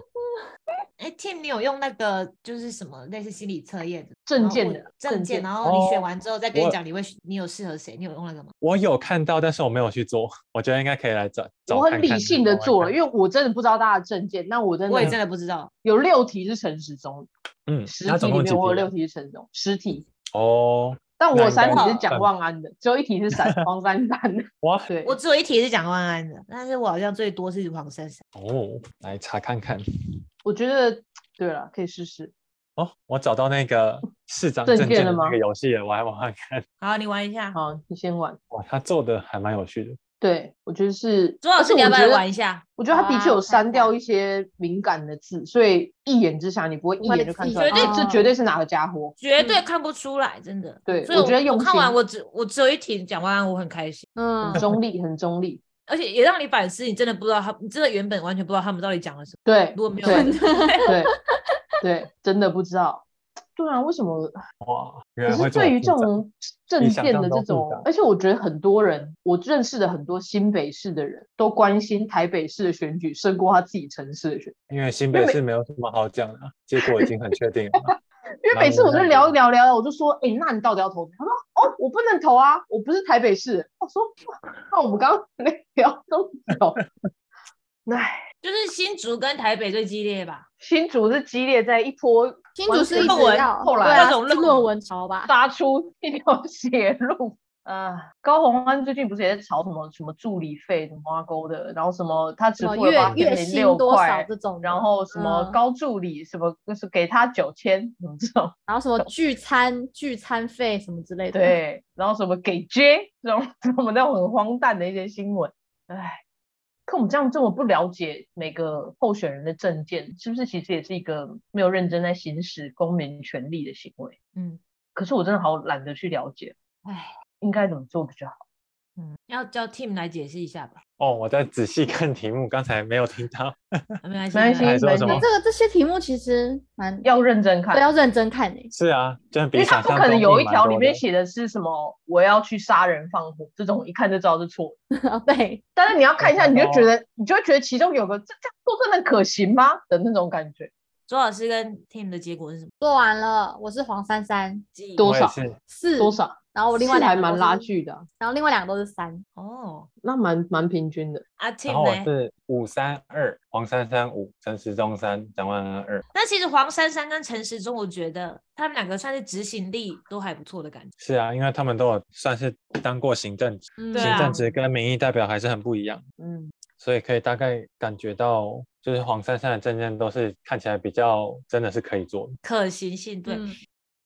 Speaker 2: 哎，Tim，你有用那个就是什么类似心理测验的
Speaker 1: 证
Speaker 2: 然后
Speaker 1: 件
Speaker 2: 我
Speaker 1: 的
Speaker 2: 证
Speaker 1: 证
Speaker 2: 件，
Speaker 1: 件
Speaker 2: 然后你选
Speaker 4: 哦
Speaker 2: 完之后再跟你
Speaker 4: 我
Speaker 2: 讲你会你有适合谁，你有用那个吗？
Speaker 4: 我有看到，但是我没有去做，我觉得应该可以来找找
Speaker 1: 我
Speaker 4: 看
Speaker 1: 很理
Speaker 4: 看
Speaker 1: 性的
Speaker 4: 找来
Speaker 1: 做了，
Speaker 4: 看
Speaker 1: 因为我真的不知道大家的证件。那我真
Speaker 2: 我也
Speaker 1: 的
Speaker 2: 真的不知道。
Speaker 1: 有六题是诚实中，
Speaker 4: 嗯，
Speaker 1: 十
Speaker 4: 它
Speaker 1: 题
Speaker 4: 总
Speaker 1: 里
Speaker 4: 共几
Speaker 1: 面我有
Speaker 4: 题
Speaker 1: 六
Speaker 4: 啊？
Speaker 1: 题是诚实中，十题，
Speaker 4: 哦，
Speaker 1: 但我
Speaker 4: 那
Speaker 1: 有
Speaker 4: 应该
Speaker 1: 三题是
Speaker 2: 是
Speaker 1: 讲
Speaker 4: 很
Speaker 1: 万安的，只有一题是闪黄珊珊的。
Speaker 4: 哇
Speaker 1: 对，
Speaker 2: 我只有一题是讲万安的，但是我好像最多是黄珊珊。
Speaker 4: 哦，来查看看
Speaker 1: 我觉得对了，可以试试。
Speaker 4: 哦，我找到那个市长
Speaker 1: 证
Speaker 4: 证
Speaker 1: 件
Speaker 4: 件
Speaker 1: 了
Speaker 4: 的那
Speaker 1: 吗
Speaker 4: 个游戏了，我还玩玩看。
Speaker 2: 好，你玩一下。
Speaker 1: 好，你先玩。
Speaker 4: 哇，他做的还蛮有趣的。
Speaker 1: 对，我觉得是。
Speaker 2: 朱老
Speaker 1: 而且
Speaker 2: 师，你
Speaker 1: 我
Speaker 2: 要不
Speaker 1: 觉
Speaker 2: 要
Speaker 1: 得
Speaker 2: 玩一？下？
Speaker 1: 我觉得他的确
Speaker 3: 好啊
Speaker 1: 有
Speaker 3: 我看
Speaker 1: 删
Speaker 3: 一
Speaker 1: 掉
Speaker 3: 下
Speaker 1: 一些敏感的字，所以一眼之下你不会一
Speaker 3: 会
Speaker 1: 眼就看
Speaker 3: 自
Speaker 1: 出
Speaker 3: 己
Speaker 1: 来，
Speaker 2: 觉得
Speaker 1: 这绝对是哪个家伙。
Speaker 2: 绝对看不出来，真的。
Speaker 1: 嗯对
Speaker 2: 所以
Speaker 1: 我觉得用
Speaker 2: 我看完
Speaker 1: 心
Speaker 2: 我只我只有一题讲万安，我很开心，
Speaker 3: 嗯
Speaker 1: 很，中立，很中立。
Speaker 2: 而且也让你反思，你真的不知道他，你真的原本完全不知道他们到底讲了什么。
Speaker 1: 对，
Speaker 2: 如果没有
Speaker 1: 对
Speaker 2: 玩
Speaker 1: 对对，真的不知道。对啊，为什么？
Speaker 4: 哇，原
Speaker 1: 可
Speaker 4: 来
Speaker 1: 是
Speaker 4: 会
Speaker 1: 对于
Speaker 4: 复
Speaker 1: 这
Speaker 4: 杂
Speaker 1: 种政
Speaker 4: 比想
Speaker 1: 见
Speaker 4: 象
Speaker 1: 的
Speaker 4: 中
Speaker 1: 这
Speaker 4: 复
Speaker 1: 种
Speaker 4: 杂，
Speaker 1: 而且我觉得很多人，我认识的很多新北市的人都关心台北市的选举胜过他自己城市的选举，
Speaker 4: 因为新
Speaker 1: 因为
Speaker 4: 北
Speaker 1: 每
Speaker 4: 市没有什么好讲的啊，结果已经很确定了啊嘛。
Speaker 1: 因为
Speaker 4: 蛮
Speaker 1: 每次
Speaker 4: 无
Speaker 1: 我就
Speaker 4: 奈的
Speaker 1: 聊一聊聊一聊，我就说，哎、那你到底要投谁？他说，哦，我不能投啊，我不是台北市人。我说，哇那我们刚刚没聊这么久，唉，
Speaker 2: 就是新竹跟台北最激烈吧？
Speaker 1: 新竹是激烈在一波
Speaker 3: 新竹是一直
Speaker 1: 论文
Speaker 3: 要
Speaker 1: 后来
Speaker 3: 对啊
Speaker 2: 各种论文
Speaker 3: 论文潮吧，
Speaker 1: 杀出一条血 路。呃，高宏安最近不是也在炒什么什么助理费什么挖沟的，然后什么他只
Speaker 3: 什
Speaker 1: 付
Speaker 3: 么
Speaker 1: 了
Speaker 3: 月
Speaker 1: 八
Speaker 3: 月
Speaker 1: 千零
Speaker 3: 薪
Speaker 1: 六
Speaker 3: 多少
Speaker 1: 块，
Speaker 3: 这种的，
Speaker 1: 然后什么
Speaker 3: 嗯
Speaker 1: 高助理、什么就是给他九千什么这种，
Speaker 3: 然后什么聚餐聚餐费什么之类的，，
Speaker 1: 对，然后什么给 J 这种 我们那种很荒诞的一些新闻，唉，可我们这样这么不了解每个候选人的证件，是不是其实也是一个没有认真在行使公民权利的行为？
Speaker 2: 嗯，
Speaker 1: 可是我真的好懒得去了解，
Speaker 2: 哎，
Speaker 1: 应该怎么做比较好。
Speaker 2: 嗯，要叫 Tim 来解释一下吧，
Speaker 4: 哦，我在仔细看题目，刚才没有听到。
Speaker 2: 啊没关系，
Speaker 1: 没关系，
Speaker 4: 还
Speaker 1: 没
Speaker 4: 说
Speaker 1: 关系啊
Speaker 4: 什么
Speaker 3: 这个这些题目其实蛮
Speaker 1: 哦 要认真看
Speaker 3: 都，要认真看欸诶、
Speaker 4: 是啊，真的
Speaker 1: 因
Speaker 4: 比
Speaker 1: 为他
Speaker 4: 想
Speaker 1: 不
Speaker 4: 象
Speaker 1: 可能
Speaker 4: 中
Speaker 1: 有
Speaker 4: 硬
Speaker 1: 一
Speaker 4: 蛮
Speaker 1: 条
Speaker 4: 多
Speaker 1: 里面
Speaker 4: 的
Speaker 1: 写的是什么我要去杀人放火这种，一看就知道是错的。
Speaker 3: 哦，对，
Speaker 1: 但是你要看一下，
Speaker 4: 哦
Speaker 1: 你就觉得你就会觉得其中有个这这样做真的可行吗的那种感觉。
Speaker 2: 周老师跟 Tim 的结果是什么？
Speaker 3: 做完了，我是黄珊珊
Speaker 2: 记忆
Speaker 4: 我
Speaker 1: 多
Speaker 4: 也
Speaker 1: 少
Speaker 4: 是
Speaker 3: 四
Speaker 1: 多，少？
Speaker 3: 然后我另外
Speaker 1: 是还
Speaker 3: 两个
Speaker 1: 蛮
Speaker 3: 都
Speaker 1: 拉
Speaker 3: 是，
Speaker 1: 锯的啊，
Speaker 3: 然后另外两个都是三，
Speaker 2: 哦，
Speaker 1: 那蛮蛮平均的。
Speaker 2: 啊
Speaker 4: 然后我
Speaker 2: Tim 呢？
Speaker 4: 是五三二，黄三三五，陈时中三，蒋万安二，
Speaker 2: 那其实黄珊珊跟陈时中，我觉得他们两个算是执行力都还不错的感觉。
Speaker 4: 是啊，因为他们都有算是当过行政职，
Speaker 3: 嗯
Speaker 2: 对
Speaker 4: 行
Speaker 2: 啊
Speaker 4: 政职跟民意代表还是很不一样，
Speaker 1: 嗯，
Speaker 4: 所以可以大概感觉到，就是黄珊珊的政见都是看起来比较真的是可以做的。
Speaker 2: 可行性对、
Speaker 3: 嗯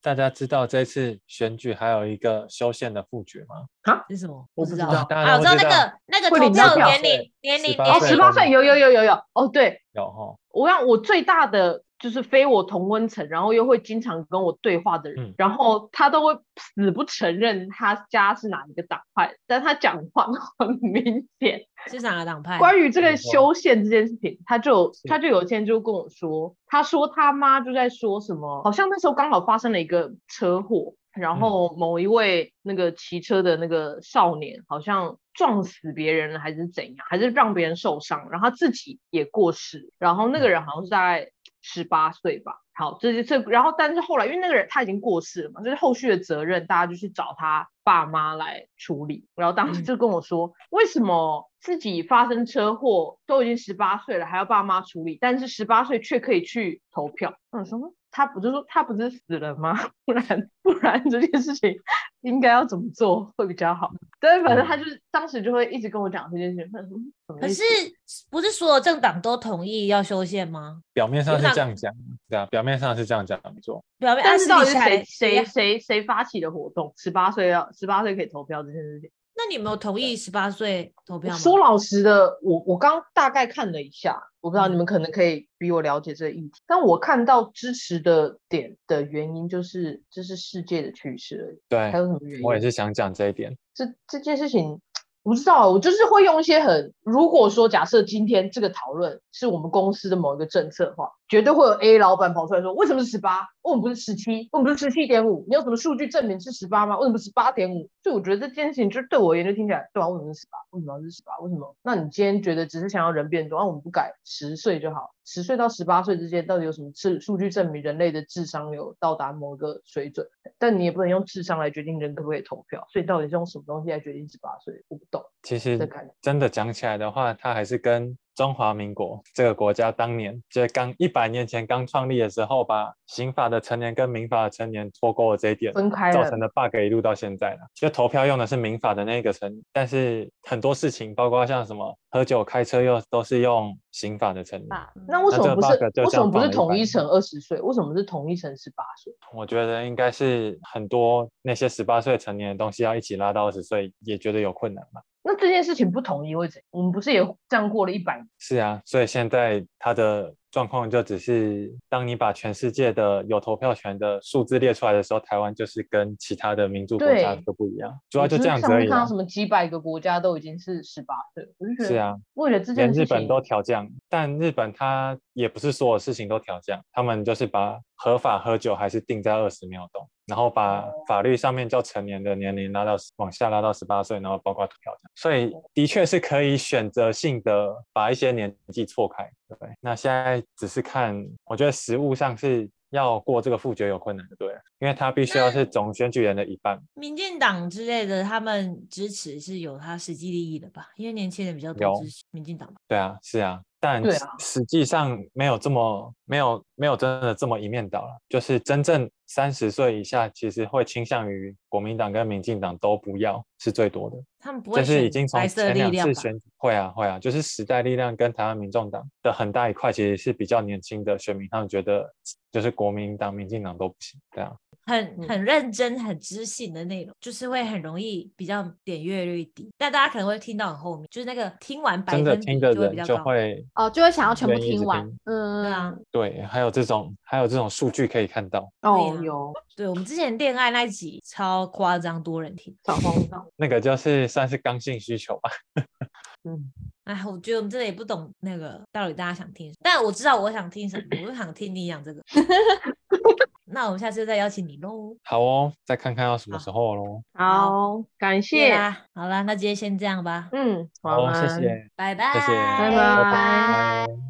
Speaker 4: 大家知道这次选举还有一个修宪的复决吗？
Speaker 2: 是什么？
Speaker 1: 我不知道
Speaker 4: 大
Speaker 2: 啊，
Speaker 4: 家
Speaker 2: 我
Speaker 4: 都
Speaker 2: 知道
Speaker 4: 知
Speaker 2: 那
Speaker 4: 道
Speaker 2: 个那个
Speaker 1: 会
Speaker 2: 投
Speaker 1: 领到
Speaker 2: 票
Speaker 1: 票
Speaker 2: 年龄年龄
Speaker 4: 18
Speaker 1: 哦，
Speaker 2: 年
Speaker 4: 岁
Speaker 1: 十
Speaker 2: 龄
Speaker 1: 八岁有有有有有哦，对
Speaker 4: 有哈，
Speaker 1: 我让我最大的就是非我同温层，然后又会经常跟我对话的人，
Speaker 4: 嗯
Speaker 1: 然后他都会死不承认他家是哪一个党派，但他讲话都很明显。
Speaker 2: 是哪个党派？
Speaker 1: 关于这
Speaker 4: 哎没
Speaker 1: 个
Speaker 4: 错
Speaker 1: 修宪这件事情，他就有
Speaker 4: 是
Speaker 1: 他就有一天就跟我说，他说他妈就在说什么，好像那时候刚好发生了一个车祸，然
Speaker 4: 嗯
Speaker 1: 后某一位那个骑车的那个少年好像撞死别人了，还是怎样，还是让别人受伤，然后他自己也过世，然后
Speaker 4: 嗯
Speaker 1: 那个人好像是大概十八岁吧。好，这就这，然后但是后来因为那个人他已经过世了嘛，就是后续的责任大家就去找他爸妈来处理。然后当时
Speaker 2: 嗯
Speaker 1: 就跟我说，为什么自己发生车祸都已经十八岁了，还要爸妈处理，但是十八岁却可以去投票？我说嗯他不就说他不是死了吗？不然不然这件事情应该要怎么做会比较好？但是反正他就是当时就会一直跟我讲这件事情。我想说嗯什么
Speaker 2: 嗯可
Speaker 1: 意
Speaker 2: 是
Speaker 1: 思
Speaker 2: 不是所有政党都同意要修宪吗？
Speaker 4: 表面上
Speaker 2: 有
Speaker 4: 是
Speaker 2: 哪
Speaker 4: 这样讲，对啊，表面上是这样讲，没错。
Speaker 2: 表面啊
Speaker 1: 但是到底是谁
Speaker 2: 谁
Speaker 1: 谁？谁谁发起的活动？十八岁要十八岁可以投票这件事情。
Speaker 2: 那你有没有同意十八岁投票
Speaker 1: 我
Speaker 2: 吗？
Speaker 1: 说老实的，我我刚大概看了一下，我不知道
Speaker 2: 嗯
Speaker 1: 你们可能可以比我了解这个议题，但我看到支持的点的原因就是这是世界的趋势而
Speaker 4: 对
Speaker 1: 已，还，有什么原因？
Speaker 4: 我也是想讲这一点。
Speaker 1: 这这件事情。我不知道，我就是会用一些很，如果说假设今天这个讨论是我们公司的某一个政策的话，绝对会有 A 老板跑出来说，为什么是十八？为什么不是十七？为什么不是十七点五？你有什么数据证明是十八吗？为什么十八点五？所以我觉得这件事情就对我而言就听起来，对啊，为什么是十八？为什么要是十八？为什么？那你今天觉得只是想要人变多，那、啊我们不改十岁就好，十岁到十八岁之间到底有什么数数据证明人类的智商有到达某个水准？但你也不能用智商来决定人可不可以投票，所以到底是用什么东西来决定十八岁？我不懂
Speaker 4: 其实
Speaker 1: 的感觉。
Speaker 4: 真的讲起来的话，它还是跟中华民国这个国家当年就是刚一百年前刚创立的时候，把刑法的成年跟民法的成年脱钩的这一点，
Speaker 1: 分开
Speaker 4: 造
Speaker 1: 了
Speaker 4: 成，的 bug 一路到现在了。就投票用的是民法的那个成，但是很多事情，包括像什么喝酒、开车又都是用刑法的成年。
Speaker 3: 吧？
Speaker 1: 那为什么不是
Speaker 4: 那这个 bug 就
Speaker 1: 为
Speaker 4: 这
Speaker 1: 什么
Speaker 4: 样
Speaker 1: 不
Speaker 4: 放
Speaker 1: 是
Speaker 4: 了
Speaker 1: 统一
Speaker 4: 100
Speaker 1: 成二十岁？为什么是统一成十八岁？
Speaker 4: 我觉得应该是很多那些十八岁成年的东西要一起拉到二十岁，也觉得有困难嘛。
Speaker 1: 那这件事情不统一会怎样？我们不是也这样过了一百年？
Speaker 4: 是啊，所以现在它的状况就只是，当你把全世界的有投票权的数字列出来的时候，台湾就是跟其他的民主国家
Speaker 1: 对
Speaker 4: 都不一样，主要
Speaker 1: 我
Speaker 4: 就
Speaker 1: 就是
Speaker 4: 这样子
Speaker 1: 上
Speaker 4: 而
Speaker 1: 次
Speaker 4: 已
Speaker 1: 看
Speaker 4: 啊、
Speaker 1: 到什么几百个国家都已经是十八岁，我就觉得
Speaker 4: 是，啊，
Speaker 1: 为了这
Speaker 4: 连
Speaker 1: 件
Speaker 4: 日
Speaker 1: 事
Speaker 4: 本
Speaker 1: 情，
Speaker 4: 都调降，但日本它也不是所有事情都调降，他们就是把合法喝酒还是定在二十秒钟，然后把法律上面叫成年的年龄拉到往下拉到十八岁，然后包括调降，所以的确是可以选择性的把一些年纪错开。对，那现在只是看，我觉得实物上是。要过这个复决有困难的，对了，啊因为它必须要是总选举人的一半，
Speaker 2: 民进党之类的，他们支持是有他实际利益的吧？因为年轻人比较多
Speaker 4: 有
Speaker 2: 支持民进党吧。
Speaker 4: 对啊，是啊，但
Speaker 1: 对
Speaker 4: 实
Speaker 1: 啊
Speaker 4: 实际上没有这么没有没有真的这么一面倒了，就是真正三十岁以下，其实会倾向于国民党跟民进党都不要是最多的，
Speaker 2: 他们不
Speaker 4: 就
Speaker 2: 会
Speaker 4: 是
Speaker 2: 选
Speaker 4: 已经从
Speaker 2: 白色
Speaker 4: 前
Speaker 2: 力
Speaker 4: 两
Speaker 2: 量
Speaker 4: 次
Speaker 2: 吧？
Speaker 4: 选举会啊会啊，就是时代力量跟台湾民众党的很大一块其实是比较年轻的选民，他们觉得就是国民党、民进党都不行，对啊，
Speaker 2: 很
Speaker 1: 嗯
Speaker 2: 很认真、很知性的内容，就是会很容易比较点阅率低。但大家可能会听到很后面，就是那个听完百
Speaker 4: 真的
Speaker 2: 分比
Speaker 4: 听的
Speaker 2: 就会比
Speaker 4: 人
Speaker 2: 较
Speaker 4: 就
Speaker 2: 高。
Speaker 4: 会
Speaker 3: 哦，就会想要全部
Speaker 4: 愿意一直
Speaker 3: 听完
Speaker 4: 听，
Speaker 3: 嗯，
Speaker 2: 对啊，
Speaker 4: 对，还有这种还有这种数据可以看到，
Speaker 2: 对
Speaker 1: 哦
Speaker 2: 啊，
Speaker 1: 有
Speaker 2: 对我们之前恋爱那一集超夸张，多人听。
Speaker 1: 小荒唐，
Speaker 4: 那个就是算是刚性需求吧。
Speaker 1: 嗯，
Speaker 2: 哎，我觉得我们真的也不懂那个到底大家想听，但我知道我想听什么，我就想听你讲这个。那我们下次再邀请你喽。
Speaker 4: 好哦，再看看要什么时候喽。
Speaker 1: 好，感谢，
Speaker 2: 啦，好啦，那今天先这样吧，
Speaker 1: 嗯，晚
Speaker 4: 好，
Speaker 1: 安，
Speaker 4: 谢谢，
Speaker 2: 拜拜，
Speaker 4: 谢谢
Speaker 1: 拜拜
Speaker 4: 拜拜。